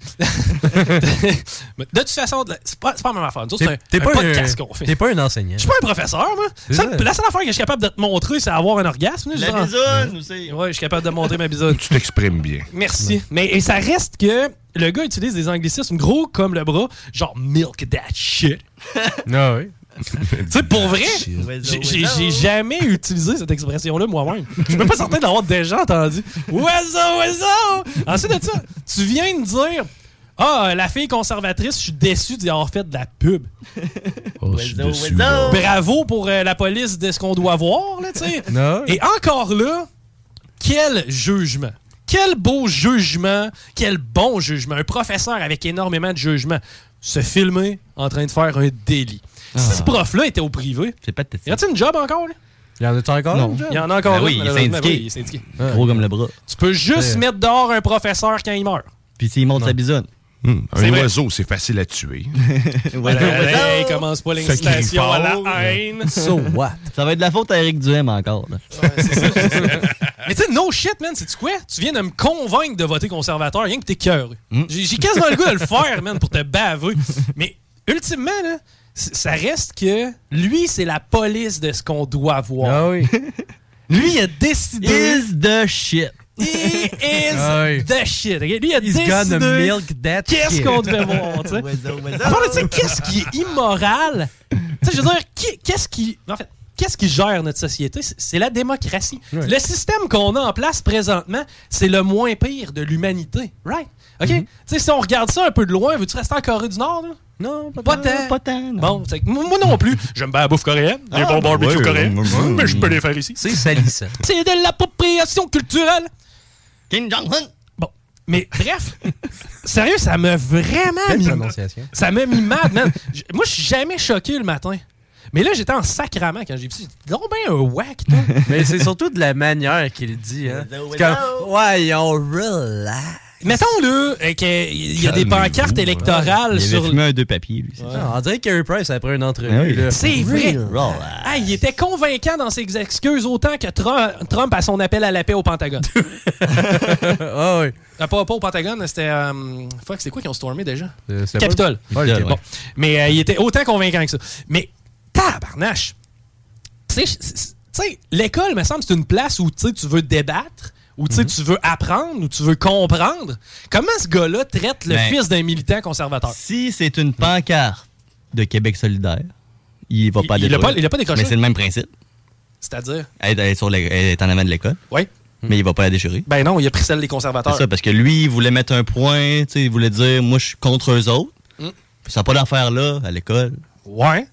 S2: Mais de toute façon, c'est pas, c'est pas la même affaire. Nous autres,
S1: T'es-
S2: c'est un-
S1: T'es
S2: un
S1: pas,
S2: podcast qu'on
S1: un-
S2: fait.
S1: t'es pas un enseignant.
S2: Je suis pas un professeur, moi.
S1: C'est
S2: Seule-
S1: ça.
S2: la seule affaire que je suis capable de te montrer, c'est avoir un orgasme. là, je
S24: La
S2: veux dire, en-
S24: bisoune aussi.
S2: Ouais, je suis capable de montrer ma bisoune.
S4: Tu t'exprimes bien.
S2: Merci. Mais et ça reste que le gars utilise des anglicismes gros comme le bras, genre milk that shit.
S1: Ah oui.
S2: tu sais, pour vrai,
S1: Oiseau,
S2: j'ai- j'ai j'ai jamais utilisé cette expression-là moi-même. Je suis même pas certain de l'avoir déjà entendu. Oiseau, oiseau! Ensuite de ça, tu viens de dire Ah, la fille conservatrice, je suis déçu d'y avoir fait de la pub.
S1: dessus,
S2: Bravo pour euh, la police de ce qu'on doit voir, là, tu sais.
S1: Non.
S2: Et encore là, quel jugement? quel beau jugement, quel bon jugement. Un professeur avec énormément de jugement se filmer en train de faire un délit.
S24: Ah.
S2: Si ce prof-là était au privé, y a-t-il une job encore? Là?
S1: Il y en a encore?
S2: Non. Il y en a encore
S24: Ben oui,
S2: une,
S24: il est
S2: malheureusement.
S24: syndiqué. Ah.
S2: Oui, il est syndiqué.
S24: Gros comme le bras.
S2: Tu peux juste
S24: Ouais.
S2: mettre dehors un professeur quand il meurt.
S24: Puis s'il monte sa bisonne.
S4: Hmm. Un oiseau, c'est facile à tuer.
S2: Ouais, hey, commence pas l'incitation à la haine.
S24: So what? Ça va être de la faute à Eric Duhem encore. là.
S2: Mais tu sais, no shit, man, c'est quoi? Tu viens de me convaincre de voter conservateur, rien que t'es cœur.
S1: Hmm.
S2: J'ai j'ai quasiment le goût de le faire, man, pour te baver. Mais ultimement, là, c- ça reste que lui, c'est la police de ce qu'on doit voir.
S1: Ah oui.
S2: Lui, il a décidé.
S24: Is the shit.
S2: He is
S1: Ah oui.
S2: the shit. ok? Lui, il a
S1: He's
S2: décidé.
S1: gonna milk that
S2: Qu'est-ce
S1: shit.
S2: qu'on devait voir, tu sais? À part de, tu sais, qu'est-ce qui est immoral? Tu sais, je veux dire, qui- qu'est-ce qui. En fait, qu'est-ce qui gère notre société? C'est- C'est la démocratie.
S23: Ouais.
S2: Le système qu'on a en place présentement, c'est le moins pire de l'humanité. Right? OK? Tu sais, si on regarde ça un peu de loin, veux-tu rester en Corée du Nord, là?
S1: Non, pas,
S2: tant.
S24: Pas tant.
S2: Bon, c'est que moi moi non plus. J'aime bien la bouffe coréenne, les
S24: Ah,
S2: bons
S24: ben
S2: barbecues
S24: ouais,
S2: coréens,
S24: ouais, ouais,
S2: mais je peux
S24: ouais.
S2: les faire ici.
S1: C'est salissant.
S2: C'est de l'appropriation culturelle. Kim Jong-un. Bon. Mais bref, sérieux, ça m'a vraiment
S1: Quelle
S2: mis...
S1: prononciation.
S2: Ça m'a mis mad, man. J- Moi, je suis jamais choqué le matin. Mais là, j'étais en sacrament quand j'ai vu ça. J'ai dit, donc ben un whack, toi.
S1: Mais c'est surtout de la manière qu'il dit. Hein. C'est comme, ouais, on relax.
S2: Mettons-le, euh, qu'il y a des pancartes électorales
S24: Il
S2: sur...
S24: avait fumé un deux papiers, lui. c'est
S1: Ouais,
S24: ça.
S1: on dirait Carey Price après une entrevue.
S24: Ah oui.
S1: là.
S2: C'est vrai.
S24: Relax.
S2: Ah, il était convaincant dans ses excuses autant que Tru- Trump à son appel à la paix au Pentagone.
S1: ah oui.
S2: Ah, pas, pas au Pentagone, c'était. euh, fuck, c'est quoi qui ont stormé déjà
S1: Euh, c'était
S2: Capitole.
S1: pas- Ouais,
S2: Ok,
S1: ouais.
S2: bon. Mais euh, il était autant convaincant que ça. Mais tabarnache! Tu sais, je- c'est- tu sais, l'école, me semble, c'est une place où tu sais, tu veux débattre, où tu sais,
S24: Mm-hmm.
S2: tu veux apprendre, où tu veux comprendre. Comment ce gars-là traite le
S24: Ben,
S2: fils d'un militant conservateur?
S24: Si c'est une pancarte de Québec solidaire, il va pas
S2: il a
S24: détruire.
S2: pas- il a pas décroché.
S24: Mais c'est le même principe.
S2: C'est-à-dire?
S24: Elle est, elle est sur l'é- elle est en avant de l'école.
S2: Oui.
S24: Mais il va pas la déchirer.
S2: Ben non, il a pris celle des conservateurs.
S24: C'est ça, parce que lui, il voulait mettre un point, tu sais, il voulait dire, moi, je suis contre eux autres.
S2: Mm.
S24: Puis ça n'a pas d'affaire là, à l'école.
S2: Ouais.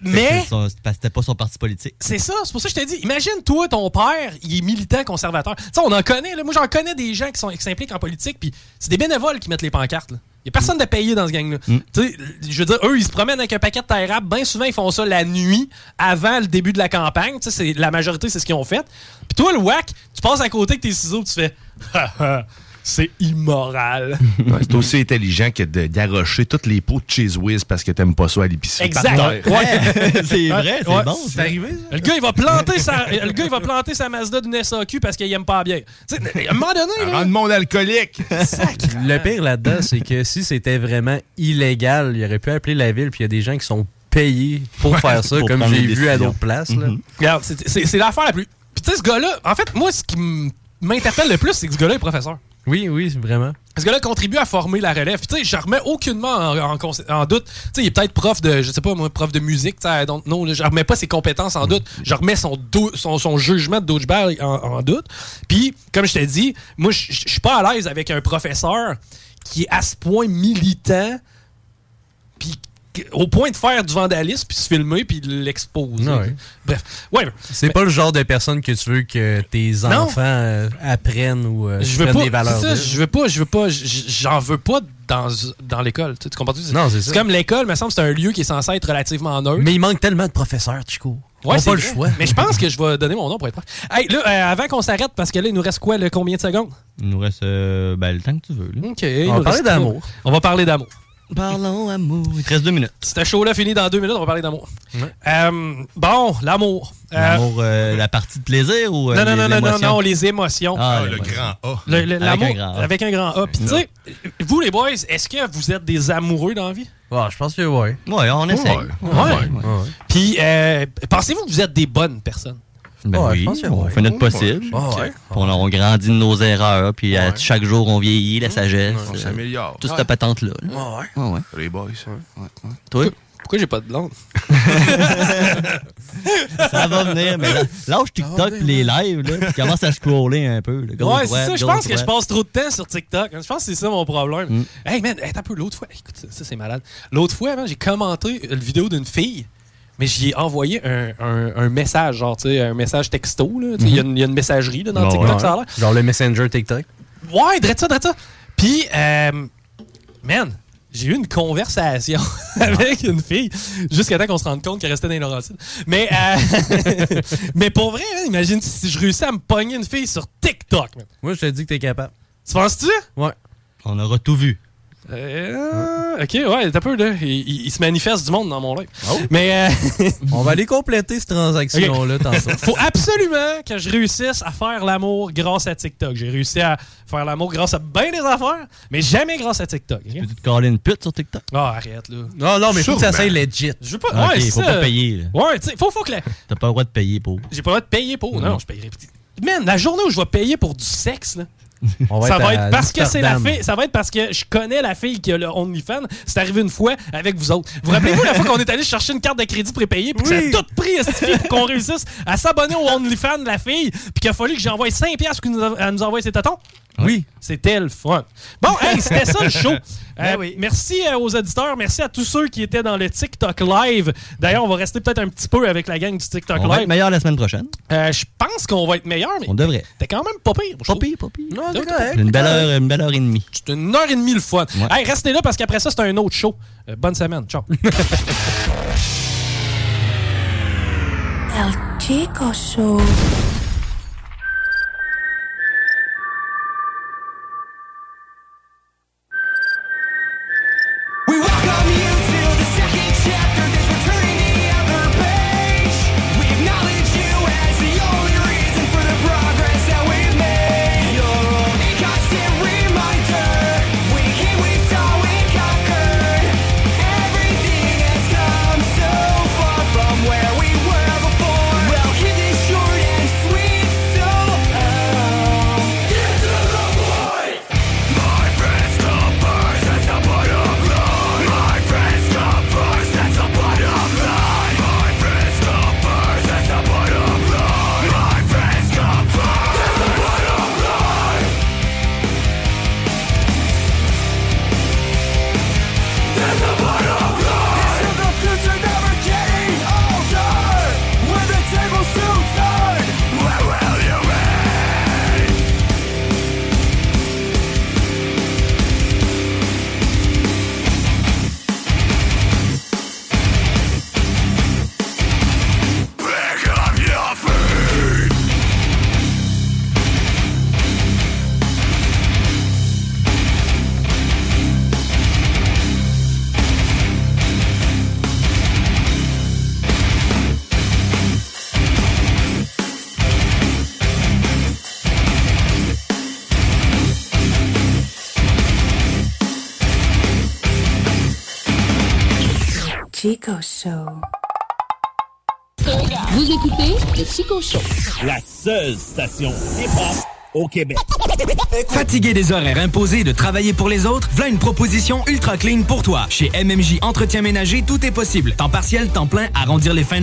S2: Mais-
S24: c'est son- c'est parce que c'était pas son parti politique.
S2: C'est ça, c'est pour ça que je t'ai dit, imagine toi, ton père, il est militant conservateur. Tu sais, on en connaît, là. moi j'en connais des gens qui sont- qui s'impliquent en politique, puis c'est des bénévoles qui mettent les pancartes. Il n'y a personne de payé dans ce gang-là.
S24: Mm.
S2: Tu sais, Je veux dire, eux, ils se promènent avec un paquet de terre Bien souvent, ils font ça la nuit, avant le début de la campagne. Tu sais, c'est- la majorité, c'est ce qu'ils ont fait. Puis toi, le WAC, tu passes à côté avec tes ciseaux, tu fais Ha, ha, c'est immoral.
S4: Ouais, c'est aussi intelligent que de garrocher toutes les pots de cheese whiz parce que t'aimes pas ça à l'épicerie. Par
S2: Exact.
S4: terre.
S24: c'est
S4: vrai, c'est bon,
S2: C'est arrivé. Le gars, il va planter sa, le gars, il va planter sa Mazda d'une SAQ parce qu'il aime pas bien. Tu sais, à un moment donné, là,
S4: Rends-moi alcoolique.
S1: Le pire là-dedans, c'est que si c'était vraiment illégal, il aurait pu appeler la ville, puis il y a des gens qui sont payés pour
S24: Ouais,
S1: faire ça,
S24: pour
S1: comme
S24: prendre
S1: j'ai
S24: des
S1: vu
S24: décisions.
S1: à
S24: Mhm.
S1: d'autres places. là.
S2: Regarde, c'est- c'est c'est l'affaire la plus. Puis tu sais, ce gars-là, en fait, moi, ce qui m- m'interpelle le plus, c'est que ce gars-là est professeur.
S1: Oui, oui, c'est vraiment.
S2: Parce que là, contribue à former la relève. Puis, tu sais, je remets aucunement en, en cons- en doute. Tu sais, il est peut-être prof de, je sais pas, moi, prof de musique, tu sais, donc, non, là, je remets pas ses compétences
S1: Mm.
S2: en doute. Je remets son, dou- son, son jugement de douchebag en, en doute. Puis, comme je t'ai dit, moi, je je- je suis pas à l'aise avec un professeur qui est à ce point militant, puis qui- au point de faire du vandalisme, puis se filmer, puis l'exposer.
S1: Ah Ouais.
S2: Bref, ouais.
S1: C'est pas le genre de personne que tu veux que tes
S2: Non.
S1: enfants euh, apprennent ou euh,
S2: je veux
S1: prennent
S2: pas,
S1: des valeurs.
S2: c'est ça,
S1: d'eux.
S2: je veux pas, je veux pas, j- j'en veux pas dans, dans l'école. Tu, sais, tu comprends
S1: Non, c'est ça.
S2: comme l'école, me semble, c'est un lieu qui est censé être relativement neutre.
S1: Mais il manque tellement de professeurs, Chico.
S2: Ouais,
S1: On a
S2: c'est
S1: pas le
S2: vrai.
S1: choix.
S2: Mais je pense que je vais donner mon nom pour être prof. Hey, là, euh, avant qu'on s'arrête, parce que là, il nous reste quoi, le combien de secondes?
S24: Il nous reste euh, ben, le temps que tu veux. là.
S2: OK. il nous reste- On va parler d'amour.
S24: Parlons amour. Il te reste deux minutes.
S2: C'était show-là fini dans deux minutes, on va parler d'amour. Euh, bon, l'amour. Euh,
S24: L'amour, euh, la partie de plaisir ou euh,
S2: non, non,
S24: les
S2: non, non, non,
S24: émotions?
S2: non, les émotions.
S24: Ah, Ah, le l'émotion. grand A.
S2: Le- le-
S24: Avec
S2: l'amour-
S24: un grand A.
S2: avec un grand A. Puis, tu sais, vous, les boys, est-ce que vous êtes des amoureux dans la vie?
S1: Ouais, je pense que oui.
S24: Ouais, on essaie.
S1: Ouais.
S2: Ouais. Puis, euh, pensez-vous que vous êtes des bonnes personnes?
S24: Ben
S2: Ouais, je
S24: oui,
S2: pense que
S24: on
S2: ouais.
S24: fait notre
S2: Ouais.
S24: possible.
S2: Ouais.
S24: Puis On, on grandit de nos erreurs, puis à chaque jour, on vieillit, la sagesse.
S4: On
S24: euh,
S4: s'améliore.
S24: Toute
S4: Ouais.
S24: cette patente-là. là. Ah Ouais, ouais.
S4: Les boys. hein.
S24: Toi?
S2: Pourquoi j'ai pas de blonde?
S24: ça va venir, mais là, lâche TikTok pis les lives, là, puis commence à scroller un peu. là. Gauche
S2: ouais, c'est
S24: droite,
S2: ça. Je
S24: gauche
S2: pense que je
S24: droite.
S2: passe trop de temps sur TikTok. Je pense que c'est ça mon problème. Hey, man, attends un peu. L'autre fois, écoute, ça, ça, c'est malade. L'autre fois, man, j'ai commenté une vidéo d'une fille Mais j'y ai envoyé un, un- un message, genre, tu sais, un message texto. là. Tu sais, Il y a une- il y, a une messagerie là, dans
S1: Bon,
S2: TikTok,
S1: ouais.
S2: ça a l'air.
S1: Genre le Messenger TikTok.
S2: Ouais, drette ça, drette ça. Puis, euh, man, j'ai eu une conversation avec une fille jusqu'à temps qu'on se rende compte qu'elle restait dans les Laurentides. Mais, euh, mais pour vrai, hein, imagine si je réussis à me pogner une fille sur TikTok. Man.
S1: Moi, je te dis que t'es capable.
S2: Tu penses-tu?
S1: Ouais.
S24: On aura tout vu.
S2: Euh, ok, ouais, t'as peu, là. Il, il- il se manifeste du monde dans mon live.
S24: Oh.
S2: Mais. euh,
S1: On va aller compléter cette transaction-là tantôt.
S2: Faut absolument que je réussisse à faire l'amour grâce à TikTok. J'ai réussi à faire l'amour grâce à bien des affaires, mais jamais grâce à TikTok. ok?
S24: Tu te caler une pute sur TikTok?
S2: Ah, arrête, là.
S1: Non, non, mais faut que ça soit
S24: Sûrement.
S1: legit.
S2: Je veux pas.
S24: Ah, ok,
S2: ouais, c'est
S24: faut
S2: ça.
S24: pas payer, là.
S2: Ouais, tu sais, faut, faut que la-
S24: T'as pas le droit de payer pour.
S2: J'ai pas le droit de payer pour. Non,
S24: Non.
S2: je payerai. Man, la journée où je vais payer pour du sexe, là.
S1: On
S2: ça
S1: être
S2: va
S1: à
S2: être parce que c'est la
S1: Amsterdam.
S2: fille. Ça va être parce que je connais la fille qui a le OnlyFans. C'est arrivé une fois avec vous autres. Vous rappelez-vous la fois qu'on est allé chercher une carte de crédit prépayée puis que
S24: Oui.
S2: ça a tout pris esti, pour qu'on réussisse à s'abonner au OnlyFans de la fille puis qu'il a fallu que j'envoie 5 piastres pour qu'elle nous- elle nous envoie ses tatons?
S1: Oui.
S2: C'était le fun. Bon, hey, c'était ça le show. Euh,
S24: Ben
S2: Merci euh, aux auditeurs. Merci à tous ceux qui étaient dans le TikTok live. D'ailleurs, on va rester peut-être un petit peu avec la gang du TikTok
S24: On va
S2: live.
S24: être meilleur la semaine prochaine.
S2: Euh, je pense qu'on va être meilleur, mais
S24: On devrait.
S2: t'es quand même pas pire. Pas pire, pas pire. Non, t'es correct.
S24: Une belle heure, une belle heure et demie.
S2: C'est une heure et demie le fun.
S24: Ouais.
S2: Hey, restez là parce qu'après ça, c'est un autre show. Euh, bonne semaine. Ciao.
S13: El Chico Show.
S16: We walk on the until the second chapter. There's returning the other page. We acknowledge you as the only reason for the progress that we've made. You're a constant reminder. We came, we saw, we conquered. Everything has come so far from where we were before. Well, keep this short and sweet. So, oh, get to the point. My friends come first. That's the point of line. My friends come first. That's the point of line. My friends come first. That's the point of line. My friends come first. That's the point of line. That's the point of line. This is the future never getting older. When the tables soon turn, where will you be? Pick up your feet.
S13: Chico Show. Vous écoutez le Chico Show.
S5: La seule station hip-hop au Québec.
S8: Fatigué des horaires imposés de travailler pour les autres, voilà une proposition ultra clean pour toi. Chez MMJ Entretien Ménager, tout est possible. Temps partiel, temps plein, arrondir les fins de mois.